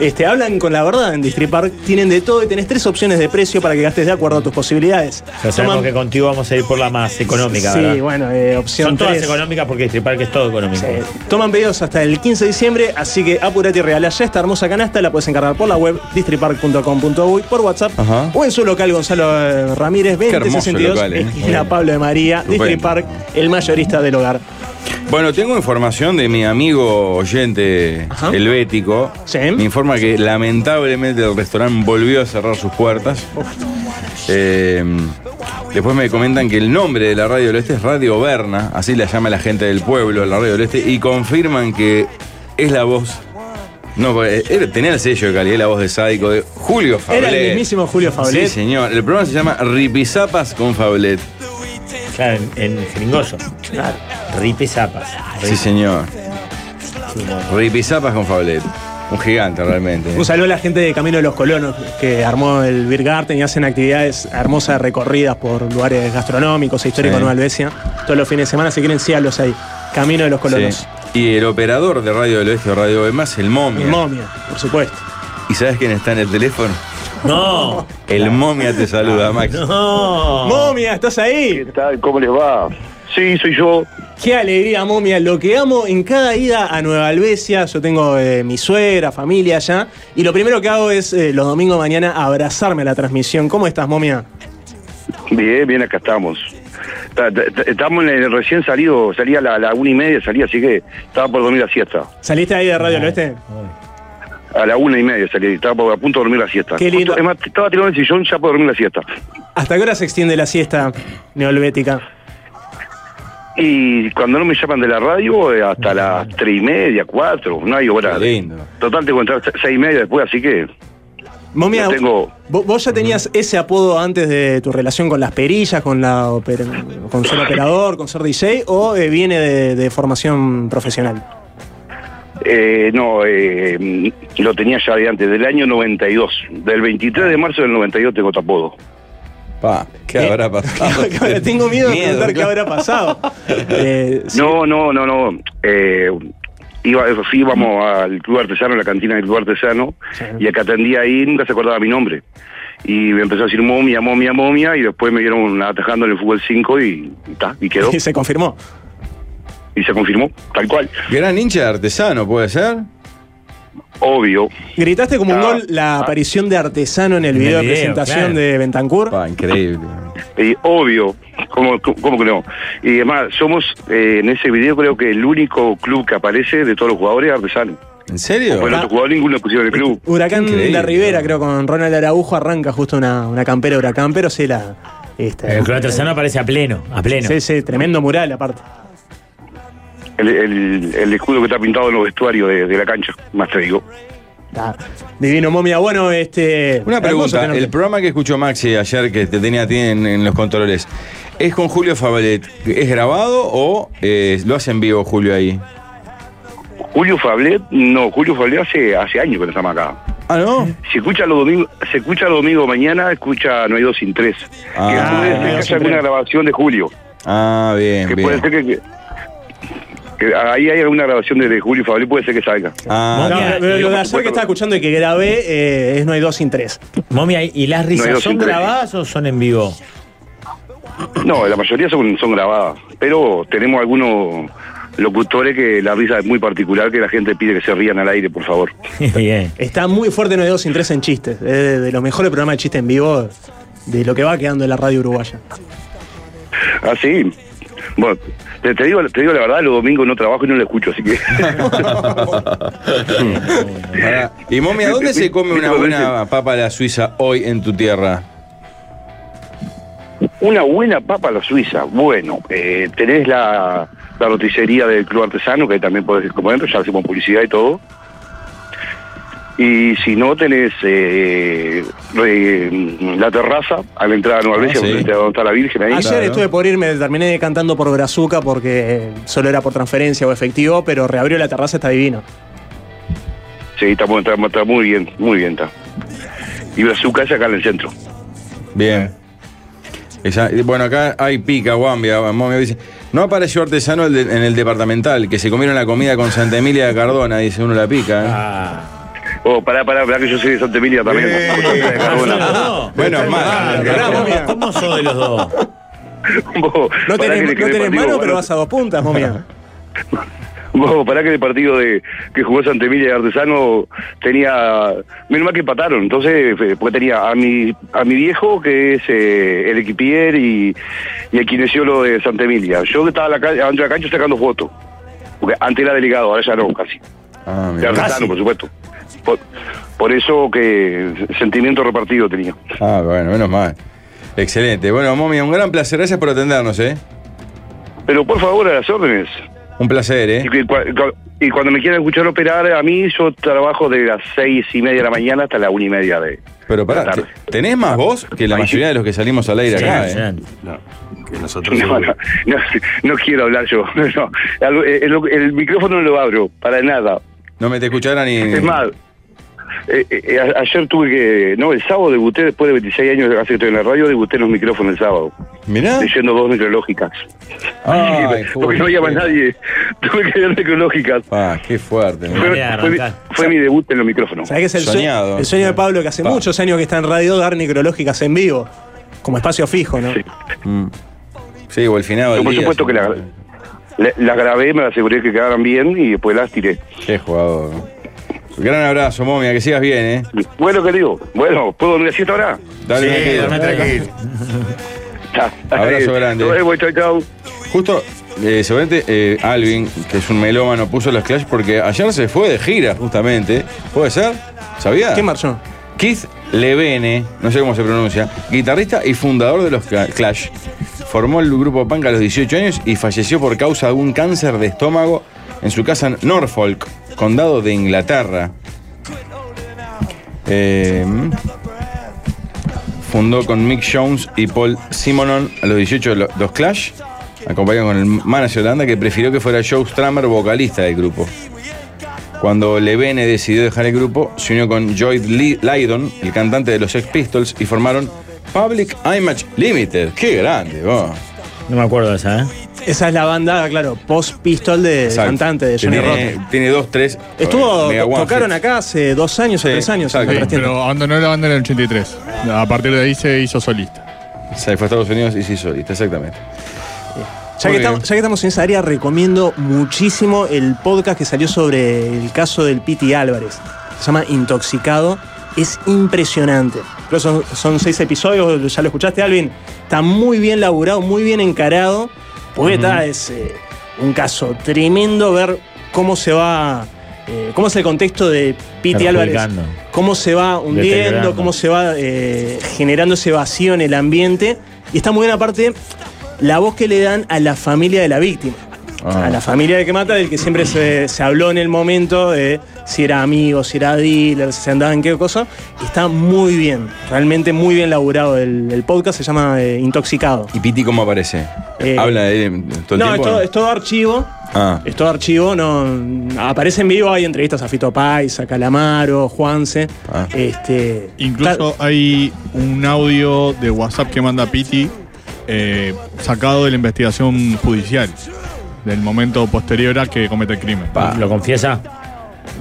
Este, hablan con la verdad en Distripar. Tienen de todo y tenés tres opciones de precio para que gastes de acuerdo a tus posibilidades. Ya sabemos Toman- que contigo vamos a ir por la más económica, Sí, ¿verdad? bueno, eh, opción Son todas tres. económicas porque Stripar que es todo económico. Eh, Toman pedidos hasta el 15 de diciembre, así que apurate y regalá ya esta hermosa canasta. La puedes encargar por la web distripark.com.uy, por WhatsApp Ajá. o en su local Gonzalo eh, Ramírez hermoso 2062, local, eh. esquina Pablo de María, Estupendo. Distripark, el mayorista del hogar. Bueno, tengo información de mi amigo oyente Ajá. helvético. Sí. Me informa que lamentablemente el restaurante volvió a cerrar sus puertas. Eh, después me comentan que el nombre de la radio del oeste es Radio Berna, así la llama la gente del pueblo, la radio del oeste, y confirman que es la voz. No, porque era- tenía el sello de calidad, la voz de sádico de Julio Fablet. Era el mismísimo Julio Fablet. Sí, señor. El programa se llama Ripizapas con Fablet. Claro, en, en jeringoso. Claro. Ripe zapas. Sí, señor. señor. Ripizapas con Fablet. Un gigante realmente. Un saludo a la gente de Camino de los Colonos que armó el Beer Garden y hacen actividades hermosas recorridas por lugares gastronómicos e históricos Sí. de Nueva Albesia. Todos los fines de semana, si quieren, síganlos ahí. Camino de los Colonos. Sí. Y el operador de Radio del Oeste o Radio Demás, el Momia. Momia, por supuesto. ¿Y sabes quién está en el teléfono? No. El Momia te Ah, saluda, Max. Ah. No. Momia, ¿estás ahí? ¿Qué tal? ¿Cómo les va? Sí, soy yo. Qué alegría, momia. Lo que amo en cada ida a Nueva Albesia, yo tengo eh, mi suegra, familia allá, y lo primero que hago es eh, los domingos de mañana abrazarme a la transmisión. ¿Cómo estás, momia? Bien, bien, acá estamos. Ta- ta- ta- Estamos en el- recién salido, salía a la, la una y media, salía, así que estaba por dormir la siesta. ¿Saliste ahí de Radio del Oeste? A la una y media salí, estaba por- a punto de dormir la siesta. Qué lindo. Justo- es más, estaba tirando el sillón ya por dormir la siesta. ¿Hasta qué hora se extiende la siesta neolbética? Y cuando no me llaman de la radio, eh, hasta las tres y media, cuatro, no hay hora. Qué lindo. Total, tengo que entrar seis y media después, así que Momia, Yo tengo- vo- vos ya tenías ese apodo antes de tu relación con las perillas, con, la oper- con ser operador, con ser DJ, o eh, viene de, de formación profesional? Eh, no, eh, lo tenía ya de antes, del año 92. Del 23 de marzo del 92 tengo tapodo. Pa, ¿qué ¿Eh? habrá pasado? Ahora Tengo miedo de preguntar qué claro. habrá pasado. Eh, sí. No, no, no, no. Eh, iba, eso sí, íbamos al Club Artesano, a la cantina del Club Artesano, y el que atendía ahí nunca se acordaba mi nombre. Y me empezó a decir momia, momia, momia, y después me vieron atajando en el fútbol 5 y, y ta, y quedó. Y se confirmó. Y se confirmó, tal cual. Gran hincha de artesano, ¿puede ser? obvio. Gritaste como un Ah. gol la aparición de Artesano en el video de video, presentación claro. de Bentancur. increíble. Eh, obvio, ¿Cómo, cómo- cómo que no? Y además, somos eh, en ese video creo que el único club que aparece de todos los jugadores es Artesano. ¿En serio? Porque el otro jugador ninguno pusieron el club. Ah. Huracán Increíble. de Rivera, creo, con Ronald Araujo arranca justo una, una campera de Huracán, pero sí la. Esta, El Club Artesano aparece a pleno, a pleno. Sí, sí, tremendo mural aparte. El, el- el escudo que está pintado en los vestuarios de, de la cancha, más te digo. Está divino momia. Bueno, este. Una pregunta, hermoso el tenerte. programa que escuchó Maxi ayer que te tenía a ti en, en los controles, ¿es con Julio Fablet? ¿Es grabado o eh, lo hace en vivo Julio ahí? Julio Fablet, no, Julio Fablet hace, hace años que no estamos acá. Ah, Oh. no. Se escucha los domingos, se escucha los domingos mañana, escucha No hay dos sin tres. que puede ser que haya alguna grabación de Julio. Ah, bien, que bien. puede ser que, que- que ahí hay alguna grabación de, de Julio Fablet, puede ser que salga. Ah, No, Momia, lo- lo, y- de ayer que estaba escuchando y que grabé eh, es No hay dos sin tres. Momia, ¿y las risas No, yo son siempre- grabadas o son en vivo? No, la mayoría son, son grabadas, pero tenemos algunos locutores que la risa es muy particular, que la gente pide que se rían al aire, por favor. Bien. Está muy fuerte No hay dos sin tres en chistes. Es de, de los mejores programas de chiste en vivo de lo que va quedando en la radio uruguaya. Ah, sí. Bueno, te, te digo, te digo la verdad, los domingos no trabajo y no lo escucho, así que... Pará. Y momia, ¿dónde se come una buena papa a la Suiza hoy en tu tierra? Una buena papa a la suiza. Bueno, eh, tenés la, la roticería del Club Artesano, que también podés comer, ya hacemos publicidad y todo. Y si no, tenés eh, re- mm, la terraza a la entrada de Nueva Bella, donde donde está la Virgen ahí. Ah, Ayer estuve por irme, terminé cantando por Brazuca porque eh, solo era por transferencia o efectivo, pero reabrió la terraza, está divino. Sí, está, muy- está- está muy bien, muy bien está. Y Brazuca es acá en el centro. Bien. Esa- bueno, acá hay pica, guambia, momia dice. No apareció artesano el de- en el departamental, que se comieron la comida con Santa Emilia de Cardona, dice uno la pica. ¿eh? Oh, pará, pará, pará, que yo soy de Santa Emilia también. de Cardona. Bueno, es más. ¿Cómo sos de los dos? Vos, No pará tenés, que no le- que le tenés partimos, mano, pero bueno, vas a dos puntas, momia. Vos, pará que el partido de que jugó Santa Emilia y Artesano tenía. Menos mal que empataron. Entonces, fue- porque tenía a mi, a mi viejo, que es eh, el equipier y, y el kinesiólogo de Santa Emilia. Yo estaba en la calle, adentro de la cancha sacando fotos. Porque antes era delegado, ahora ya no, casi. Ah, de mira. Artesano, por supuesto. Por, por eso que sentimiento repartido tenía. Ah, bueno, menos mal. Excelente. Bueno, momia, un gran placer. Gracias por atendernos, ¿eh? Pero por favor, a las órdenes. Un placer, ¿eh? Y, que cua- y cua- y cuando me quieran escuchar operar, a mí yo trabajo de las seis y media de la mañana hasta la una y media de. Pero pará, te- tenés más voz que la mayoría de los que salimos al aire Sí, acá, sí. ¿eh? nosotros. No, no, no, no quiero hablar yo. no. Algo- el, el micrófono no lo abro, para nada. No me te escucharán ni. Es más, eh, eh, a- ayer tuve que. No, el sábado debuté, después de 26 años hace que estoy en la radio, debuté en los micrófonos el sábado. Mirá. Leyendo dos necrológicas. Ay, Porque no había más nadie. Tuve que leer necrológicas. Ah, qué fuerte. Fue, fue mi- fue mi debut en los micrófonos. ¿Sabés que es el, sue- el sueño de Pablo que hace Pa. muchos años que está en radio dar necrológicas en vivo? Como espacio fijo, ¿no? Mm. Sí, o el final del Yo, por día, supuesto sí. que la- la- las grabé, me las aseguré que quedaran bien y después las tiré. Qué jugador. Gran abrazo, momia, que sigas bien, ¿eh? Bueno, querido, bueno, ¿puedo dormir así ahora? Dale, tranquilo. Abrazo grande. Nos vemos, chau, chau. Justo, eh, seguramente eh, Alvin, que es un melómano, puso los Clash porque ayer se fue de gira, justamente. ¿Puede ser? ¿Sabía? ¿Qué marchó? Keith Levene, no sé cómo se pronuncia, guitarrista y fundador de los Cla- Clash. Formó el grupo punk a los 18 años y falleció por causa de un cáncer de estómago en su casa en Norfolk, condado de Inglaterra. Eh, fundó con Mick Jones y Paul Simonon a los 18 lo- los Clash, acompañado con el manager de la banda que prefirió que fuera Joe Strummer, vocalista del grupo. Cuando Levene decidió dejar el grupo, se unió con Joy Li- Lydon, el cantante de los Sex Pistols, y formaron Public Image Limited. ¡Qué grande! vos! No me acuerdo de esa, ¿eh? Esa es la banda, claro, post-pistol de del Exacto. cantante de Johnny tiene, Rotten. tiene dos, tres. Estuvo, mega one tocaron hits. acá hace dos años o tres años. en otras tiendas. pero abandonó la banda en el 83. A partir de ahí se hizo solista. Se fue a Estados Unidos y se hizo solista, exactamente. Ya Muy que, bien. estamos, ya que estamos en esa área, recomiendo muchísimo el podcast que salió sobre el caso del Piti Álvarez. se llama Intoxicado. Es impresionante. Pero son, son seis episodios, ya lo escuchaste, Alvin. Está muy bien laburado, muy bien encarado. Porque Ujú. está, es eh, un caso tremendo ver cómo se va, eh, cómo es el contexto de Piti Álvarez Perjudicando. cómo se va hundiendo, Deteriorando. cómo se va eh, generando ese vacío en el ambiente. Y está muy bien aparte la voz que le dan a la familia de la víctima. Ah. A la familia de que mata, del que siempre se, se habló en el momento de si era amigo, si era dealer, si se andaba en qué cosa. Y está muy bien, realmente muy bien laburado el, el podcast, se llama eh, Intoxicado. ¿Y Piti cómo aparece? Eh, ¿Habla de él todo el no, es tiempo? todo, es todo archivo. Ah, Es todo archivo, no. Aparece en vivo, hay entrevistas a Fito Pais, a Calamaro, Juanse. Ah. Este. Incluso hay un audio de WhatsApp que manda Piti eh, sacado de la investigación judicial, del momento posterior a que comete el crimen. ¿Lo confiesa?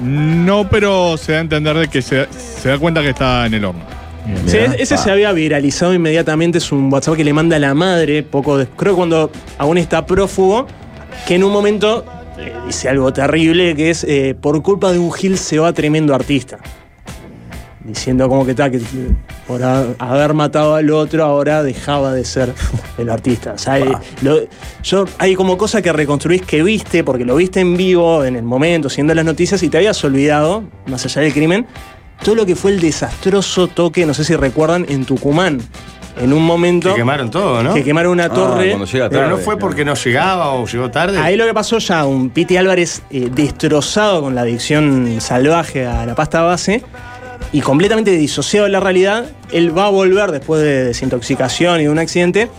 No, pero se da a entender de que se, se da cuenta que está en el horno. Sí, ese se había viralizado inmediatamente, es un WhatsApp que le manda a la madre, poco de- creo que cuando aún está prófugo, que en un momento eh, dice algo terrible, que es, eh, por culpa de un Gil se va tremendo artista. Diciendo como que está, que eh, por ha- haber matado al otro ahora dejaba de ser el artista. O sea, eh, lo- yo, hay como cosas que reconstruís que viste, porque lo viste en vivo, en el momento, siendo las noticias, y te habías olvidado, más allá del crimen, todo lo que fue el desastroso toque, no sé si recuerdan, en Tucumán. En un momento. Que quemaron todo, ¿no? Que quemaron Ah, Ah, una torre. Pero no fue porque no llegaba o llegó tarde. Ahí lo que pasó ya, un Piti Álvarez eh, destrozado con la adicción salvaje a la pasta base y completamente disociado de la realidad, él va a volver después de desintoxicación y de un accidente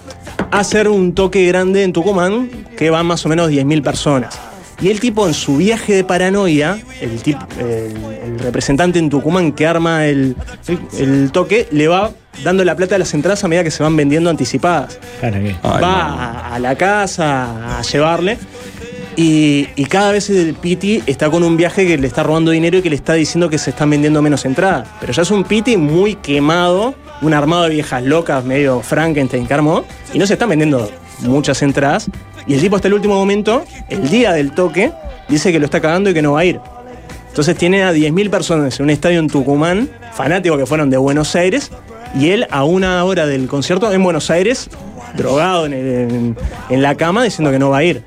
a hacer un toque grande en Tucumán que van más o menos 10.000 personas. Y el tipo en su viaje de paranoia, el, tip- el- el representante en Tucumán que arma el, el toque, le va dando la plata de las entradas a medida que se van vendiendo anticipadas va a, a la casa a llevarle. Y, y cada vez el Piti está con un viaje que le está robando dinero y que le está diciendo que se están vendiendo menos entradas. Pero ya es un Piti muy quemado, un armado de viejas locas, medio Frankenstein que armó, y no se están vendiendo muchas entradas. Y el tipo hasta el último momento, el día del toque, dice que lo está cagando y que no va a ir. Entonces tiene a 10.000 personas en un estadio en Tucumán, fanáticos que fueron de Buenos Aires, y él a una hora del concierto en Buenos Aires, drogado en, el- en- en la cama, diciendo que no va a ir.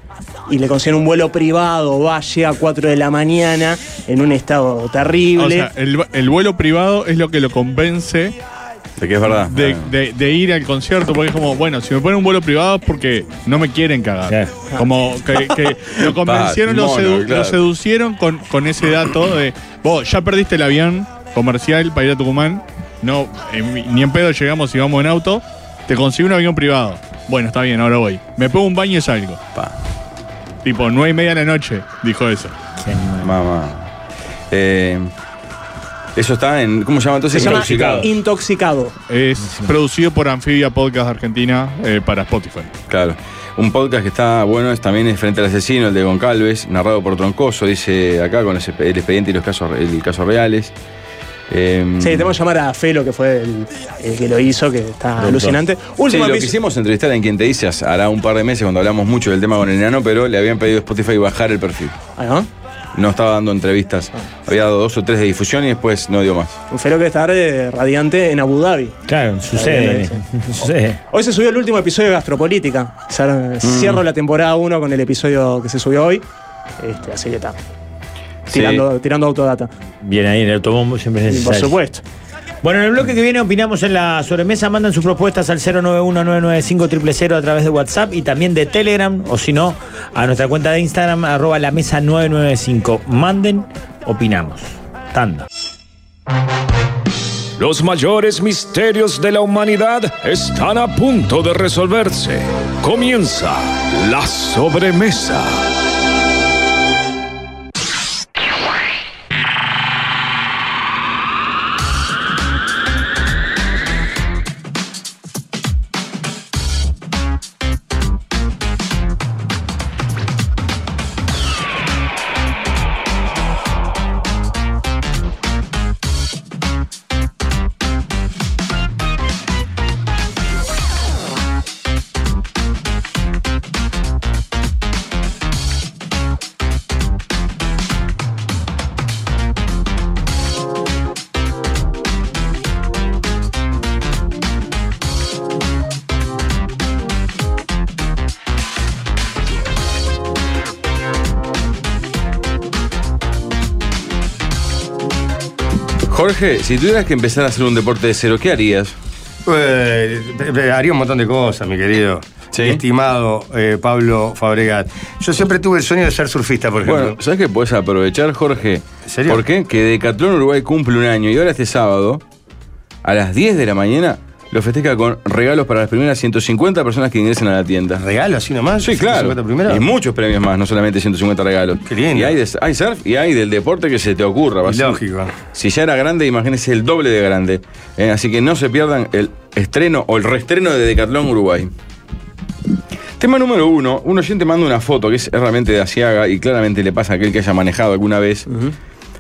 Y le consiguen un vuelo privado, va, llega a 4 de la mañana, en un estado terrible. O sea, el, el vuelo privado es lo que lo convence de que es verdad. de, de- de ir al concierto, porque es como, bueno, si me ponen un vuelo privado es porque no me quieren cagar. Como que, que lo convencieron, lo, mono, sedu- lo claro. seducieron con, con ese dato de, vos ya perdiste el avión comercial para ir a Tucumán, no, en- ni en pedo llegamos y vamos en auto, te consigo un avión privado. Bueno, está bien, ahora voy. Me pongo un baño y salgo. Tipo, nueve y media de la noche, dijo eso. Mamá. Eh, eso está en. ¿Cómo se llama entonces? Se llama Intoxicado. Intoxicado. Es producido por Anfibia Podcast Argentina eh, para Spotify. Claro. Un podcast que está bueno, es también es Frente al Asesino, el de Goncalves, narrado por Troncoso, dice acá con los exp- el expediente y los casos, el caso reales. Em, Sí, tenemos que llamar a Felo, que fue el, el que lo hizo, que está Doctor. alucinante. Sí, Último lo episodio- quisimos entrevistar en quien te dices hará un par de meses cuando hablamos mucho del tema con el enano, pero le habían pedido a Spotify bajar el perfil. Ah, ¿no? No estaba dando entrevistas. Ah. Había dado dos o tres de difusión y después no dio más. Un Felo que está eh, radiante en Abu Dhabi. Claro, sucede. sucede. Hoy se subió el último episodio de Gastropolítica. Mm. Cer- Cierro la temporada 1 con el episodio que se subió hoy. Este, así que está. Tirando, tirando autodata. Bien ahí en el automóvil siempre es Y por necesario. supuesto. Bueno, en el bloque que viene opinamos en la sobremesa. Mandan sus propuestas al 091995000 a través de WhatsApp y también de Telegram o si no, a nuestra cuenta de Instagram, arroba la mesa 995. Manden, opinamos. Tanda. Los mayores misterios de la humanidad están a punto de resolverse. Comienza la sobremesa. Jorge, si tuvieras que empezar a hacer un deporte de cero, ¿qué harías? Eh, eh, haría un montón de cosas, mi querido. Estimado eh, Pablo Fabregat. Yo siempre tuve el sueño de ser surfista, por ejemplo. Bueno, ¿sabes qué puedes aprovechar, Jorge? ¿Por qué? Que Decathlon Uruguay cumple un año y ahora este sábado, a las 10 de la mañana, lo festeja con regalos para las primeras 150 personas que ingresen a la tienda. ¿Regalos así nomás? Sí, claro. 150 primeras. Y muchos premios más, no solamente 150 regalos. Y hay, de- hay surf y hay del deporte que se te ocurra. va a ser- Lógico. Si ya era grande, imagínense el doble de grande. Eh, así que no se pierdan el estreno o el reestreno de Decathlon Uruguay. Tema número uno, un oyente manda una foto que es realmente de Asiaga y claramente le pasa a aquel que haya manejado alguna vez.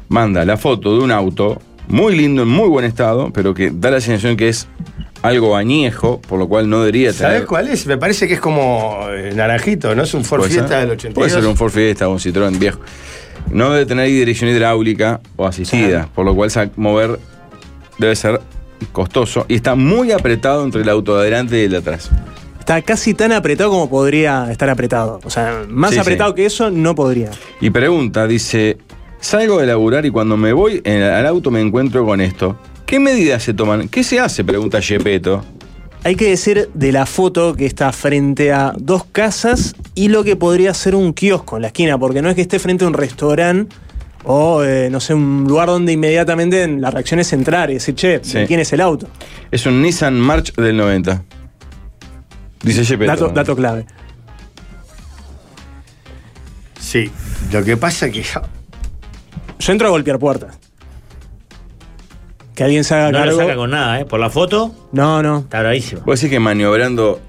Manda la foto de un auto muy lindo, en muy buen estado, pero que da la sensación que es algo añejo, por lo cual no debería ¿Sabes tener. cuál es? Me parece que es como eh, naranjito, ¿no? Es un Ford Puede Fiesta ser. del 82. Puede ser un Ford Fiesta o un Citroën viejo. No debe tener ahí dirección hidráulica o asistida, por lo cual sa- mover debe ser costoso y está muy apretado entre el auto de adelante y el de atrás. Está casi tan apretado como podría estar apretado. O sea, más Sí, sí. apretado que eso no podría. Y pregunta, dice, salgo de laburar y cuando me voy en- al auto me encuentro con esto. ¿Qué medidas se toman? ¿Qué se hace? Pregunta Gepetto. Hay que decir de la foto que está frente a dos casas y lo que podría ser un kiosco en la esquina, porque no es que esté frente a un restaurante o, eh, no sé, un lugar donde inmediatamente la reacción es entrar y decir, che, Sí. ¿quién es el auto? Es un Nissan March del 90. Dice Gepetto. Dato, dato clave. Sí, lo que pasa que yo... entro a golpear puertas. Que alguien se haga No lo cargo. saca con nada, ¿eh? Por la foto. No, no. Está bravísimo. ¿Vos decís que maniobrando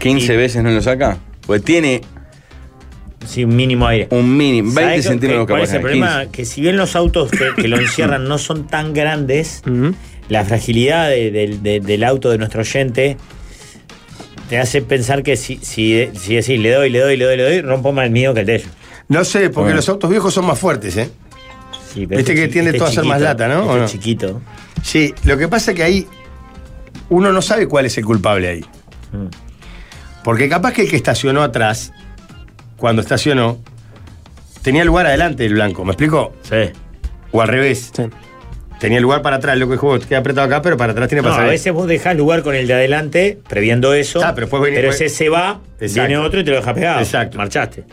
15 veces no lo saca? Pues tiene. Sí, un mínimo aire. Un mínimo, ¿Sabés 20 qué- centímetros qué- cuál es capaz. eh, el problema? Que si bien los autos que, que lo encierran no son tan grandes, la fragilidad de- del- de- del auto de nuestro oyente te hace pensar que si, si, si decís le doy, le doy, le doy, le doy, rompo más el mío que el de ellos. No sé, porque los autos viejos son más fuertes, ¿eh? Sí, pero Viste que chi- tiende este todo a ser más chiquito, lata, ¿no? este ¿O no? chiquito. Sí, lo que pasa es que ahí uno no sabe cuál es el culpable ahí. Mm. Porque capaz que el que estacionó atrás, cuando estacionó, tenía lugar adelante el blanco, ¿me explico? Sí. O al revés. Tenía lugar para atrás, lo que juego queda apretado acá, pero para atrás tiene No, a pasar. veces vos dejás lugar con el de adelante, previendo eso. pero ese se va, viene otro y te lo deja pegado. Exacto. Eh, Marchaste.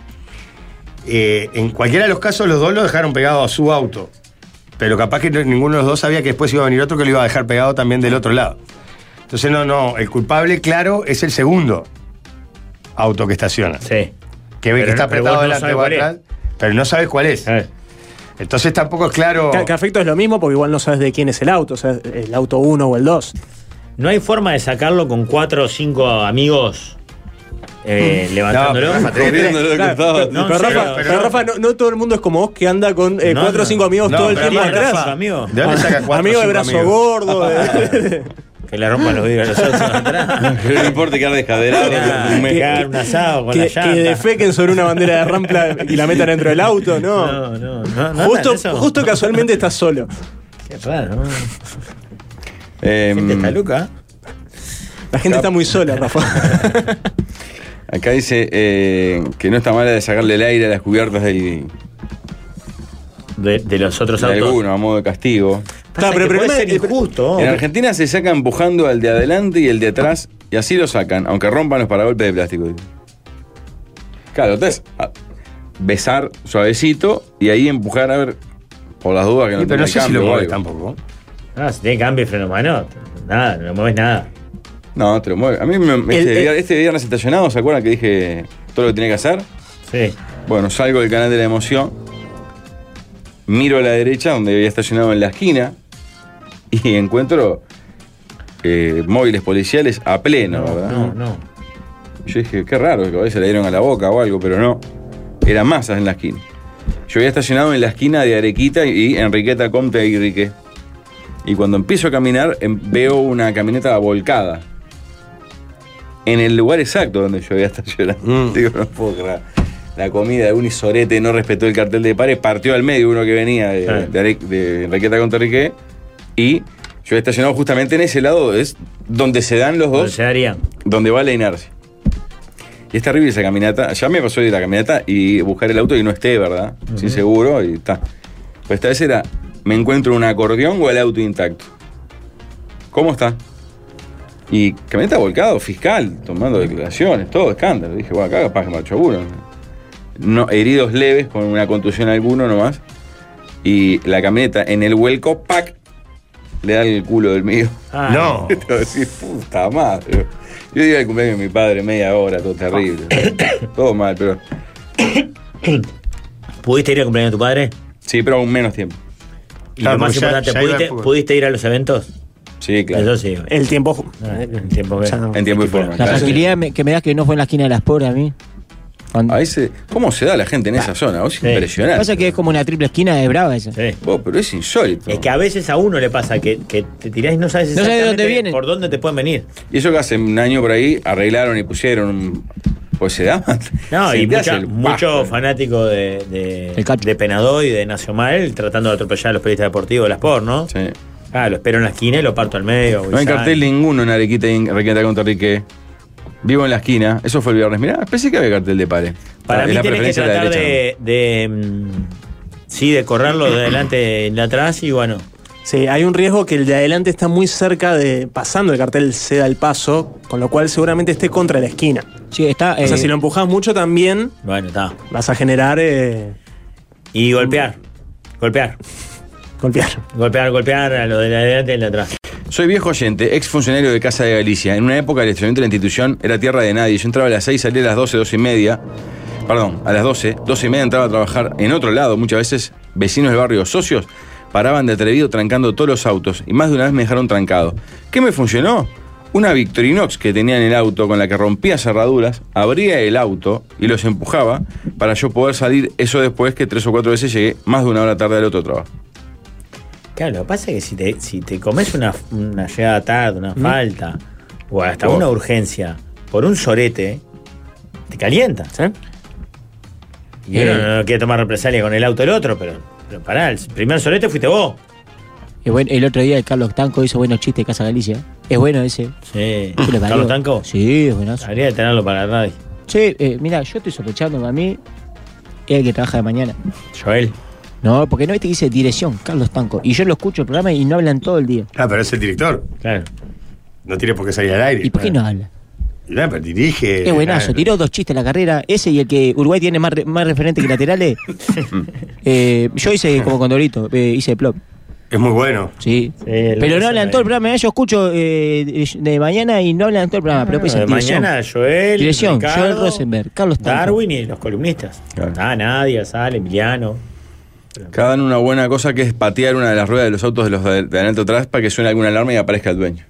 en cualquiera de los casos, los dos lo dejaron pegado a su auto. Pero capaz que no- ninguno de los dos sabía que después iba a venir otro que lo iba a dejar pegado también del otro lado. Entonces, no, no. El culpable, claro, es el segundo auto que estaciona. Sí. Que ve Pero que está no- pero apretado vos no adelante sabés o cuál es. Eh. atrás, pero no sabes cuál es. Entonces, tampoco es claro. Que, que afecto es lo mismo porque igual no sabes de quién es el auto, o sea, el auto 1 o el 2. ¿No hay forma de sacarlo con cuatro o cinco amigos eh, Mm. levantándolo? No, Rafa, tenés- Rompiéndolo de Claro, costado. pero, pero Rafa, pero Rafa, no, no todo el mundo es como vos que anda con eh, No, cuatro o no. cinco amigos No, todo el pero tiempo Rafa, atrás. Ah, Rafa, amigo. ¿De dónde saca cuatro o Amigo de cinco brazo amigos? gordo. de- Que le rompan los vidrios a los otros atrás. no importa quedar descaderado. me cagar un asado con que, la que llanta. defequen sobre una bandera de rampla y la metan dentro del auto, no. No, no, no, no justo, andan eso. justo casualmente estás solo. Qué raro. Gente está loca. La gente está muy sola, Rafa. Acá dice eh, que no está mala de sacarle el aire a las cubiertas del. De, los otros De autos. alguno, a modo de castigo. Está, pero el problema es injusto. En Argentina se saca empujando al de adelante y el de atrás, y así lo sacan, aunque rompan los paragolpes de plástico. Claro, entonces, a- besar suavecito y ahí empujar a ver, por las dudas que no Sí, pero no tenga sé si cambio lo o mueve algo. tampoco. Ah, si tiene cambio y freno de mano, nada, no mueves nada. No, te lo mueve. A mí me, me- El- este, el- vier- este viernes estacionado, ¿se acuerdan que dije todo lo que tenía que hacer? Sí. Bueno, salgo del canal de la emoción, miro a la derecha, donde había estacionado en la esquina, y encuentro eh, móviles policiales a pleno, ¿verdad? No, no. Yo dije, qué raro, que a veces le dieron a la boca o algo, pero no. Era masas en la esquina. Yo había estacionado en la esquina de Arequita y Enriqueta Comte y Riquet. Y cuando empiezo a caminar, em- veo una camioneta volcada. En el lugar exacto donde yo había estacionado. Digo, no puedo creer. La comida de un isorete no respetó el cartel de pared, partió al medio uno que venía de, Claro. de Are- de Enriqueta Comte y Riquet. Y yo había estacionado justamente en ese lado, es donde se dan los dos Se daría. donde va la inercia. Y es terrible esa caminata. Ya me pasó de ir a la caminata y buscar el auto y no esté, ¿verdad? Sin seguro y está. Pues esta vez era me encuentro un acordeón o el auto intacto. ¿Cómo está? Y camioneta volcado, fiscal, tomando declaraciones, todo escándalo. Dije, bueno, acá capaz que marchó uno. No, heridos leves, con una contusión alguno nomás. Y la camioneta en el vuelco, ¡pac! Le da el culo del mío. Ah. No. Te voy a decir, puta madre. Yo digo el cumpleaños de mi padre, media hora, todo terrible. todo mal, pero. ¿Pudiste ir al cumpleaños de tu padre? Sí, pero aún menos tiempo. Y Claro, lo más porque ya- importante, ya iba ¿pudiste, al fútbol. pudiste ir a los eventos? Sí, Eso sí. El tiempo. El tiempo que- En tiempo y forma. La claro. tranquilidad me- que me das que no fue en la esquina de las pobres a mí. A veces, ¿cómo se da la gente en Ah. esa zona? Es Lo que impresionante. pasa es que es como una triple esquina, es brava esa. Vos, pero es insólito. Es que a veces a uno le pasa que, que te tirás y no sabes No sabes de exactamente dónde vienen. por dónde te pueden venir. Y eso que hace un año por ahí arreglaron y pusieron un. Pues se da. No, se y te hace mucha- el mucho fanático de, de, de Penador y de Nacional tratando de atropellar a los periodistas deportivos de las POR, ¿no? Sí. Ah, lo espero en la esquina y lo parto al medio. No hay Guisán. cartel ninguno en Arequita y en Requeta contra Riqué. Vivo en la esquina. Eso fue el viernes. Mirá, pensé que había cartel de pare. Para Ah, mí es la tenés que preferencia tratar la derecha, de, de, mm, Sí, de correrlo de adelante y de atrás y bueno. Sí, hay un riesgo que el de adelante está muy cerca de pasando el cartel ceda el paso, con lo cual seguramente esté contra la esquina. Sí, está. o sea, eh, si lo empujas mucho también Bueno, está. vas a generar eh, Y golpear. Golpear. golpear. Golpear, golpear a lo de adelante y de atrás. ¿no? Soy viejo oyente, ex funcionario de Casa de Galicia. En una época el estacionamiento de la institución era tierra de nadie. Yo entraba a las 6, salía a las 12, 12 y media. Perdón, a las 12, 12 y media entraba a trabajar en otro lado. Muchas veces vecinos del barrio, socios, paraban de atrevido trancando todos los autos. Y más de una vez me dejaron trancado. ¿Qué me funcionó? Una Victorinox que tenía en el auto con la que rompía cerraduras, abría el auto y los empujaba para yo poder salir. Eso después que tres o cuatro veces llegué más de una hora tarde al otro trabajo. Claro, lo que pasa es que si te, si te comes una, una llegada tarde, una falta, o hasta Oh. una urgencia, por un sorete, te calienta. Y Eh. uno no, quiere tomar represalia con el auto del otro, pero, pero pará, el primer sorete fuiste vos. eh, bueno, el otro día el Carlos Tanco hizo buenos chistes de Casa Galicia. Es bueno ese. Sí. ¿Qué le parió? ¿Carlos Tanco? Sí, es buenazo. Habría de tenerlo para la radio. Che, eh, mira, yo estoy sospechando a mí es el que trabaja de mañana. Joel. No, porque no viste que dice dirección, Carlos Tanco. Y yo lo escucho el programa y no hablan todo el día. Ah, pero es el director. Claro. No tiene por qué salir al aire. ¿Y por qué no habla? No, pero dirige. es buenazo, tiró dos chistes en la carrera. Ese y el que Uruguay tiene más, re- más referentes que laterales. Eh, yo hice como Condorito, eh, hice plop. Es muy bueno. Sí. el- Pero no hablan ese- todo el programa. Yo escucho eh, de- de mañana y no hablan todo el programa. Pero después de dicen dirección. mañana, Joel, Dirección, Ricardo, Joel Rosenberg, Carlos Tanco. Darwin y los columnistas. Ah, Nadia, Sal, Emiliano. Cada una buena cosa que es patear una de las ruedas de los autos de los de de adelante atrás para que suene alguna alarma y aparezca el dueño.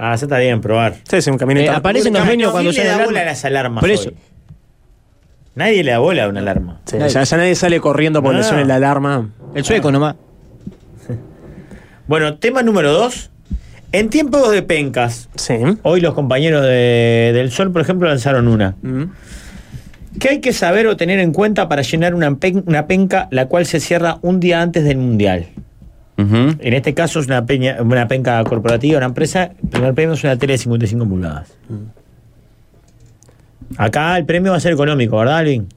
Ah, eso está bien, probar. Sí, es un camino. Eh, aparecen los dueños cuando se suena le da la alarma. bola a las alarmas. Por hoy? eso. Nadie le da bola a una alarma. Sí, ya, ya nadie sale corriendo por Ah. le suene la alarma. El sueco nomás. Bueno, tema número dos. En tiempos de pencas, Sí. hoy los compañeros de- del Sol, por ejemplo, lanzaron una. Mm. ¿Qué hay que saber o tener en cuenta para llenar una, pen- una penca la cual se cierra un día antes del Mundial? En este caso es una, peña, una penca corporativa, una empresa. El primer premio es una tele de 55 pulgadas. Mm. Acá el premio va a ser económico, ¿verdad, Alvin?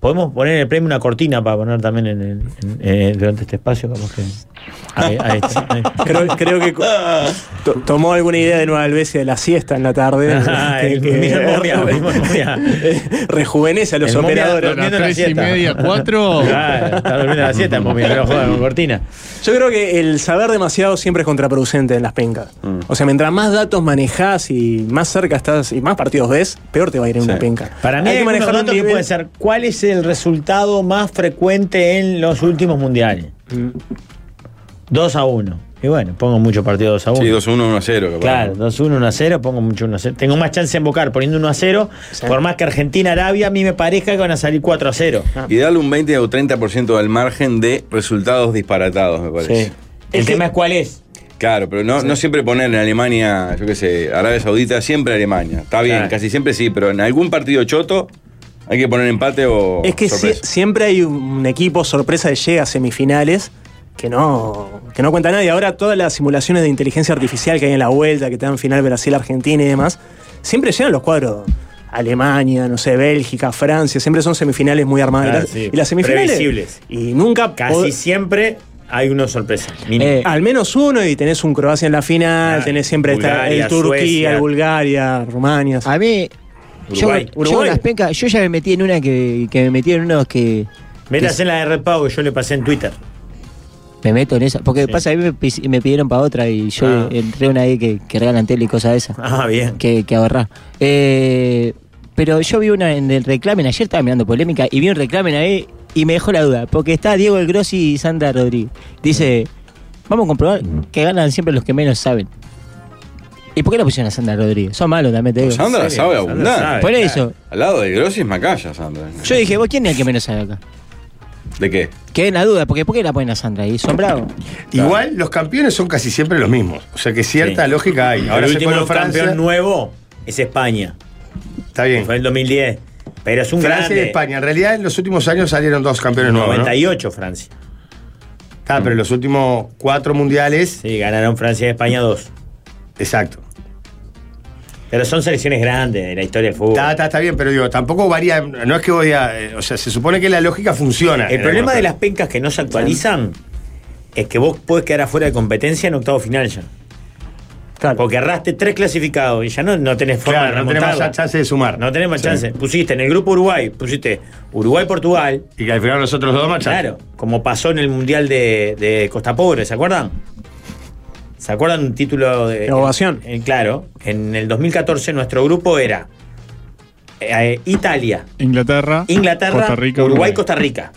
Podemos poner en el premio una cortina para poner también en el- en- eh, durante este espacio. capaz que- Ahí- ahí está, ahí. Creo, creo que cu- to- tomó alguna idea de Nueva Albesia de la siesta en la tarde. Ah, que- el que- mismo momia, el mismo momia. rejuvenece a los El momia operadores. durmiendo en la Tres y siesta. media, cuatro. Claro, está durmiendo a las 7, momia, no jodas con cortina. Yo creo que el saber demasiado siempre es contraproducente en las pencas. Mm. O sea, mientras más datos manejás y más cerca estás y más partidos ves, peor te va a ir en una penca. Para mí hay un algunos datos que nivel- pueden ser cuál es el resultado más frecuente en los últimos mundiales. 2 a 1. Y bueno, pongo mucho partido 2 a 1. Sí, 2-1, 1-0. capaz. Claro, 2 a 1, 1 a 0, pongo mucho 1 a 0. Tengo más chance de invocar poniendo 1 a 0. Por más que Argentina-Arabia a mí me parezca que van a salir 4 a 0. Y darle un 20 o 30% al margen de resultados disparatados, me parece. El tema es cuál es. Claro, pero no, no siempre poner en Alemania, yo qué sé, Arabia Saudita, siempre Alemania. Está bien, Claro. casi siempre sí, pero en algún partido choto hay que poner empate o. Es que sie- sorpresa. siempre hay un equipo sorpresa que llega a semifinales que no, que no cuenta nadie. Ahora todas las simulaciones de inteligencia artificial que hay en la vuelta, que te dan final Brasil-Argentina y demás, siempre llegan los cuadros Alemania, no sé, Bélgica, Francia, siempre son semifinales muy Claro, armadas. Y las- sí. Y las semifinales. Previsibles. Y nunca. Casi siempre hay una sorpresa. mínimo. Eh, al menos uno y tenés un Croacia en la final, tenés siempre esta- Bulgaria, el Turquía, Suecia. el Bulgaria, Rumania. A mí, Yo, Uruguay. yo con las pencas, yo ya me metí en una que, que me metí en unos que. Métase en la de repago que yo le pasé en Twitter. Me meto en esa. Porque pasa, a mí me, pis- me pidieron para otra y yo Ah. entré una ahí que, que regalan tele y cosas de esas. Ah, bien. Que, que ahorrás. Eh, pero yo vi una en el reclamen, ayer estaba mirando polémica y vi un reclamen ahí y me dejó la duda. Porque está Diego El Grossi y Sandra Rodríguez. Dice: Vamos a comprobar Mm. que ganan siempre los que menos saben. ¿Y por qué la pusieron a Sandra Rodríguez? Son malos también, te digo. Pues Sandra sabe abundar. Por eso. Al lado de Grossi es Macaya, Sandra. Yo dije, ¿vos quién es el que menos sabe acá? ¿De qué? Quedé en la duda, porque ¿por qué la ponen a Sandra ahí? Son bravos. Igual los campeones son casi siempre los mismos. O sea que cierta Sí. lógica hay. Ahora el se último pone Francia. campeón nuevo es España. Está bien. Fue en el 2010. Pero es un Francia grande. y España. En realidad en los últimos años salieron dos campeones nuevos. ¿no? 98 Francia. Está, pero en los últimos cuatro mundiales. Sí, ganaron Francia y España dos. Exacto. Pero son selecciones grandes de la historia del fútbol. Está, está, está bien, pero digo, tampoco varía. No es que voy a. eh, o sea, se supone que la lógica funciona. El en problema algunos de las pencas que no se actualizan es que vos podés quedar afuera de competencia en octavo final ya. Porque erraste tres clasificados y ya no, no tenés forma Claro, de no tenés remontarla. más chance de sumar. No tenés más Sí. chance. Pusiste en el grupo Uruguay, pusiste Uruguay-Portugal. Y que al final los otros dos más chance. Claro, como pasó en el Mundial de, de Costa Pobre, ¿se acuerdan? ¿Se acuerdan un título de. La ovación. en- claro, en el 2014 nuestro grupo era eh, Italia, Inglaterra, Inglaterra, Costa Rica, Uruguay, Costa Rica.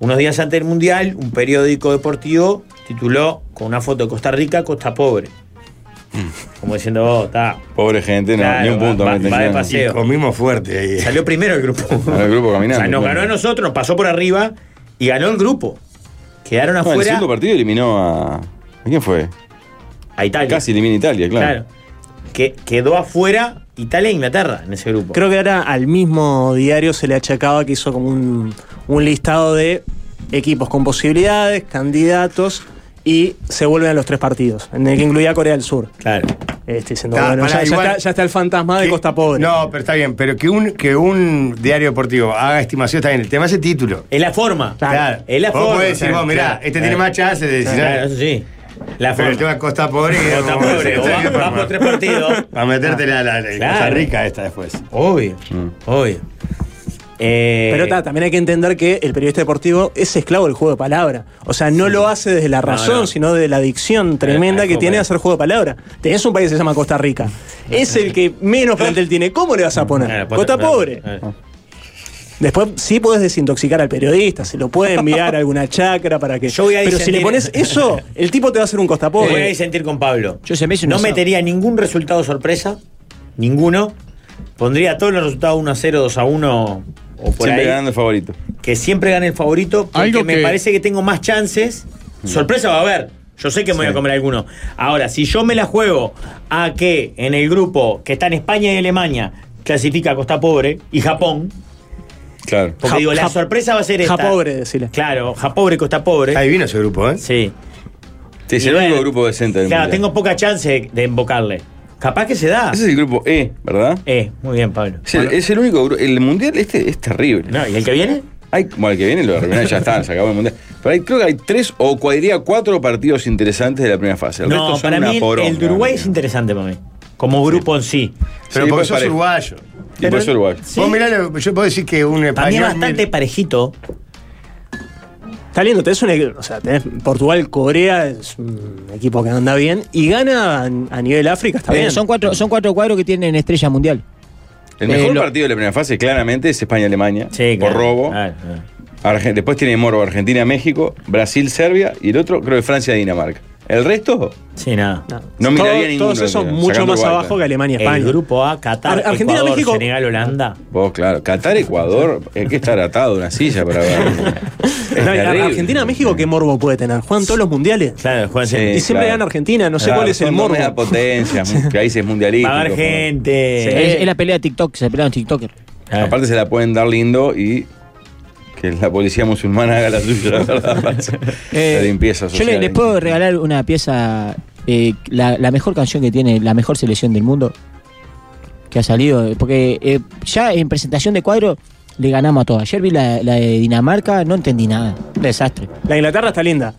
Unos días antes del Mundial, un periódico deportivo tituló con una foto de Costa Rica, Costa Pobre. Mm. Como diciendo, vos, está. Pobre gente, no, Claro, ni un punto. va- meten, va de claro. paseo. Y comimos fuerte ahí. eh. Salió primero el grupo. Salió el grupo caminando, pues. O sea, nos claro. ganó a nosotros, nos pasó por arriba y ganó el grupo. Quedaron No, en el afuera. segundo partido eliminó a. ¿A quién fue? A Italia. Casi elimina a Italia, claro. Claro. Que quedó afuera Italia e Inglaterra en ese grupo. Creo que ahora al mismo diario se le achacaba que hizo como un, un listado de equipos con posibilidades, candidatos y se vuelven a los tres partidos, en el que incluía Corea del Sur. Claro. Este, diciendo, Está, bueno, Ah, pará, ya, ya igual- está, ya está el fantasma de Costa Pobre. No, pero está bien, pero que un, que un diario deportivo haga estimación está bien. El tema es el título. Es la forma. Claro. Es la Vos forma. podés decir, vos, mirá, este tiene más chance de decir, Claro, ah. eso sí. La Pero forma. el tema de Costa Pobre. Costa vamos a decir, Pobre, está o bien, va- va vamos. por tres partidos. A meterte la, la, la Claro. cosa rica esta después. Obvio. Mm. Obvio. Eh, Pero ta, también hay que entender que el periodista deportivo es esclavo del juego de palabra. O sea, no lo hace desde la razón, no. sino de la adicción tremenda hay que como- tiene a hacer juego de palabra. Tenés un país que se llama Costa Rica. Es el que menos plantel tiene. ¿Cómo le vas a poner? Claro, pues, Costa claro, Pobre. claro. Después sí podés desintoxicar al periodista, se lo puede enviar a alguna chacra para que. Yo voy a Pero si disentir. le pones eso, el tipo te va a hacer un Costa Voy a Pobre. disentir con Pablo. Yo se me hizo un No asado. metería ningún resultado sorpresa. Ninguno. Pondría todos los resultados 1 a 0, 2 a 1 o por Siempre ahí. ganando el favorito. que siempre gane el favorito porque Algo me que- parece que tengo más chances. Sorpresa va a haber. Yo sé que me voy a comer alguno. Ahora, si yo me la juego a que en el grupo que está en España y Alemania clasifica a Costa Pobre y Japón, Claro. porque Ja- digo, la Ja- sorpresa va a ser esta. Japobre, decirle. Claro, Japobre, Costa Pobre. Está divino ese grupo, ¿eh? Sí. Sí, es Y el bueno, único grupo decente del Claro, mundial. tengo poca chance de- de invocarle. Capaz que se da. Ese es el grupo E, ¿verdad? Eh, muy bien, Pablo. Es el, es el único grupo. El mundial este es terrible. No, ¿Y el que viene? Hay, bueno, el que viene lo arruinan, ya está, se acabó el mundial. Pero hay, creo que hay tres o cua- diría cuatro partidos interesantes de la primera fase. El resto No, son para una mí el- poronga, el de Uruguay amigo. es interesante para mí. Como grupo en sí. Pero Sí, porque pues sos parejo. uruguayo. Y por eso Uruguay. Sí. Vos mirá, lo- yo puedo decir que un Para mí es español. bastante parejito. Está lindo, tenés un equi- o sea, tenés Portugal, Corea, es un equipo que anda bien y gana a, a nivel África, está Eh, bien. son, cuatro, son cuatro cuadros que tienen estrella mundial. El mejor Eh, lo- partido de la primera fase, claramente, es España-Alemania. por claro. Ah, robo. Claro, claro. Argen- Después tiene Moro, Argentina-México, Brasil-Serbia y el otro, creo que Francia-Dinamarca. El resto, Sí, nada. No, No miraría Todo- ninguno, Todos esos sacando mucho más Uruguay, abajo claro. que Alemania, El España. grupo A, Qatar, Ar- Argentina, Ecuador, México. Senegal, Holanda. vos, claro, Qatar-Ecuador, hay que estar atado a una silla para ver. Es No, y terrible. Ar- Argentina, México, ¿qué morbo puede tener? Juegan todos los mundiales. Claro, juegan Sí, y siempre claro. gana Argentina, no sé Claro, cuál es el son morbo. dos potencias, mu- países mundialistas. Va a haber gente. Eh, Es, es la pelea de TikTok, se pelearon TikToker. Claro. Aparte se la pueden dar lindo y que la policía musulmana haga la suya, la verdad. Eh, la limpieza Yo social. le- les puedo regalar una pieza, eh, la, la mejor canción que tiene la mejor selección del mundo. que ha salido. eh, Porque eh, ya en presentación de cuadro le ganamos a todos. Ayer vi la, la de Dinamarca, no entendí nada. Un desastre. La de Inglaterra está linda.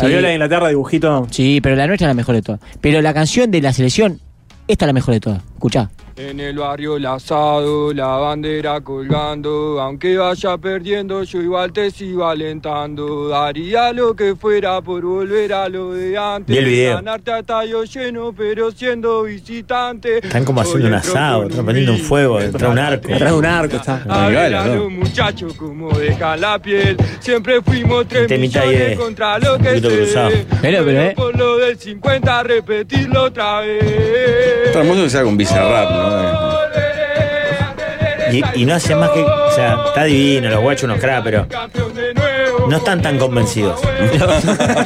La viola de Inglaterra, dibujito. Sí, pero la nuestra es la mejor de todas. Pero la canción de la selección, esta es la mejor de todas. Escuchá. En el barrio el asado, la bandera colgando, aunque vaya perdiendo yo igual te sigo alentando, daría lo que fuera por volver a lo de antes, Y el video. ganarte a tallo lleno pero siendo visitante, Están como haciendo un asado, están prendiendo un fuego, detrás de un arco. Detrás de un arco está. Abrela, los muchachos como deja la piel, siempre fuimos tres Temita ahí, millones eh, contra lo un que poquito cruzado. se Pero, pero, eh. por lo del 50 repetirlo otra vez. Está hermoso que sea con Bizarrap, ¿no? Y, y no hace más que. O sea, está divino, los guachos unos cracks, pero. No están tan convencidos.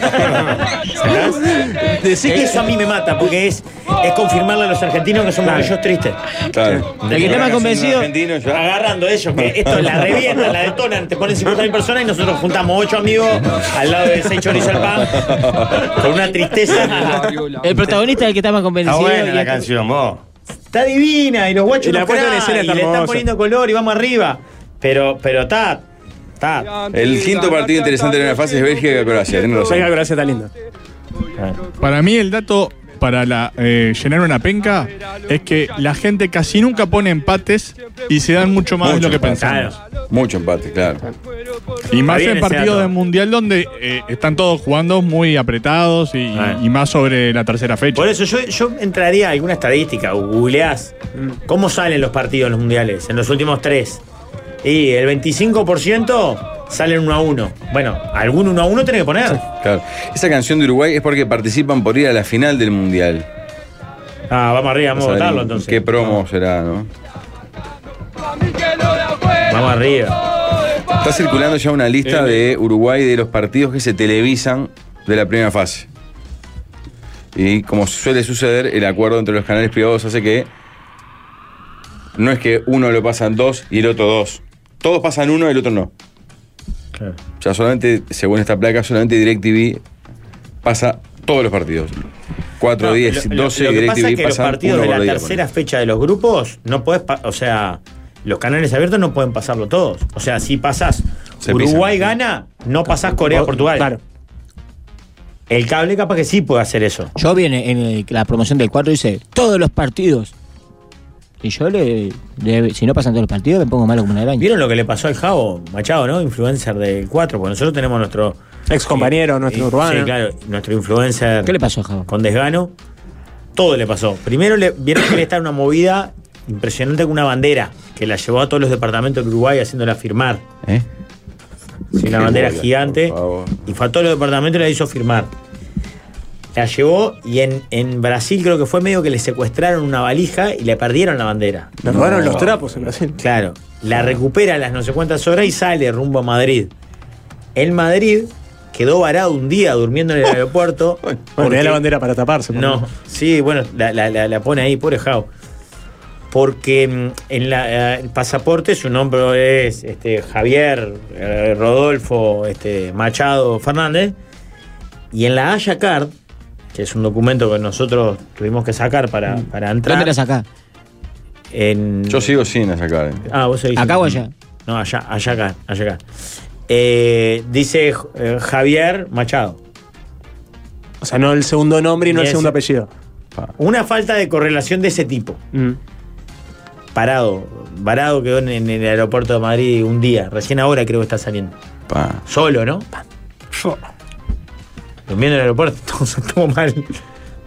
¿Sacás? Decir que eso a mí me mata, porque es, es confirmarle a los argentinos que son ellos tristes. Claro. El que está más convencido, agarrando ellos, que esto la revientan, la detonan, te ponen 50.000 personas y nosotros juntamos 8 amigos al lado de 6 chorizos al pan, con una tristeza. El protagonista es el que está más convencido. Está buena y la el- canción, vos. Está divina, y los guachos Y la unos puesta en cracks, escena y está le están hermosa. poniendo color y vamos arriba. Pero, pero está. Está. El quinto partido interesante en la fase es Bélgica y Croacia, tenés razón. Venga, gracias, está lindo. Para mí el dato para la, eh, llenar una penca es que la gente casi nunca pone empates y se dan mucho más de Mucho lo que empate. pensamos. Mucho empate, claro. Y más bien en ese partidos dato. de mundial donde eh, están todos jugando muy apretados y, y- y más sobre la tercera fecha. Eh, Por eso yo, yo entraría a alguna estadística, o googleás mm, cómo salen los partidos en los mundiales, en los últimos tres. Y el 25% salen 1 a 1. Bueno, algún 1 a 1 tiene que poner. Claro. Esa canción de Uruguay es porque participan por ir a la final del Mundial. Ah, vamos arriba, vamos a Saber votarlo en entonces. Ah. ¿Qué promo será, no? Vamos arriba. Está circulando ya una lista de Uruguay de los partidos que se televisan de la primera fase. Y como suele suceder, el acuerdo entre los canales privados hace que no es que uno lo pasan dos y el otro dos. Todos pasan uno y el otro no. Claro. O sea, solamente, según esta placa, solamente DirecTV pasa todos los partidos. 4, No, 10, lo- lo- 12 lo, y que pasa es DirecTV que los pasan partidos uno de por la día. tercera fecha de los grupos no podés, pa- o sea, los canales abiertos no pueden pasarlo todos. O sea, si pasás Se Uruguay pisan. gana, no pasás Corea Portugal. Claro. El cable capaz que sí puede hacer eso. Yo vi en, en el- la promoción del cuadro dice todos los partidos. Y yo le, le- si no pasan todos los partidos me pongo malo como una araña. ¿Vieron lo que le pasó al Javo Machado, no? Influencer del 4, porque nosotros tenemos nuestro. Ex compañero, nuestro eh, urbano. Sí, claro, nuestro influencer ¿Qué le pasó a Javo? con desgano. Todo le pasó. Primero le vieron que le está en una movida impresionante con una bandera que la llevó a todos los departamentos de Uruguay haciéndola firmar. ¿Eh? Sí, una Qué bandera bola, gigante. por favor. Y fue a todos los departamentos y la hizo firmar. La llevó y en, en Brasil creo que fue medio que le secuestraron una valija y le perdieron la bandera. Le robaron los trapos en Brasil. Claro, la recupera a las no sé cuántas horas y sale rumbo a Madrid. En Madrid quedó varado un día durmiendo en el aeropuerto. Bueno, tenía porque- la bandera para taparse. por No, ejemplo. sí, bueno, la, la- la- la pone ahí, pobre Jao. Porque mm, en la, eh, el pasaporte su nombre es este, Javier eh, Rodolfo este, Machado Fernández. Y en la Haya Card, que es un documento que nosotros tuvimos que sacar para, para entrar. Mm. ¿Dónde la sacás? en, Yo sigo sin a sacar. ¿eh? Ah, vos seguís. ¿Acá o allá? No, allá, allá acá, allá acá. Eh, dice eh, Javier Machado. O sea, no el segundo nombre y no Ni el segundo ese. apellido. Una falta de correlación de ese tipo. Mm. Parado. Varado quedó en, en el aeropuerto de Madrid un día. Recién ahora creo que está saliendo. Pa. Solo, ¿no? Pa. Durmiendo en el aeropuerto. Todo, todo mal.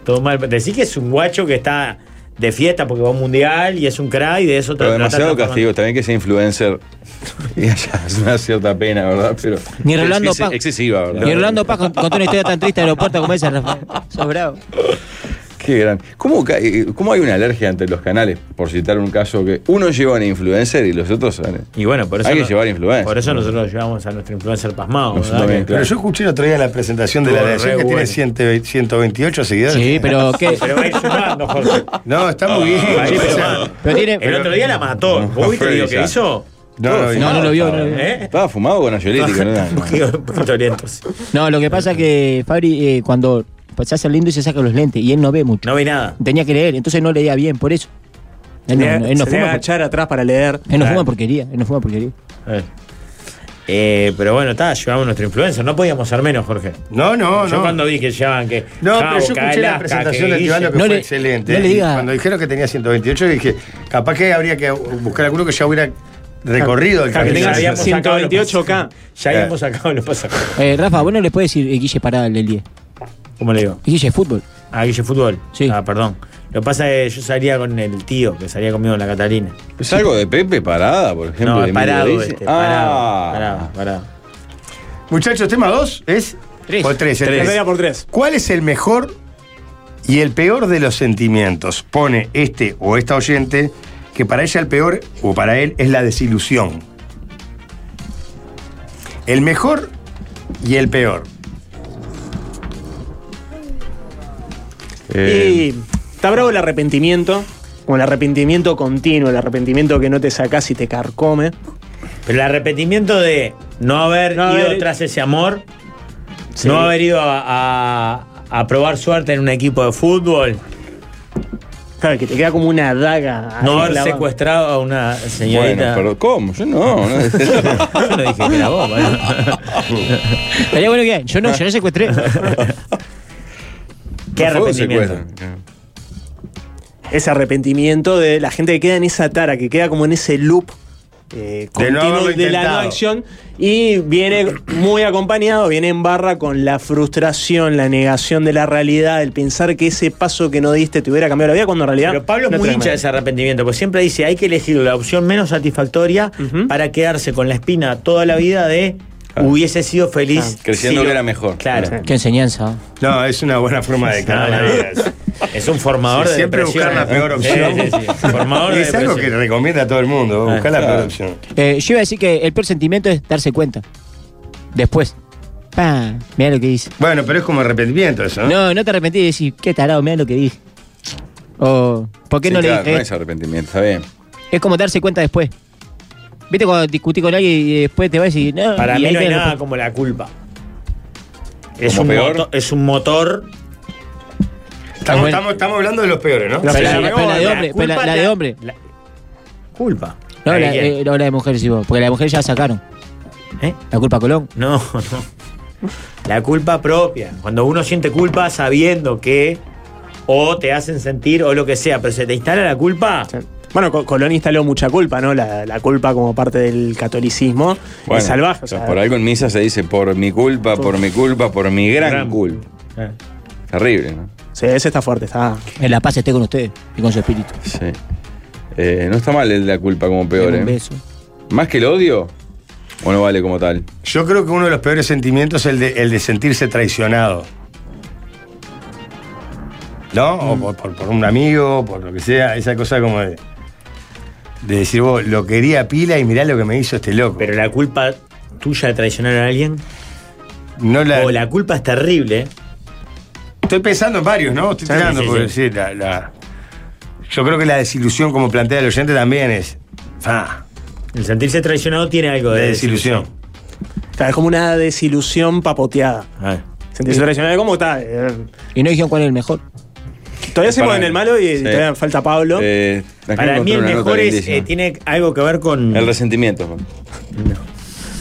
Todo mal. Decís que es un guacho que está de fiesta porque va a un mundial y es un crack y de eso Pero tra- demasiado trata- castigo, también que sea influencer. Y allá es una cierta pena, ¿verdad? Pero Ni Rolando Ex- Paz. excesiva, ¿verdad? Y Orlando Paz con- contó una historia tan triste de aeropuerto como esa, Rafael. Sos bravo. Qué gran. ¿Cómo, ca- eh, cómo hay una alergia entre los canales? Por citar un caso que uno lleva a un influencer y los otros. ¿sabes? Y bueno, por eso. Hay que llevar influencer. Por eso nosotros llevamos a nuestro influencer pasmado. Nosotros ¿verdad? también, Que- claro. Pero yo escuché el otro día en la presentación de la Estuvo nación re que bueno. tiene 120 128 seguidores. Sí, pero qué. Pero va a ir sumando, Jorge. No, está muy bien. Va a ir o sea, sumando. Pero tiene. El otro día la mató. ¿Vos viste el video que hizo? No, no, No, no lo vio, no lo vio. ¿Eh? Estaba fumado con ansiolítico, ¿no? Un poquito- un poquito orientos. No, lo que pasa es que Fabri, eh, cuando pues, se hace lindo y se saca los lentes, y él no ve mucho. No vi nada. Tenía que leer, entonces no leía bien, por eso. Él no, Se no- él no debe fuma por- agachar atrás para leer. Él no fuma porquería, él no fuma porquería. Eh, pero bueno, está, llevamos nuestro influencer. No podíamos ser menos, Jorge. No, no, Yo no. cuando vi que llevaban que. No, Jauca, pero yo escuché la Alaska, presentación que del Tibano que Guille- fue excelente. no le Y diga- Cuando dijeron que tenía 128, dije, capaz que habría que buscar alguno que ya hubiera recorrido el Claro, que camino. tenga 128K. Ya Claro. habíamos sacado los pasajeros. Eh, Rafa, vos no le puedes decir eh, Guille pará al del 10. ¿Cómo le digo? Guille, fútbol. Ah, Guille Fútbol. Sí. Ah, perdón. Lo que pasa es que yo salía con el tío que salía conmigo en la Catalina. ¿Es algo de Pepe Parada, por ejemplo? No, de parado Emilio Dice? este, Ah. parado, parado, parado. Muchachos, tema 2 es. Tres. O tres, el Tres. tres. Pelea por tres. ¿Cuál es el mejor y el peor de los sentimientos? Pone este o esta oyente que para ella el peor o para él es la desilusión. El mejor y el peor. Y está bravo el arrepentimiento, como el arrepentimiento continuo, el arrepentimiento que no te sacás y te carcome. Pero el arrepentimiento de no haber ido haber- tras ese amor, Sí. no haber ido a, a- a probar suerte en un equipo de fútbol, Claro, que te queda como una daga. no haber ahí clavada. secuestrado a una señorita. Bueno, pero ¿cómo? Yo no. no. Yo no dije que era vos, ¿vale? Estaría bueno que yo no, yo no secuestré. ¿Qué No fue un arrepentimiento? secuestro. Ese arrepentimiento de la gente que queda en esa tara, que queda como en ese loop eh, De no continuo haberlo de, la no intentado. acción. Y viene muy acompañado, viene en barra con la frustración, la negación de la realidad, el pensar que ese paso que no diste te hubiera cambiado la vida, cuando en realidad. Pero Pablo no es te muy la hincha de ese arrepentimiento, porque siempre dice hay que elegir la opción menos satisfactoria para quedarse con la espina toda la vida de hubiese sido feliz. Creyendo si que Ah. lo- era mejor. Claro. Qué enseñanza. No, es una buena forma de No, ganar la no. vida. Es un formador Sí, de siempre depresión. ¿eh? buscar la peor opción. Sí, sí, sí. Formador de es algo que depresión. recomienda a todo el mundo, Ah, buscar la claro. peor opción. Eh, yo iba a decir que el peor sentimiento es darse cuenta. Después. Pa, mirá lo que hice. Bueno, pero es como arrepentimiento eso, ¿no? No, no te arrepentí de decir, qué tarado, mirá lo que dije. O, ¿por qué Sí, no claro, le eh? dije? No es esto? arrepentimiento, está bien. es, como darse cuenta después. ¿Viste cuando discutí con alguien y después te vas a decir, no, Para y mí ahí no hay te- nada como la culpa. Es Como un, peor. moto- es un motor. Estamos, bueno. estamos, estamos hablando de los peores, ¿no? La Pero la, pelea- pero la de la hombre, pero la- culpa la te- de hombre. la- Culpa. No, Ahí la, bien. eh, no, la de mujer, sí, vos, porque la de mujer ya sacaron. ¿Eh? La culpa a Colón. No, no. La culpa propia. Cuando uno siente culpa sabiendo que o te hacen sentir o lo que sea, pero se te instala la culpa. Bueno, Co- Colón instaló mucha culpa, ¿no? La, la culpa como parte del catolicismo Bueno, es salvaje. o sea, por algo en misa se dice por mi culpa, por mi culpa, por mi gran, Gran. culpa. Eh. Terrible, ¿no? sí, ese está fuerte, está. En la paz esté con ustedes y con su espíritu. Sí. Eh, no está mal el de la culpa como peor, Denme ¿eh? Un beso. ¿Más que el odio? ¿O no vale como tal? Yo creo que uno de los peores sentimientos es el de, el de sentirse traicionado. ¿No? O Mm. por, por- por un amigo, por lo que sea, esa cosa como de, de decir, vos, lo quería pila y mirá lo que me hizo este loco. Pero la culpa tuya de traicionar a alguien. no la, O la culpa es terrible. Estoy pensando en varios, ¿no? Estoy Sí, tirando, sí, porque sí. sí, la- la- yo creo que la desilusión, como plantea el oyente, también es. fa, El sentirse traicionado tiene algo de, de desilusión. Claro, es como una desilusión papoteada. Ah. Sentirse traicionado, ¿cómo está? Eh, Y no dijeron cuál es el mejor. Todavía se Para- en el malo y sí. todavía falta Pablo. Eh, acá Para encontré mí el una nota mejor es, lindísima. eh, este, tiene algo que ver con. El resentimiento. man.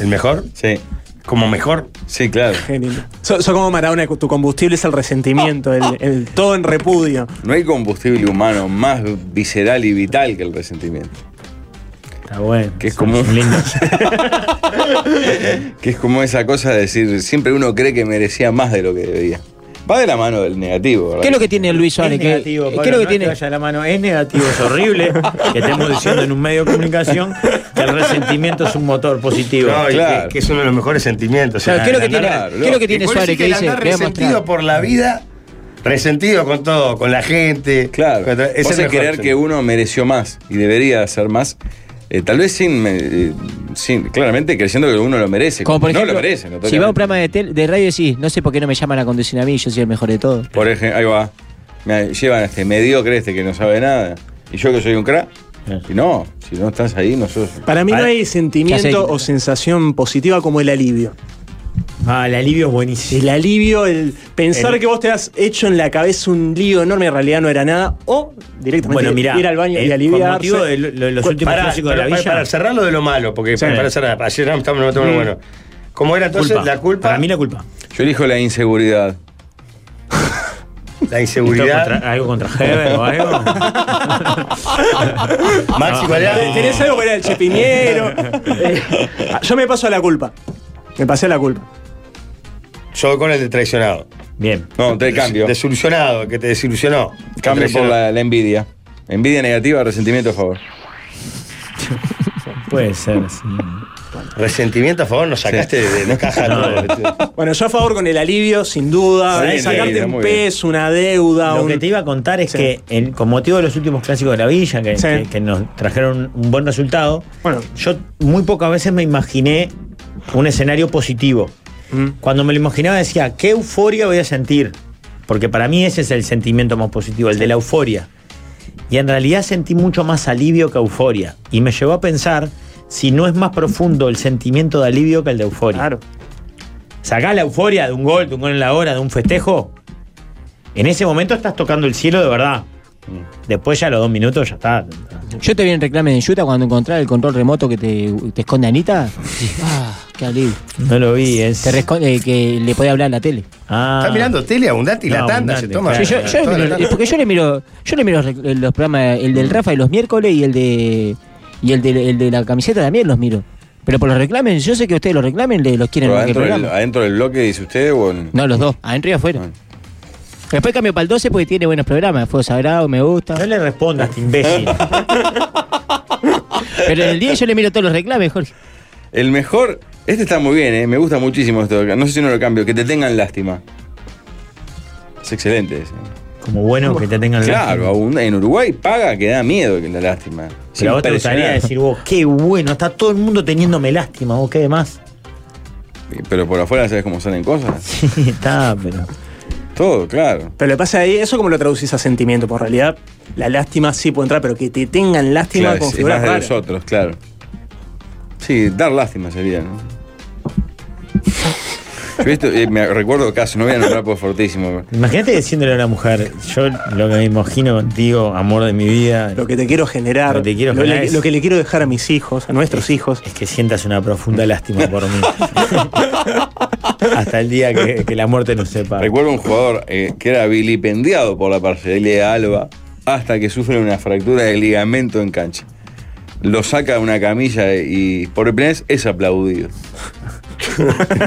¿El mejor? Sí. ¿Como mejor? Sí, claro. Qué lindo. So, so como Maradona, tu combustible es el resentimiento, el, el todo en repudio. No hay combustible humano más visceral y vital que el resentimiento. Está bueno. Que es como- lindo. Que es como esa cosa de decir, siempre uno cree que merecía más de lo que debía. Va de la mano del negativo, ¿verdad? ¿Qué es lo que tiene Luis Suárez? Es ¿Qué- negativo, ¿Qué, Pablo, es lo no que es tiene? que vaya la mano. Es negativo, es horrible que estemos diciendo en un medio de comunicación que el resentimiento es un motor positivo. No, y claro. que, que es uno de los mejores sentimientos. Claro, El ¿qué es lo que andar- tiene, claro, qué es lo que tiene Igual Suárez sí que el dice? andar "Te voy a mostrar"? resentido por la vida, resentido con todo, con la gente. Claro. con todo, es Vos el de mejor creer que sentimiento. uno mereció más y debería hacer más. eh, tal vez sin, eh, sin- claramente creyendo que uno lo merece. Como por no ejemplo, lo merece. no, si va a totalmente. un programa de, tel- de radio y decís, no sé por qué no me llaman a conducir a mí, yo soy el mejor de todos. Por ejemplo, ahí va. Mirá, llevan a este mediocre este que no sabe nada. Y yo que soy un crack. Y no, si no estás ahí, no sos. Para mí no Para- hay Ya sé. sentimiento o sensación positiva como el alivio. Ah, el alivio es buenísimo. El alivio, el pensar El- que vos te has hecho en la cabeza un lío enorme y en realidad no era nada, o directamente Bueno, mirá, ir al baño eh, y con aliviarse. motivo de lo- lo- los Cu- últimos pará, clásicos de pará, la pará, villa. pará, Para cerrar lo de lo malo, porque Sí. para cerrar, ayer no estamos en lo Mm. bueno. ¿Cómo era entonces Culpa. la culpa? Para mí la culpa. Yo elijo la inseguridad. La inseguridad. ¿Algo contra Heber o algo? Maxi, Ah, ¿cuál era? ¿Tenés algo para el chepiniero? Eh, yo me paso a la culpa. Me pasé a la culpa. Yo con el de traicionado. Bien. No, te cambio. Desilusionado, que te desilusionó. Cambio Te por traicionó. la, la envidia. Envidia negativa, resentimiento a favor. Puede ser, sí. Resentimiento a favor, nos sacaste de la caja. todo. Bueno, yo a favor con el alivio, sin duda. Está bien, sacarte Leida, un muy bien. peso, una deuda. Lo un- que te iba a contar es Sí. que, en- con motivo de los últimos clásicos de la villa, que, que- que nos trajeron un buen resultado, yo muy pocas veces me imaginé un escenario positivo. Cuando me lo imaginaba decía, ¿qué euforia voy a sentir? Porque para mí ese es el sentimiento más positivo, el de la euforia. Y en realidad sentí mucho más alivio que euforia. Y me llevó a pensar si no es más profundo el sentimiento de alivio que el de euforia. Claro. Sacás la euforia de un gol, de un gol en la hora, de un festejo. En ese momento estás tocando el cielo de verdad. Mm. Después ya a los dos minutos ya está. Yo te vi en reclamen en Utah cuando encontrás el control remoto que te, te esconde Anita. Ah, qué alivio. No lo vi, es. Te resconde, eh, que le podía hablar a la tele. Ah. Está mirando tele abundante y la No, tanda se abundante, toma. Sí, yo, yo le Toda la miro- tanda. porque yo le miro, yo le miro los, rec- los programas, el del Rafa y los miércoles y el de y el de, el de la camiseta también los miro. Pero por los reclamen, yo sé que ustedes los reclamen le- los quieren Pero más que el adentro, del, programa. adentro del bloque, dice usted, o en- Ah. No, los dos, adentro y afuera. Después cambio para el 12 porque tiene buenos programas. Fuego Sagrado, me gusta. No le respondas, imbécil. Pero en el 10 yo le miro todos los reclames, Jorge. El mejor, este está muy bien, ¿eh? me gusta muchísimo esto. de acá. No sé si no lo cambio, que te tengan lástima. Es excelente. ese. Como bueno que te tengan Claro, lástima. aún en Uruguay paga que da miedo que la lástima. Es Pero a vos te gustaría impresionante. decir vos, qué bueno, está todo el mundo teniéndome lástima, vos qué demás. Pero por afuera sabes cómo salen cosas. está, pero. Todo, claro. Pero lo que pasa ahí, eso como lo traducís a sentimiento, por realidad, la lástima sí puede entrar, pero que te tengan lástima Claro, con es, es más figuras de raras. nosotros, claro. Sí, dar lástima sería, ¿no? Yo esto, eh, me recuerdo caso, no voy a nombrar por fortísimo. Imagínate diciéndole a una mujer, yo lo que me imagino contigo, amor de mi vida. Lo que te quiero generar, Lo que, quiero lo, generar le- es- lo que le quiero dejar a mis hijos, a nuestros hijos. Es que sientas una profunda lástima por mí. Hasta el día que, que la muerte nos sepa. Recuerdo un jugador eh, que era vilipendiado por la parcería de Alba hasta que sufre una fractura de ligamento en cancha. Lo saca de una camilla y por primera vez es aplaudido.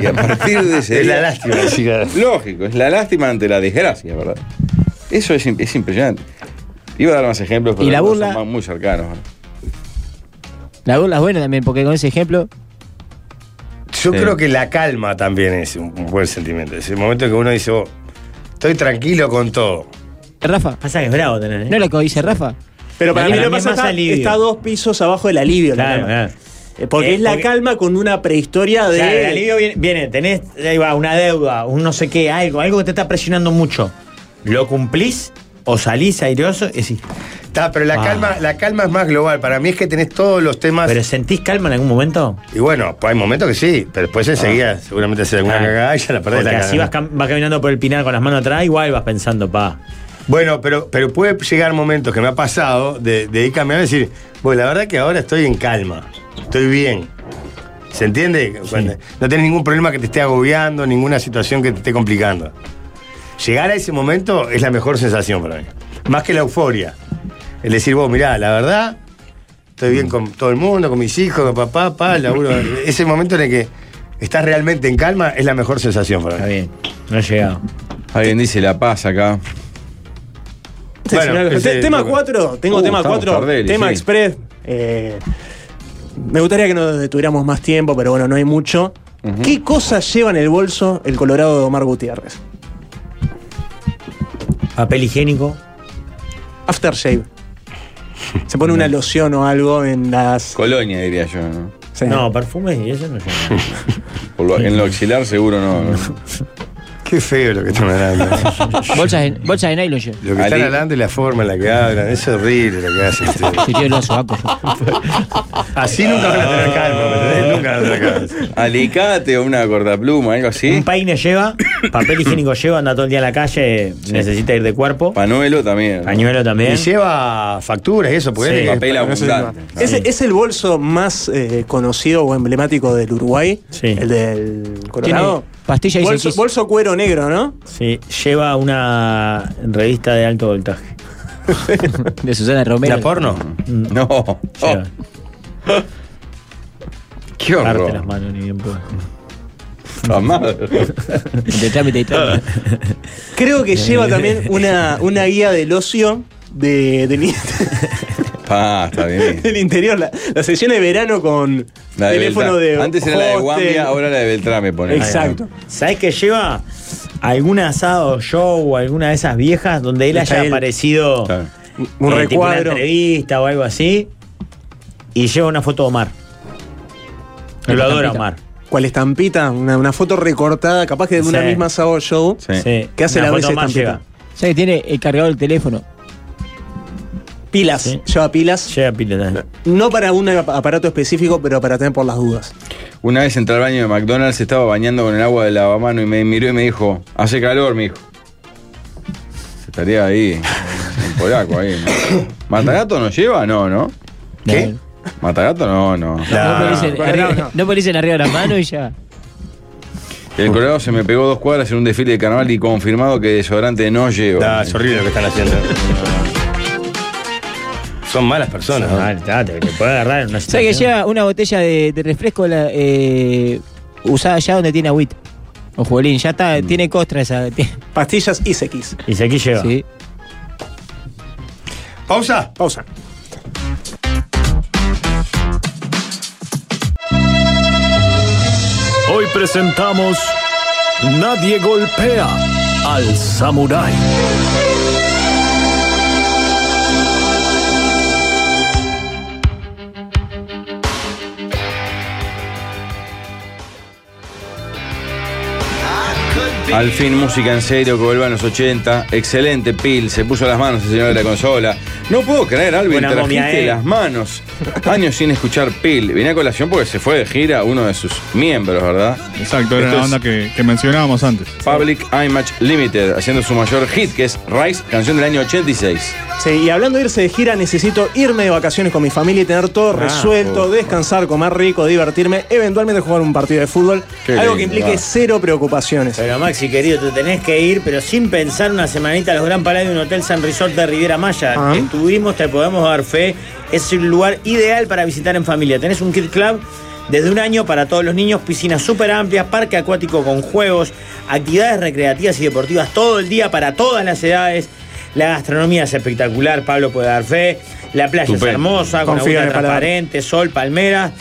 y a partir de ese Es la día- lástima, sí, Lógico, es la lástima ante la desgracia, ¿verdad? Eso es, im- es impresionante. Iba a dar más ejemplos, pero Y la algunos burla- son más- muy cercanos. ¿verdad? La burla es buena también, porque con ese ejemplo. Yo creo que la calma también es un un buen sentimiento. Es el momento que uno dice, oh, estoy tranquilo con todo. Rafa. Pasa que es bravo tener. ¿eh? No es lo que dice Rafa. Pero para Para mí mí lo que es pasa más está, alivio. está dos pisos abajo del alivio. la Claro, calma. claro. Eh, Porque Eh, es la porque- calma con una prehistoria de. Claro, el alivio viene, viene, tenés ahí va, una deuda, un no sé qué, algo, algo que te está presionando mucho. ¿Lo cumplís o salís airoso? Y decís, Está, pero la, Ah. calma, la calma es más global. Para mí es que tenés todos los temas. ¿Pero sentís calma en algún momento? Y bueno, pues hay momentos que sí, pero después enseguida Ah. seguramente haces alguna Ah. cagada y ya la perdés porque la así calma. vas, cam- vas caminando por el pinar con las manos atrás, igual vas pensando, pa. Bueno, pero, pero puede llegar momentos que me ha pasado de, de ir caminando y decir, bueno, la verdad que ahora estoy en calma, estoy bien. ¿Se entiende? Cuando- no tenés ningún problema que te esté agobiando, ninguna situación que te esté complicando. Llegar a ese momento es la mejor sensación para mí. Más que la euforia. El decir, vos, mirá, la verdad, estoy bien con todo el mundo, con mis hijos, con papá, papá, laburo. Ese momento en el que estás realmente en calma es la mejor sensación para mí. Está bien, no he llegado. Alguien dice la paz acá. Sí, Bueno, señor. ese- Te- tema 4, tengo Uh, tema estamos 4, tardelli, tema sí. express. Eh, me gustaría que nos detuviéramos más tiempo, pero bueno, no hay mucho. ¿Qué cosas lleva en el bolso el Colorado de Omar Gutiérrez? Papel higiénico. Aftershave. Se pone una loción o algo en las. Colonia, diría yo, ¿no? Sí. No, perfumes y eso no llega. Por lo- en lo axilar seguro no. ¿no? Qué feo lo que están hablando. bolsas, de, bolsas de nylon yo. Lo que están hablando y la forma en la que hablan, es horrible lo que hacen. ustedes. Sí, yo lo sobaco. Así nunca van a tener calma, ¿me entendés? Nunca van a tener calma. Alicate o una cortapluma, algo así. Un peine lleva, papel higiénico lleva, anda todo el día en la calle, necesita ir de cuerpo. Panuelo también. Pañuelo también. Y lleva facturas y eso, porque Sí. él es- Papel no sé si- abundante. Ese- ¿Es, es el bolso más eh, conocido o emblemático del Uruguay? El del Colorado. Tiene pastilla y bolso, sequís. bolso cuero negro, ¿no? Sí, lleva una revista de alto voltaje. Mm. de Susana Romero. ¿La porno? No. Qué horror. Parte las manos ni bien puedo. Puta madre. De trámite y trámite. Creo que lleva también una, una guía del ocio de, del, in- Pa, Ah, está bien. del interior. La, la sesión de verano con La de teléfono Beltrán. de. Antes era la de hostel. Guambia, ahora la de Beltrán me pone. Exacto. ¿Sabés que lleva algún asado show o alguna de esas viejas donde él Está haya él. aparecido Un eh, tipo una recuadro. entrevista o algo así? Y lleva una foto de Omar. Lo adora Omar. ¿Cuál estampita? Una, una foto recortada, capaz que de una Sí. misma Sao Show. Sí. ¿Qué hace Una la foto vez de Omar estampita? lleva. ¿Sabes que tiene eh, el cargador del teléfono? Pilas. Lleva pilas. Lleva pilas. No para un ap- aparato específico, pero para tener por las dudas. Una vez entré al baño de McDonald's, estaba bañando con el agua del lavamano y me miró y me dijo, hace calor, mijo. Se estaría ahí, un polaco ahí. ¿no? ¿Matagato nos lleva? No, ¿no? ¿Qué? ¿Matagato? No, no. No, policen arriba, no policen arriba la mano y ya. El Colorado se me pegó dos cuadras en un desfile de carnaval y confirmado que desodorante no lleva. Ah, es horrible lo que están haciendo. Son malas personas. ¿no? Ah, está, te, te puede agarrar en una ¿Sabes que situación. lleva una botella de, de refresco la- eh, usada ya donde tiene agüita? O jugolín, ya está, tiene costra esa. tiene- Pastillas ISX. Y si aquí lleva. Sí. Pausa. Pausa. Hoy presentamos Nadie golpea al samurái. Al fin, música en serio que vuelva a los 80. Excelente, Pil. Se puso las manos el señor de la consola. No puedo creer, Alvin, Buena trajiste momia, eh. las manos. Años sin escuchar Pil. Vine a colación porque se fue de gira uno de sus miembros, ¿verdad? Exacto, era Esto la es- onda que, que mencionábamos antes. Public Image Limited, haciendo su mayor hit, que es Rise, canción del año 86. Sí, y hablando de irse de gira, necesito irme de vacaciones con mi familia y tener todo Ah, resuelto, oh, descansar, comer rico, divertirme, eventualmente jugar un partido de fútbol. Qué algo que lindo, implique va. cero preocupaciones. Pero Maxi, querido, te tenés que ir, pero sin pensar una semanita a los Gran Palais de un hotel San Resort de Riviera Maya. Ah. Estuvimos, te podemos dar fe. Es un lugar ideal para visitar en familia. Tenés un Kid Club desde un año para todos los niños, piscinas súper amplias, parque acuático con juegos, actividades recreativas y deportivas todo el día para todas las edades. La gastronomía es espectacular, Pablo puede dar fe. La playa es Estupendo. hermosa, con Confío en agua el paladar. transparente, sol, palmeras.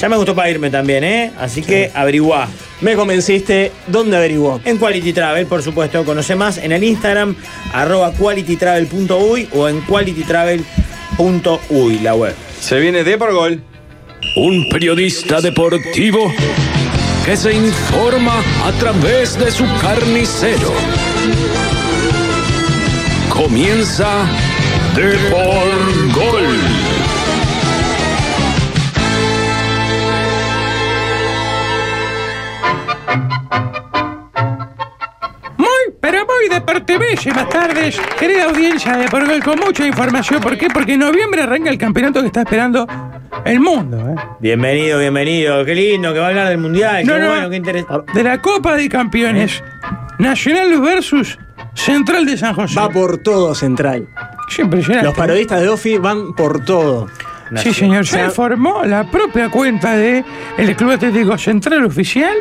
Ya me gustó para irme también, ¿eh? Así que averiguá. Me convenciste, ¿dónde averiguó? En Quality Travel, por supuesto, conoce más en el Instagram, arroba qualitytravel.uy o en qualitytravel.uy, la web. Se viene de por gol. Un periodista deportivo que se informa a través de su carnicero. Comienza De por Gol. Muy, pero muy deportivísimas tardes, querida audiencia de Porgol, con mucha información. ¿Por qué? Porque en noviembre arranca el campeonato que está esperando el mundo, ¿eh? Bienvenido, bienvenido. Qué lindo que va a hablar del mundial. No, qué no. bueno, qué interesante. De la Copa de Campeones, Nacional versus Central de San José. ¿Eh? Va por todo, Central. Es impresionante. Los parodistas de Ofi van por todo. Sí, señor. Se Nacional. informó la propia cuenta de el Club Atlético Central Oficial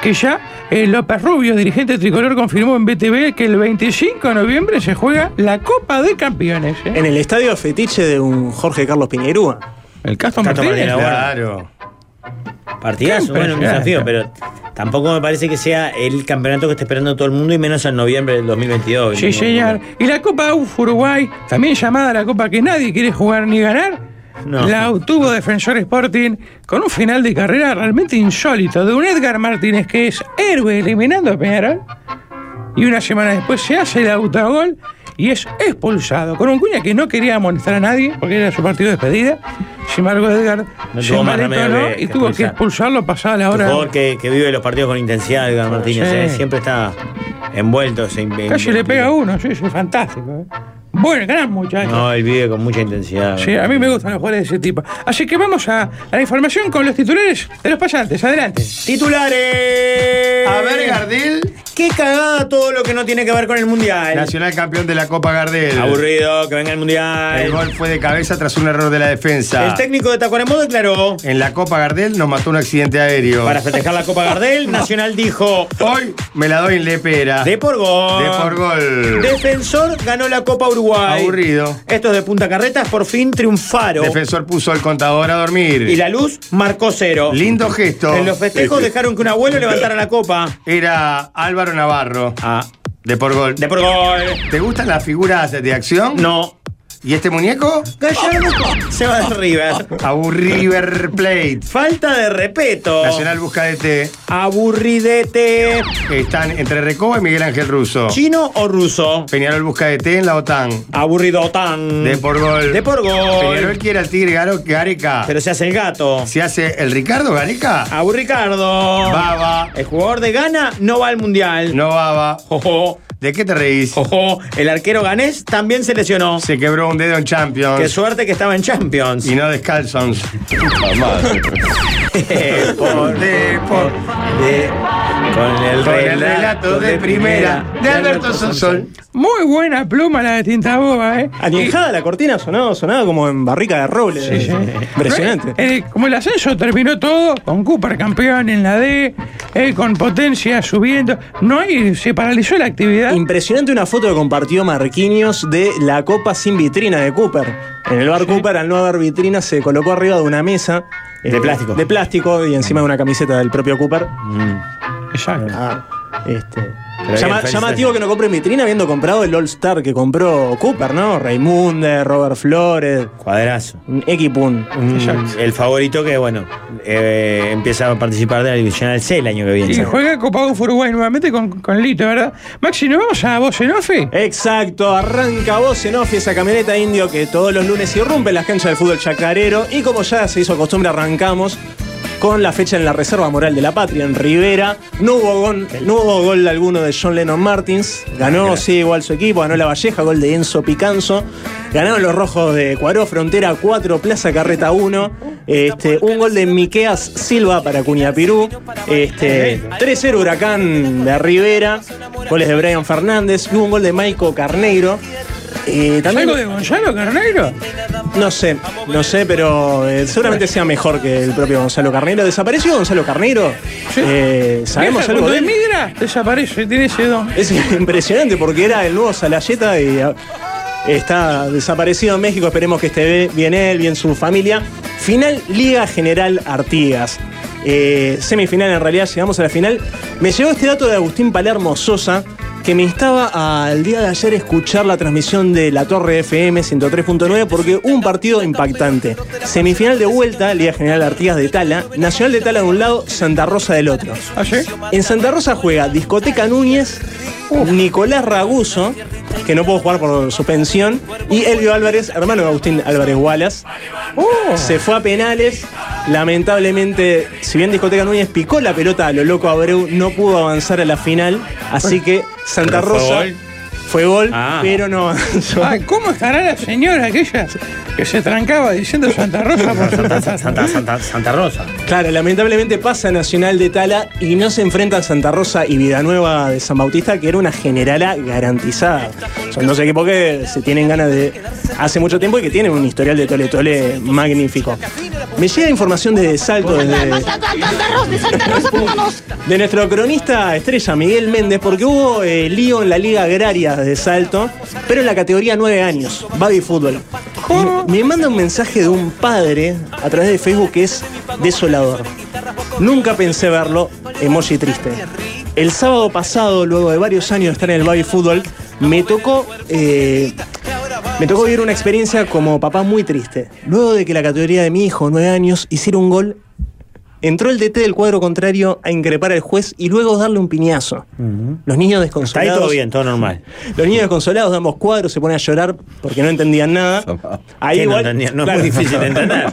que ya eh, López Rubio, dirigente tricolor, confirmó en BTV que el 25 de noviembre se juega la Copa de Campeones. ¿eh? En el estadio fetiche de un Jorge Carlos Piñerúa. El Castro Castro Martínez. Martínez. Claro. Partidazo, Qué bueno, un desafío, pero tampoco me parece que sea el campeonato que está esperando todo el mundo y menos en noviembre del 2022. Sí, No, señor. Y la Copa UF Uruguay, también llamada la Copa que nadie quiere jugar ni ganar, No. la obtuvo Defensor Sporting con un final de carrera realmente insólito de un Edgar Martínez que es héroe eliminando a Peñarol y una semana después se hace el autogol y es expulsado. Con un cuña que no quería amonestar a nadie porque era su partido de despedida. Sin embargo, Edgar No se tuvo más remedio envalentonó que- y que tuvo que expulsar. expulsarlo pasada la Un hora. jugador que, que vive los partidos con intensidad, Edgar Martínez. Sí. eh, siempre está envuelto. se in- Casi le pega a uno, sí, sí, fantástico. ¿eh? Bueno, gran muchacho. No, él vive con mucha intensidad. Sí, a mí me gustan los jugadores de ese tipo. Así que vamos a, a la información con los titulares de los pasantes. Adelante. ¡Titulares! A ver, Gardel. ¡Qué cagada todo lo que no tiene que ver con el mundial! Nacional campeón de la Copa Gardel. Aburrido, que venga el mundial. El gol fue de cabeza tras un error de la defensa. El técnico de Tacuarembó declaró. En la Copa Gardel nos mató un accidente aéreo. Para festejar la Copa Gardel, Nacional dijo. Hoy me la doy en lepera. De por gol. De por gol. Defensor ganó la Copa Uruguay. Aburrido. Estos de Punta Carretas por fin triunfaron. Defensor puso al contador a y dormir. la luz marcó cero. Lindo gesto. En los festejos dejaron que un abuelo levantara la copa. Era Álvaro Navarro. Ah, De por gol. de por gol. ¿Te gustan las figuras de acción? No. ¿Y este muñeco? Gallardo se va de River. A un River Plate. Falta de respeto. Nacional busca de té. Aburridete. Están entre Recoba y Miguel Ángel Russo. ¿Chino o ruso? Peñarol busca de té en la OTAN. Aburrido tan. De por gol. De por gol. Peñarol quiere al Tigre Garo Gareca. Pero se hace el gato. ¿Se hace el Ricardo Gareca? Abu Ricardo. Baba. El jugador de Ghana no va al mundial. No baba. Ojo, ¿De qué te reís? ojo. El arquero ganés también se lesionó. Se quebró un dedo en Qué Champions. suerte que estaba en Champions. Y no descalzons. Eh, por- De por- de- con el, Con el relato de primera de Alberto Sonsol. Muy buena pluma la de tinta boba, ¿eh? Añejada la cortina sonaba, sonaba como en barrica de roble. Impresionante. Eh, como el ascenso terminó todo, con Cooper campeón en la D, eh, con potencia subiendo, no hay, se paralizó la actividad. Impresionante una foto que compartió Marquinhos de la copa sin vitrina de Cooper. En el bar Cooper, al no haber vitrina, se colocó arriba de una mesa. eh, De plástico. De plástico y encima de una camiseta del propio Cooper. Exacto. Este. Mm. Pero llama- bien, llamativo que no compre en vitrina habiendo comprado el All-Star que compró Cooper, ¿no? Raimunde, Robert Flores, Cuadrazo. Equipun. Mm, El favorito que, bueno, eh, empieza a participar de la División C el año que viene. Y juega Copa UF Uruguay nuevamente con, con Lito, ¿verdad? Maxi, ¿nos vamos a Bocenofe? Exacto, arranca vos en off esa camioneta indio que todos los lunes irrumpe en las canchas del fútbol chacarero y como ya se hizo costumbre arrancamos con la fecha en la Reserva Moral de la Patria en Rivera. No hubo gol, no hubo gol alguno de John Lennon Martins, Ah, ganó sí igual su equipo, ganó la Valleja, gol de Enzo Picanzo, ganaron los rojos de Cuaró, Frontera 4, Plaza Carreta 1, este, un gol de Miqueas Silva para Cuñapirú, este, 3-0 Huracán de Rivera, goles de Brian Fernández y un gol de Maico Carneiro. Eh, también, ¿Algo de Gonzalo Carneiro? no sé, no sé, pero eh, seguramente sea mejor que el propio Gonzalo Carneiro. ¿Desapareció Gonzalo Carneiro? Sí. Eh, ¿Sabemos Viaja algo cuando de él? emigra, desaparece, tiene ese don. Es impresionante porque era el nuevo Salayeta y ah, está desaparecido en México. Esperemos que esté bien él, bien su familia. Final Liga General Artigas. Eh, semifinal en realidad, llegamos a la final. Me llegó este dato de Agustín Palermo Sosa que me instaba al día de ayer escuchar la transmisión de la Torre FM 103.9 porque un partido impactante. Semifinal de vuelta, Liga General Artigas de Tala, Nacional de Tala de un lado, Santa Rosa del otro. ¿Ah, sí? En Santa Rosa juega Discoteca Núñez, Nicolás Raguso, que no pudo jugar por suspensión, y Elvio Álvarez, hermano de Agustín Álvarez Wallace. Oh. Se fue a penales. Lamentablemente, si bien Discoteca Núñez picó la pelota a lo loco Abreu, no pudo avanzar a la final. Así que Santa ¿Pero fue Rosa gol? fue gol, Ah. pero no avanzó. Ay, ¿Cómo estará la señora aquella que se trancaba diciendo Santa Rosa por Santa Santa, Santa, Santa, Santa Rosa. Claro, lamentablemente pasa Nacional de Tala y no se enfrentan Santa Rosa y Vidanueva de San Bautista, que era una generala garantizada. Son dos equipos que se tienen ganas de hace mucho tiempo y que tienen un historial de tole tole magnífico. Me llega información desde Salto, desde de nuestro cronista estrella Miguel Méndez, porque hubo eh, lío en la Liga Agraria de Salto, pero en la categoría 9 años, Baby Fútbol. Y Me manda un mensaje de un padre a través de Facebook que es desolador. Nunca pensé verlo, emoji triste. El sábado pasado, luego de varios años de estar en el Baby Fútbol, me tocó eh, me tocó vivir una experiencia como papá muy triste. Luego de que la categoría de mi hijo, nueve años, hiciera un gol, entró el DT del cuadro contrario a increpar al juez y luego darle un piñazo. Los niños desconsolados. Está ahí todo bien, todo normal. Los niños desconsolados de ambos cuadros se ponen a llorar porque no entendían nada. Ahí Sí, no igual. entendía, no es muy difícil de entender.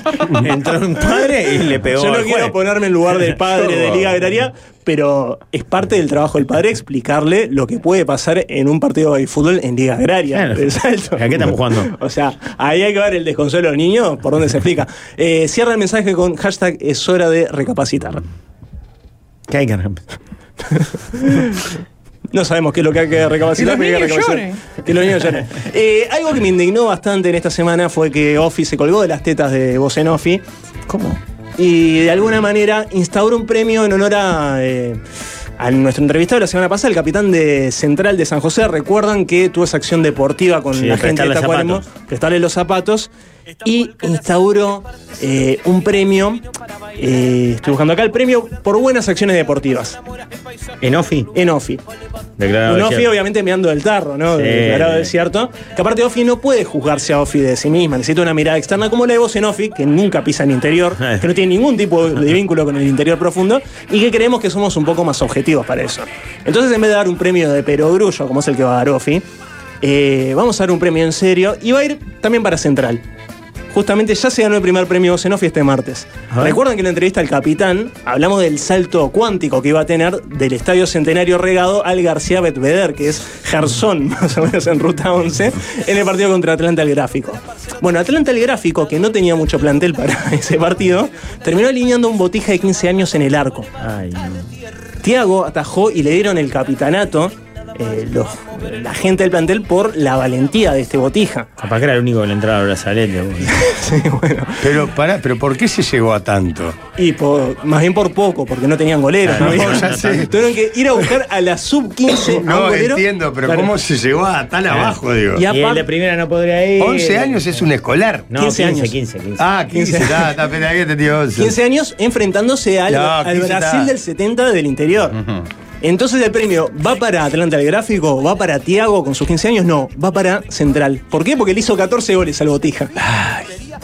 Entró un padre y le pegó Yo no al quiero juez. ponerme en lugar del padre de Liga Agraria, pero es parte del trabajo del padre explicarle lo que puede pasar en un partido de fútbol en Liga Agraria. Claro. de Salto. ¿A qué estamos jugando? O sea, ahí hay que ver el desconsuelo de los niños, por dónde se explica. Eh, cierra el mensaje con hashtag es hora de recapacitar. ¿Qué hay que re- No sabemos qué es lo que hay que recapacitar. Que los pero hay niños recapacitar. Que los niños lloren. Eh, algo que me indignó bastante en esta semana fue que Offi se colgó de las tetas de Bosenofi. ¿Cómo? Y de alguna manera instauró un premio en honor a, eh, a nuestro entrevistado de la semana pasada, el capitán de Central de San José. Recuerdan que tuvo esa acción deportiva con Sí, la gente de prestarle Tacuarembó, prestarle los zapatos. Y instauró eh, un premio. eh, estoy buscando acá el premio por buenas acciones deportivas ¿En Ofi? en Offi. Declarado Un Offi, cierto. obviamente, mirando del tarro, ¿no? Sí. Declarado desierto. Que aparte, Offi no puede juzgarse a Offi de sí misma. Necesita una mirada externa como la de vos en Offi, que nunca pisa en interior, que no tiene ningún tipo de vínculo con el interior profundo y que creemos que somos un poco más objetivos para eso. Entonces, en vez de dar un premio de perogrullo, como es el que va a dar Offi, eh, vamos a dar un premio en serio y va a ir también para Central. Justamente ya se ganó el primer premio Oceanofi este martes. ver. Recuerdan que en la entrevista al capitán hablamos del salto cuántico que iba a tener del Estadio Centenario Regado al García Betveder, que es Gersón, más o menos en ruta 11, en el partido contra Atlanta el Gráfico. Bueno, Atlanta el Gráfico, que no tenía mucho plantel para ese partido, terminó alineando un botija de 15 años en el arco. Ay, no. Tiago atajó y le dieron el capitanato eh, los- la gente del plantel por la valentía de este botija. Capaz que era el único que le entraba a brazalete. boludo. Pero, pará, pero ¿por qué se llegó a tanto? Y por- más bien por poco, porque no tenían goleros. Claro, ¿no? no, ya sé. Tuvieron que ir a buscar a la sub 15 a un No, eh, golero. entiendo, pero Claro. ¿cómo se llegó a tan abajo, digo? Y a- Y el de primera no podría ir. Eh, 11 años es un escolar. No, 15, 15 años. 15, 15. Ah, 15, 15. está, está, pero había entendido 11. 15 años enfrentándose al, No, al 15 Brasil está. del 70 del interior. Entonces el premio va para Atlanta el gráfico, va para Tiago con sus 15 años, no, va para Central. ¿Por qué? Porque le hizo 14 goles al Botija.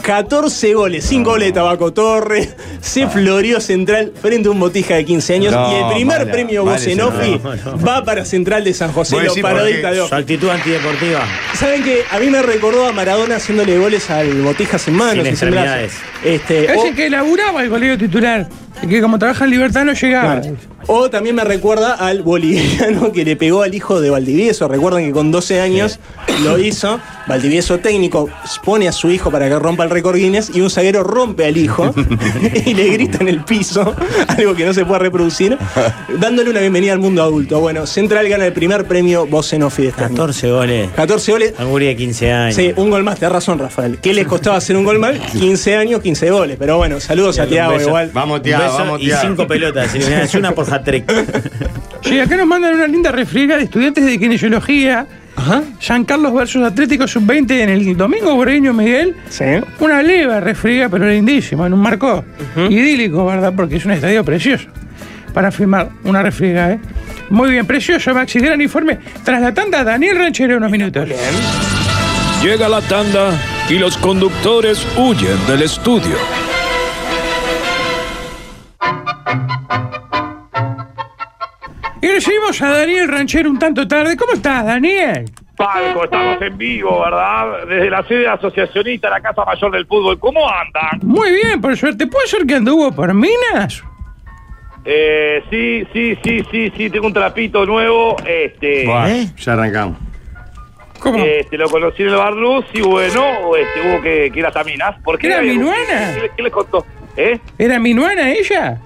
14 goles, 5 goles de Tabaco Torre, se floreó Central frente a un Botija de 15 años Ah. No, y el primer mala, premio mala Bocenofi va para Central de San José, Vos lo decís parodista porque de Ojo. Su actitud antideportiva. Saben que a mí me recordó a Maradona haciéndole goles al Botija sin manos Sin y sin brazos. extremidades. Este, o- Ese que laburaba el colegio titular, y que como trabaja en libertad no llegaba. Claro. O también me recuerda al boliviano que le pegó al hijo de Valdivieso. Recuerdan que con 12 años lo hizo. Valdivieso técnico pone a su hijo para que rompa el récord Guinness y un zaguero rompe al hijo y le grita en el piso, algo que no se puede reproducir, dándole una bienvenida al mundo adulto. Bueno, Central gana el primer premio Bocenofi de este año. 14 goles. 14 goles. A un gurí de 15 años. Sí, un gol más, tenés razón, Rafael. ¿Qué les costaba hacer un gol más? 15 años, 15 goles. Pero bueno, saludos a Un Tiago beso. igual. Vamos, Un Tiago, beso vamos, Y Tiago. cinco pelotas. y una- Es una por hat-trick. Sí, acá nos mandan una linda refriega de estudiantes de kinesiología. San Carlos versus Atlético Sub-20 en el domingo, Breño Miguel. Sí. Una leva refriega, pero lindísima, en un marco idílico, ¿verdad? Porque es un estadio precioso para firmar una refriega, ¿eh? Muy bien, precioso, Maxi. Gran informe. Tras la tanda, Daniel Ranchero, unos minutos. Llega la tanda y los conductores huyen del estudio. Y recibimos a Daniel Ranchero un tanto tarde. ¿Cómo estás, Daniel? Palco, estamos en vivo, ¿verdad? Desde la sede asociacionista, la Casa Mayor del Fútbol. ¿Cómo andan? Muy bien, por suerte. ¿Puede ser que anduvo por minas? Eh, sí, sí, sí, sí, sí, tengo un trapito nuevo. Este, Buah, ¿Eh? Ya arrancamos. ¿Cómo? este lo conocí en el bar Luz y bueno, este, hubo que, que ir hasta Minas. Porque ¿Era había- minuana? ¿Qué, le- qué les contó? ¿Eh? ¿Era minuana ella?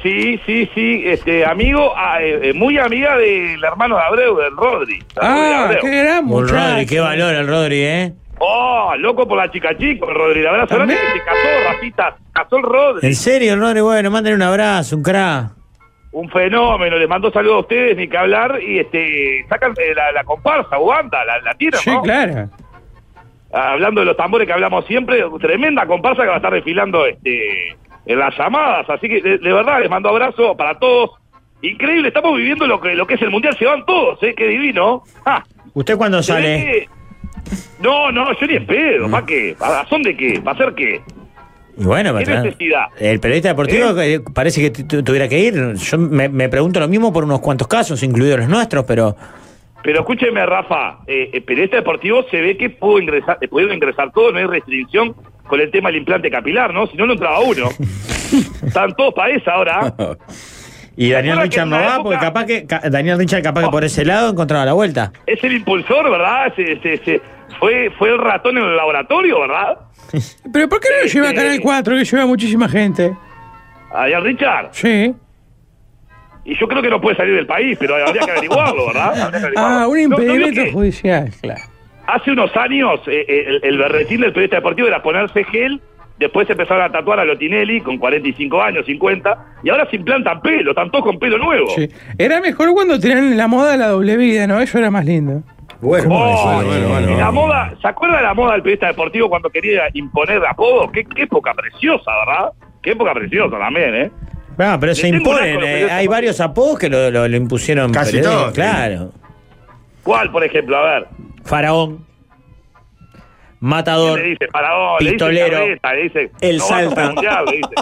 Sí, sí, sí, este, amigo, ah, eh, eh, muy amiga del hermano de Abreu, del Rodri. Rodri Ah, Abreu. qué gran Un Rodri, muchacho. qué valor el Rodri, ¿eh? Oh, loco por la chica chico, el Rodri. La verdad, ¿También? solamente se casó, Rafita, casó el Rodri. En serio, el Rodri, bueno, mándale un abrazo, un crack. Un fenómeno, les mando saludos a ustedes, ni que hablar, y este, sacan eh, la, la comparsa, Uganda, la, la tiran, Sí, ¿no? claro. Ah, Hablando de los tambores que hablamos siempre, tremenda comparsa que va a estar desfilando este, en las llamadas, así que de, de verdad les mando abrazo para todos. Increíble, estamos viviendo lo que, lo que es el Mundial, se van todos, ¿eh? Qué divino. Ah, ¿Usted cuándo sale? No, no, yo ni en pedo, ¿para qué? ¿A razón de qué? ¿Para hacer qué? Y bueno, ¿Qué pero- necesidad? el periodista deportivo eh, parece que tu- tuviera que ir. Yo me, me pregunto lo mismo por unos cuantos casos, incluidos los nuestros, pero Pero escúcheme, Rafa, eh, el periodista deportivo se ve que pudo ingresar, eh, pudieron ingresar todos, no hay restricción con el tema del implante capilar, ¿no? Si no, no entraba uno. Están todos para esa ahora. Y Daniel acuerdas Richard que no en una va porque capaz que ca- Daniel Richard capaz que por ese lado encontraba la vuelta. Es el impulsor, ¿verdad? Se- se- se- fue, fue el ratón en el laboratorio, ¿verdad? Pero ¿por qué no lo lleva a Canal 4, que lleva muchísima gente? Allá Richard. Sí. Y yo creo que no puede salir del país, pero habría que averiguarlo, ¿verdad? Habría que averiguarlo. Ah, un No, no, ¿vio impedimento que judicial, claro. Hace unos años eh, eh, el, el berretín del periodista deportivo era ponerse gel, después empezaron a tatuar a Lotinelli con 45 años, 50, y ahora se implantan pelo, están todos con pelo nuevo. Sí. Era mejor cuando tenían la moda la doble vida, ¿no? Eso era más lindo. Bueno, Oh, La moda, ¿se acuerda de la moda del periodista deportivo cuando quería imponer apodos? Qué, qué época preciosa, ¿verdad? Qué época preciosa también, ¿eh? Ah, pero se Le tengo un imponen. eh, asco a los periodistas hay varios apodos que lo, lo- lo impusieron. Casi periodistas, todos, Claro. ¿Cuál, por ejemplo? A ver. Faraón. ¿Quién Matador. le dice Paraón, le dice Pistolero. Carreta, le dice El no vas a Salta. más mundial, le dice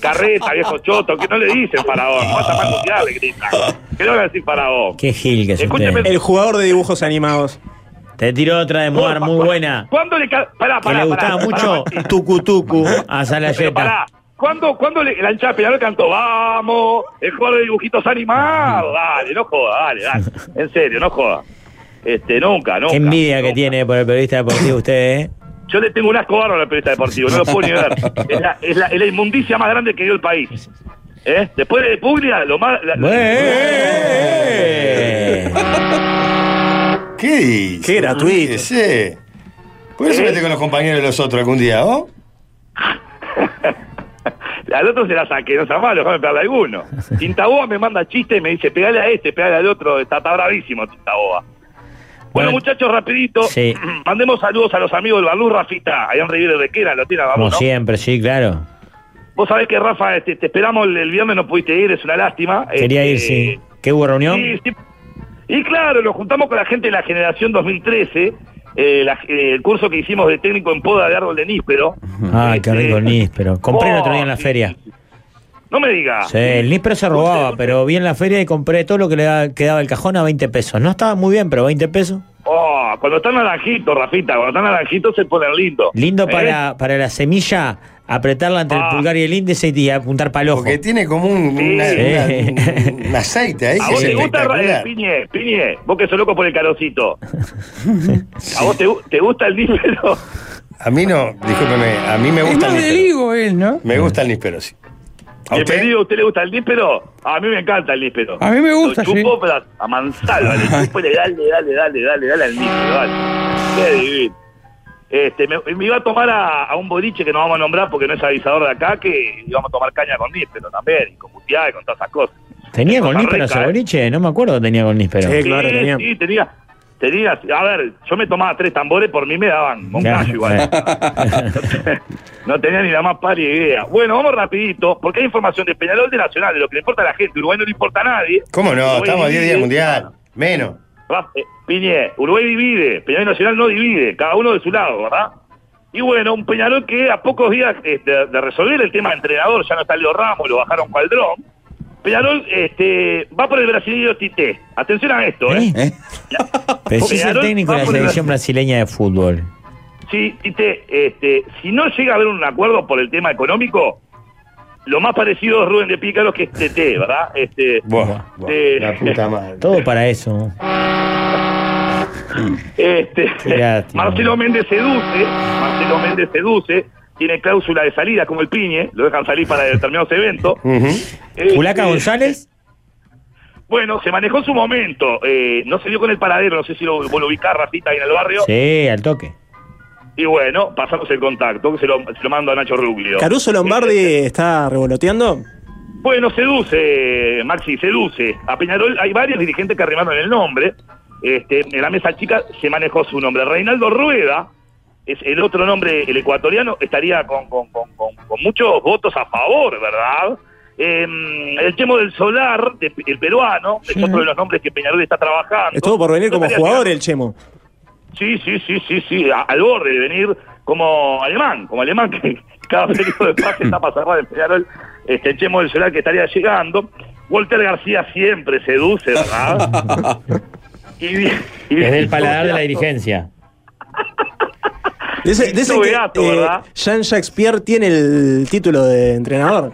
Carreta, viejo choto, que no le dicen Paraón, no vas a más mundial, le gritan. Que no le van a decir Paraón. Qué gil que es usted. Escúcheme. El jugador de dibujos animados. Te tiró otra de Moar muy buena. ¿Cuándo le ca- pará, Que Ah, pará, le pará, gustaba pará, mucho Tucu Tucu a Pero Salayeta. pará, ¿cuándo, cuándo le, la hinchada de Peñarol cantó Vamos, el jugador de dibujitos animados? Dale, no joda, dale, dale. En serio, no joda. Este, nunca, nunca. Qué envidia que tiene por el periodista deportivo usted, ¿eh? Yo le tengo un asco bárbaro al periodista deportivo, no lo puedo ni ver. Es la, es la- es la inmundicia más grande que dio el país. ¿Eh? Después de Puglia, lo más. la- eh, ¿Qué dice? Qué gratuito. ¿Qué sé? Por eso mete con los compañeros de los otros algún día, ¿oh? Al otro se la saqué, no sea malo, déjame pegarle a alguno. Tintaboa me manda chiste y me dice, pegale a este, pegale al otro, está, está bravísimo Tintaboa. Bueno, muchachos, rapidito, Sí. mandemos saludos a los amigos del Barluz, Rafita, allá en Riviera de Quera, lo tira, Como vamos, ¿no? siempre, sí, claro. Vos sabés que, Rafa, este, te esperamos el, el viernes, no pudiste ir, es una lástima. Quería Este, ir, sí. ¿Qué hubo reunión? Sí, sí. Y claro, nos juntamos con la gente de la generación 2013, eh, la- eh, el curso que hicimos de técnico en poda de árbol de níspero. Ay, Ah, qué rico el níspero. Compré el otro día en la este, Oh, feria. No me digas. Sí, el níspero se robaba, pero vi en la feria y compré todo lo que le da- quedaba el cajón a 20 pesos. No estaba muy bien, pero 20 pesos. Oh, cuando están naranjitos, Rafita, cuando están naranjitos se ponen lindos. Lindo ¿Eh? para, para la semilla, apretarla entre Ah. el pulgar y el índice y apuntar para el ojo. Porque tiene como un, Sí. una- aceite ¿A vos te gusta, eh, Piñe? Piñe, vos que sos loco por el calorcito. ¿A vos te, gu- te gusta el níspero? A mí no, discúlpeme, a mí me Es gusta más el del níspero. higo él, ¿no? Me gusta el níspero, sí. ¿A usted? Bienvenido, ¿a usted le gusta el níspero? A mí me encanta el níspero. A mí me gusta, Lo chupo, pero a- a mansalva, le chupo y le dale, dale, dale, dale, dale al níspero, dale. Qué divino. Este, me, me iba a tomar a, a un boliche que no vamos a nombrar porque no es avisador de acá, que íbamos a tomar caña con níspero también, y con butiá y con todas esas cosas. ¿Tenía Cosa con níspero rica, ese ¿eh? boliche? No me acuerdo que tenía con níspero. sí, sí, tenía. Tenía, a ver, yo me tomaba tres tambores, por mí me daban un Claro. gallo igual. no tenía ni la más pálida idea. Bueno, vamos rapidito, porque hay información de Peñarol de Nacional, de lo que le importa a la gente. Uruguay no le importa a nadie. ¿Cómo no? Uruguay Estamos a 10 divide. días del mundial. Menos. Raf- eh, Piñe, Uruguay divide, Peñarol Nacional no divide, cada uno de su lado, ¿verdad? Y bueno, un Peñarol que a pocos días eh, de, de resolver el tema de entrenador, ya no está Leo Ramos, lo bajaron cual dron. Peñarol este, va por el brasileño Tite. Atención a esto, ¿eh? Pero sí es el Peñarol técnico va de la por el- selección brasileña de fútbol. Sí, Tite, este, si no llega a haber un acuerdo por el tema económico, lo más parecido es Rubén de Pícaro que es Tete, ¿verdad? Este, eh, Todo para eso. Este, Qué lástima. Marcelo Méndez seduce, Marcelo Méndez seduce, tiene cláusula de salida como el piñe, lo dejan salir para determinados eventos. Este, ¿Pulaca González? Bueno, se manejó en su momento, eh, no se dio con el paradero, no sé si lo, vos lo ubicás, Rafita, ahí en el barrio. Sí, al toque. Y bueno, pasamos el contacto, que se lo, se lo mando a Nacho Ruglio. Caruso Lombardi está revoloteando. Bueno, seduce, Maxi, seduce. A Peñarol hay varios dirigentes que arrimaron el nombre. Este, en la mesa chica se manejó su nombre. Reinaldo Rueda, es el otro nombre, el ecuatoriano, estaría con, con- con- con- con muchos votos a favor, ¿verdad? Em, el Chemo del Solar, de- el peruano, es otro de los nombres que Peñarol está trabajando. Estuvo por venir No como estaría jugador el Chemo. Sí, sí, sí, sí, sí, a- al borde de venir. como alemán, como alemán que cada periodo de pase está para cerrar el Peñarol, este, echemos el solar que estaría llegando. Walter García siempre seduce, ¿verdad? y, bien- y bien- Es del paladar de la Beato. dirigencia. Dice, Tito dicen que Beato, eh, ¿verdad? Jean Shakespeare tiene el título de entrenador.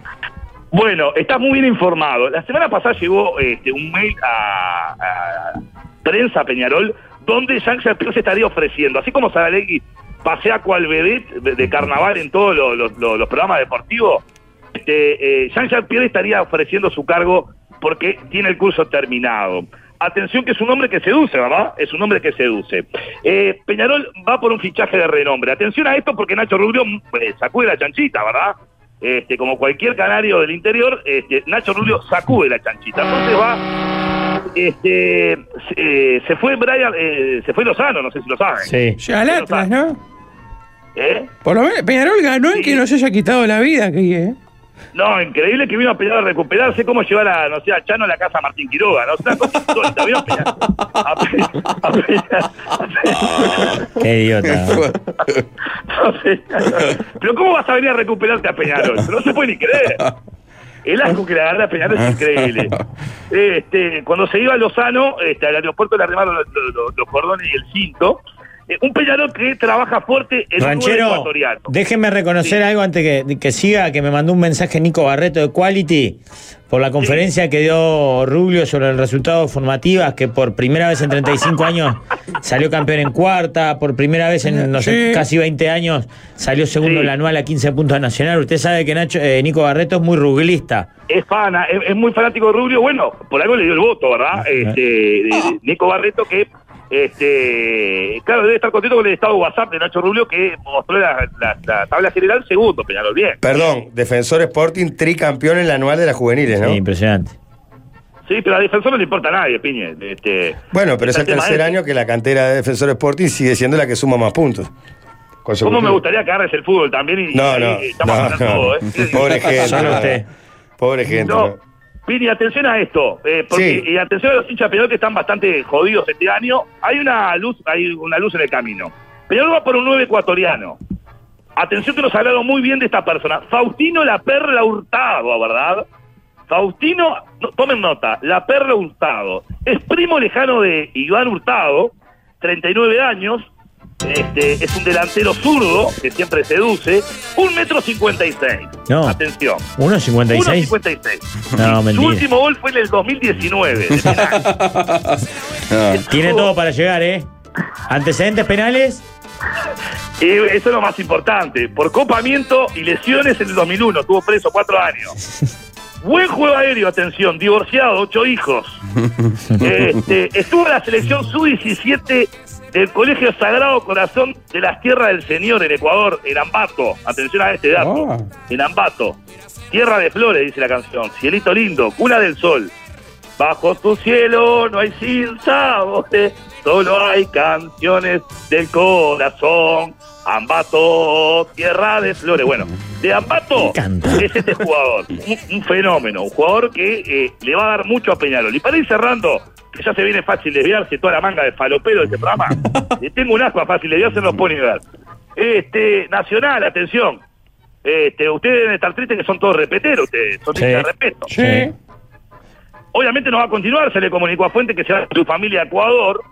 Bueno, estás muy bien informado. La semana pasada llegó este, un mail a, a Prensa Peñarol donde Jean Pierre se estaría ofreciendo. Así como Saralegui pasea cual vedette de, de carnaval en todos los, los- los- los programas deportivos, este, eh, Jean Pierre estaría ofreciendo su cargo porque tiene el curso terminado. Atención que es un hombre que seduce, ¿verdad? Es un hombre que seduce. Eh, Peñarol va por un fichaje de renombre. Atención a esto porque Nacho Rubio mm, eh, sacude la chanchita, ¿verdad? Este, como cualquier canario del interior, este, Nacho Rubio sacude la chanchita. Entonces va este, se- eh, se fue Brian, eh, se fue Lozano, no sé si lo saben. Ya al Atlas, ¿no? ¿Eh? Por lo menos Peñarol ganó en que nos haya quitado la vida, que eh. No, increíble que vino a Peñarol a recuperarse, cómo llevar a, no sé, a Chano a la casa de Martín Quiroga, ¿no? Es Una cosa insólita, vino a Peñarol. A Pe- a Peñarol. Qué idiota. A Peñarol. Pero ¿cómo vas a venir a recuperarte a Peñarol? No se puede ni creer. El asco que le agarra a Peñarol es increíble. Este, cuando se iba a Lozano, este, al aeropuerto le arrimaron los, los- los cordones y el cinto. Eh, un Peñarol que trabaja fuerte en un nuevo Ranchero, ecuatoriano. déjenme reconocer algo antes que, que siga, que me mandó un mensaje Nico Barreto de Quality por la conferencia que dio Rubio sobre el resultado de formativas, que por primera vez en 35 años salió campeón en cuarta, por primera vez en no sé, Sí. casi 20 años salió segundo en la anual a 15 puntos a nacional. Usted sabe que Nacho, eh, Nico Barreto es muy ruglista. es fana, es, es muy fanático de Rubio, bueno, por algo le dio el voto, ¿verdad? Este, de- de Nico Barreto que, este, claro, debe estar contento con el estado de WhatsApp de Nacho Rubio que mostró la, la- la tabla general segundo, Peñarol, bien. Perdón, Defensor Sporting tricampeón en la anual de las juveniles, ¿no? Sí, impresionante. Sí, pero a Defensor no le importa a nadie, Piñe. Este, Bueno, pero es el Está tema tercer ese. año que la cantera de Defensor Sporting sigue siendo la que suma más puntos. ¿Cómo Consecutivos. me gustaría que agarres el fútbol también? Y, No, y- no. y estamos no, hablando no. todo, ¿eh? Pobre gente. Solo no, usted. Pobre gente. No, no. Pini, atención a esto, eh, porque, y atención a los hinchas de Peñarol que están bastante jodidos este año. Hay una luz, hay una luz en el camino. Peñarol va por un 9 ecuatoriano. Atención que nos hablaron muy bien de esta persona. Faustino La Perla Hurtado, ¿verdad? Faustino, no, tomen nota, La Perla Hurtado. Es primo lejano de Iván Hurtado, 39 años. Este, es un delantero zurdo que siempre seduce. Un metro 56. No. Atención. 1.56. 1.56. No, Su mentira. último gol fue en el 2019. Tiene todo para llegar, ¿eh? Antecedentes penales. y Eh, eso es lo más importante. Por copamiento y lesiones en el 2001. Estuvo preso cuatro años. Buen juego aéreo, atención. Divorciado, ocho hijos. Este, estuvo en la selección sub-17 del Colegio Sagrado Corazón de las Tierras del Señor en Ecuador, en Ambato. Atención a este dato. Ah. En Ambato. Tierra de flores, dice la canción. Cielito lindo, cuna del sol. Bajo tu cielo no hay sin sabores, solo hay canciones del corazón. Ambato, tierra de flores. Bueno, de Ambato es este jugador, un, un fenómeno, un jugador que eh, le va a dar mucho a Peñarol. Y para ir cerrando, que ya se viene fácil desviarse toda la manga de falopero de este programa, le tengo un asco a fácil desviarse, no los puedo ni ver. Este, Nacional, atención. Este, ustedes deben estar tristes que son todos repeteros, ustedes son Sí. hinchas de respeto. Sí. Obviamente no va a continuar, se le comunicó a Fuente que se va con su familia a Ecuador,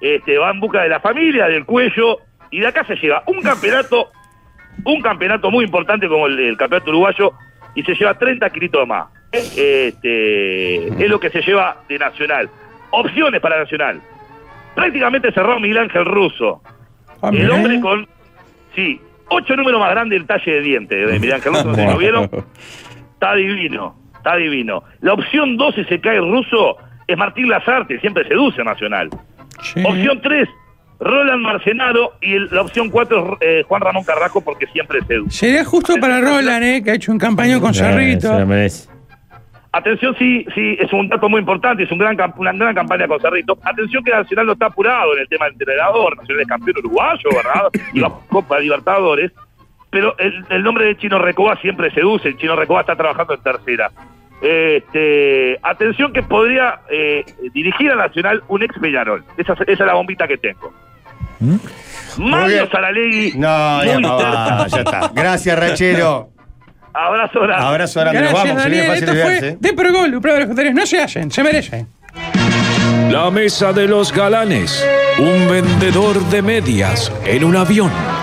este, va en busca de la familia, del cuello, y de acá se lleva un campeonato, un campeonato muy importante como el, el campeonato uruguayo, y se lleva 30 kilitos más. Este, es lo que se lleva de Nacional. Opciones para Nacional. Prácticamente cerró Miguel Ángel Russo. el mirá. hombre con, sí, ocho números más grande el talle de diente de Miguel Ángel Russo, no sé si lo vieron. Está divino, está divino. La opción 2, si se cae ruso, es Martín Lazarte, siempre seduce a Nacional. Opción 3, Roland Marcenaro. Y el- la opción 4 es eh, Juan Ramón Carrasco, porque siempre seduce. Sería justo para Roland, eh, que ha hecho un campaño con Cerrito. Atención, sí, sí, es un dato muy importante, es un gran, camp- una gran campaña con Cerrito. Atención que Nacional no está apurado en el tema del entrenador, Nacional es campeón uruguayo, ¿verdad? Y la Copa Libertadores. Pero el, el nombre de Chino Recoba siempre seduce, el Chino Recoba está trabajando en tercera. Este, atención que podría eh, dirigir a Nacional un ex Peñarol. Esa, es- esa es la bombita que tengo. Mario Saralegui. No, ya muy está, terco. ya está. Gracias, Rachero. Abrazo grande. Abrazo grande. Nos Gracias, vamos, Daniel. señores, Esto fácil fue olvidarse. de Pro Gol, Blue Brother Juntares. No se hacen, se merecen. La mesa de los galanes. Un vendedor de medias en un avión.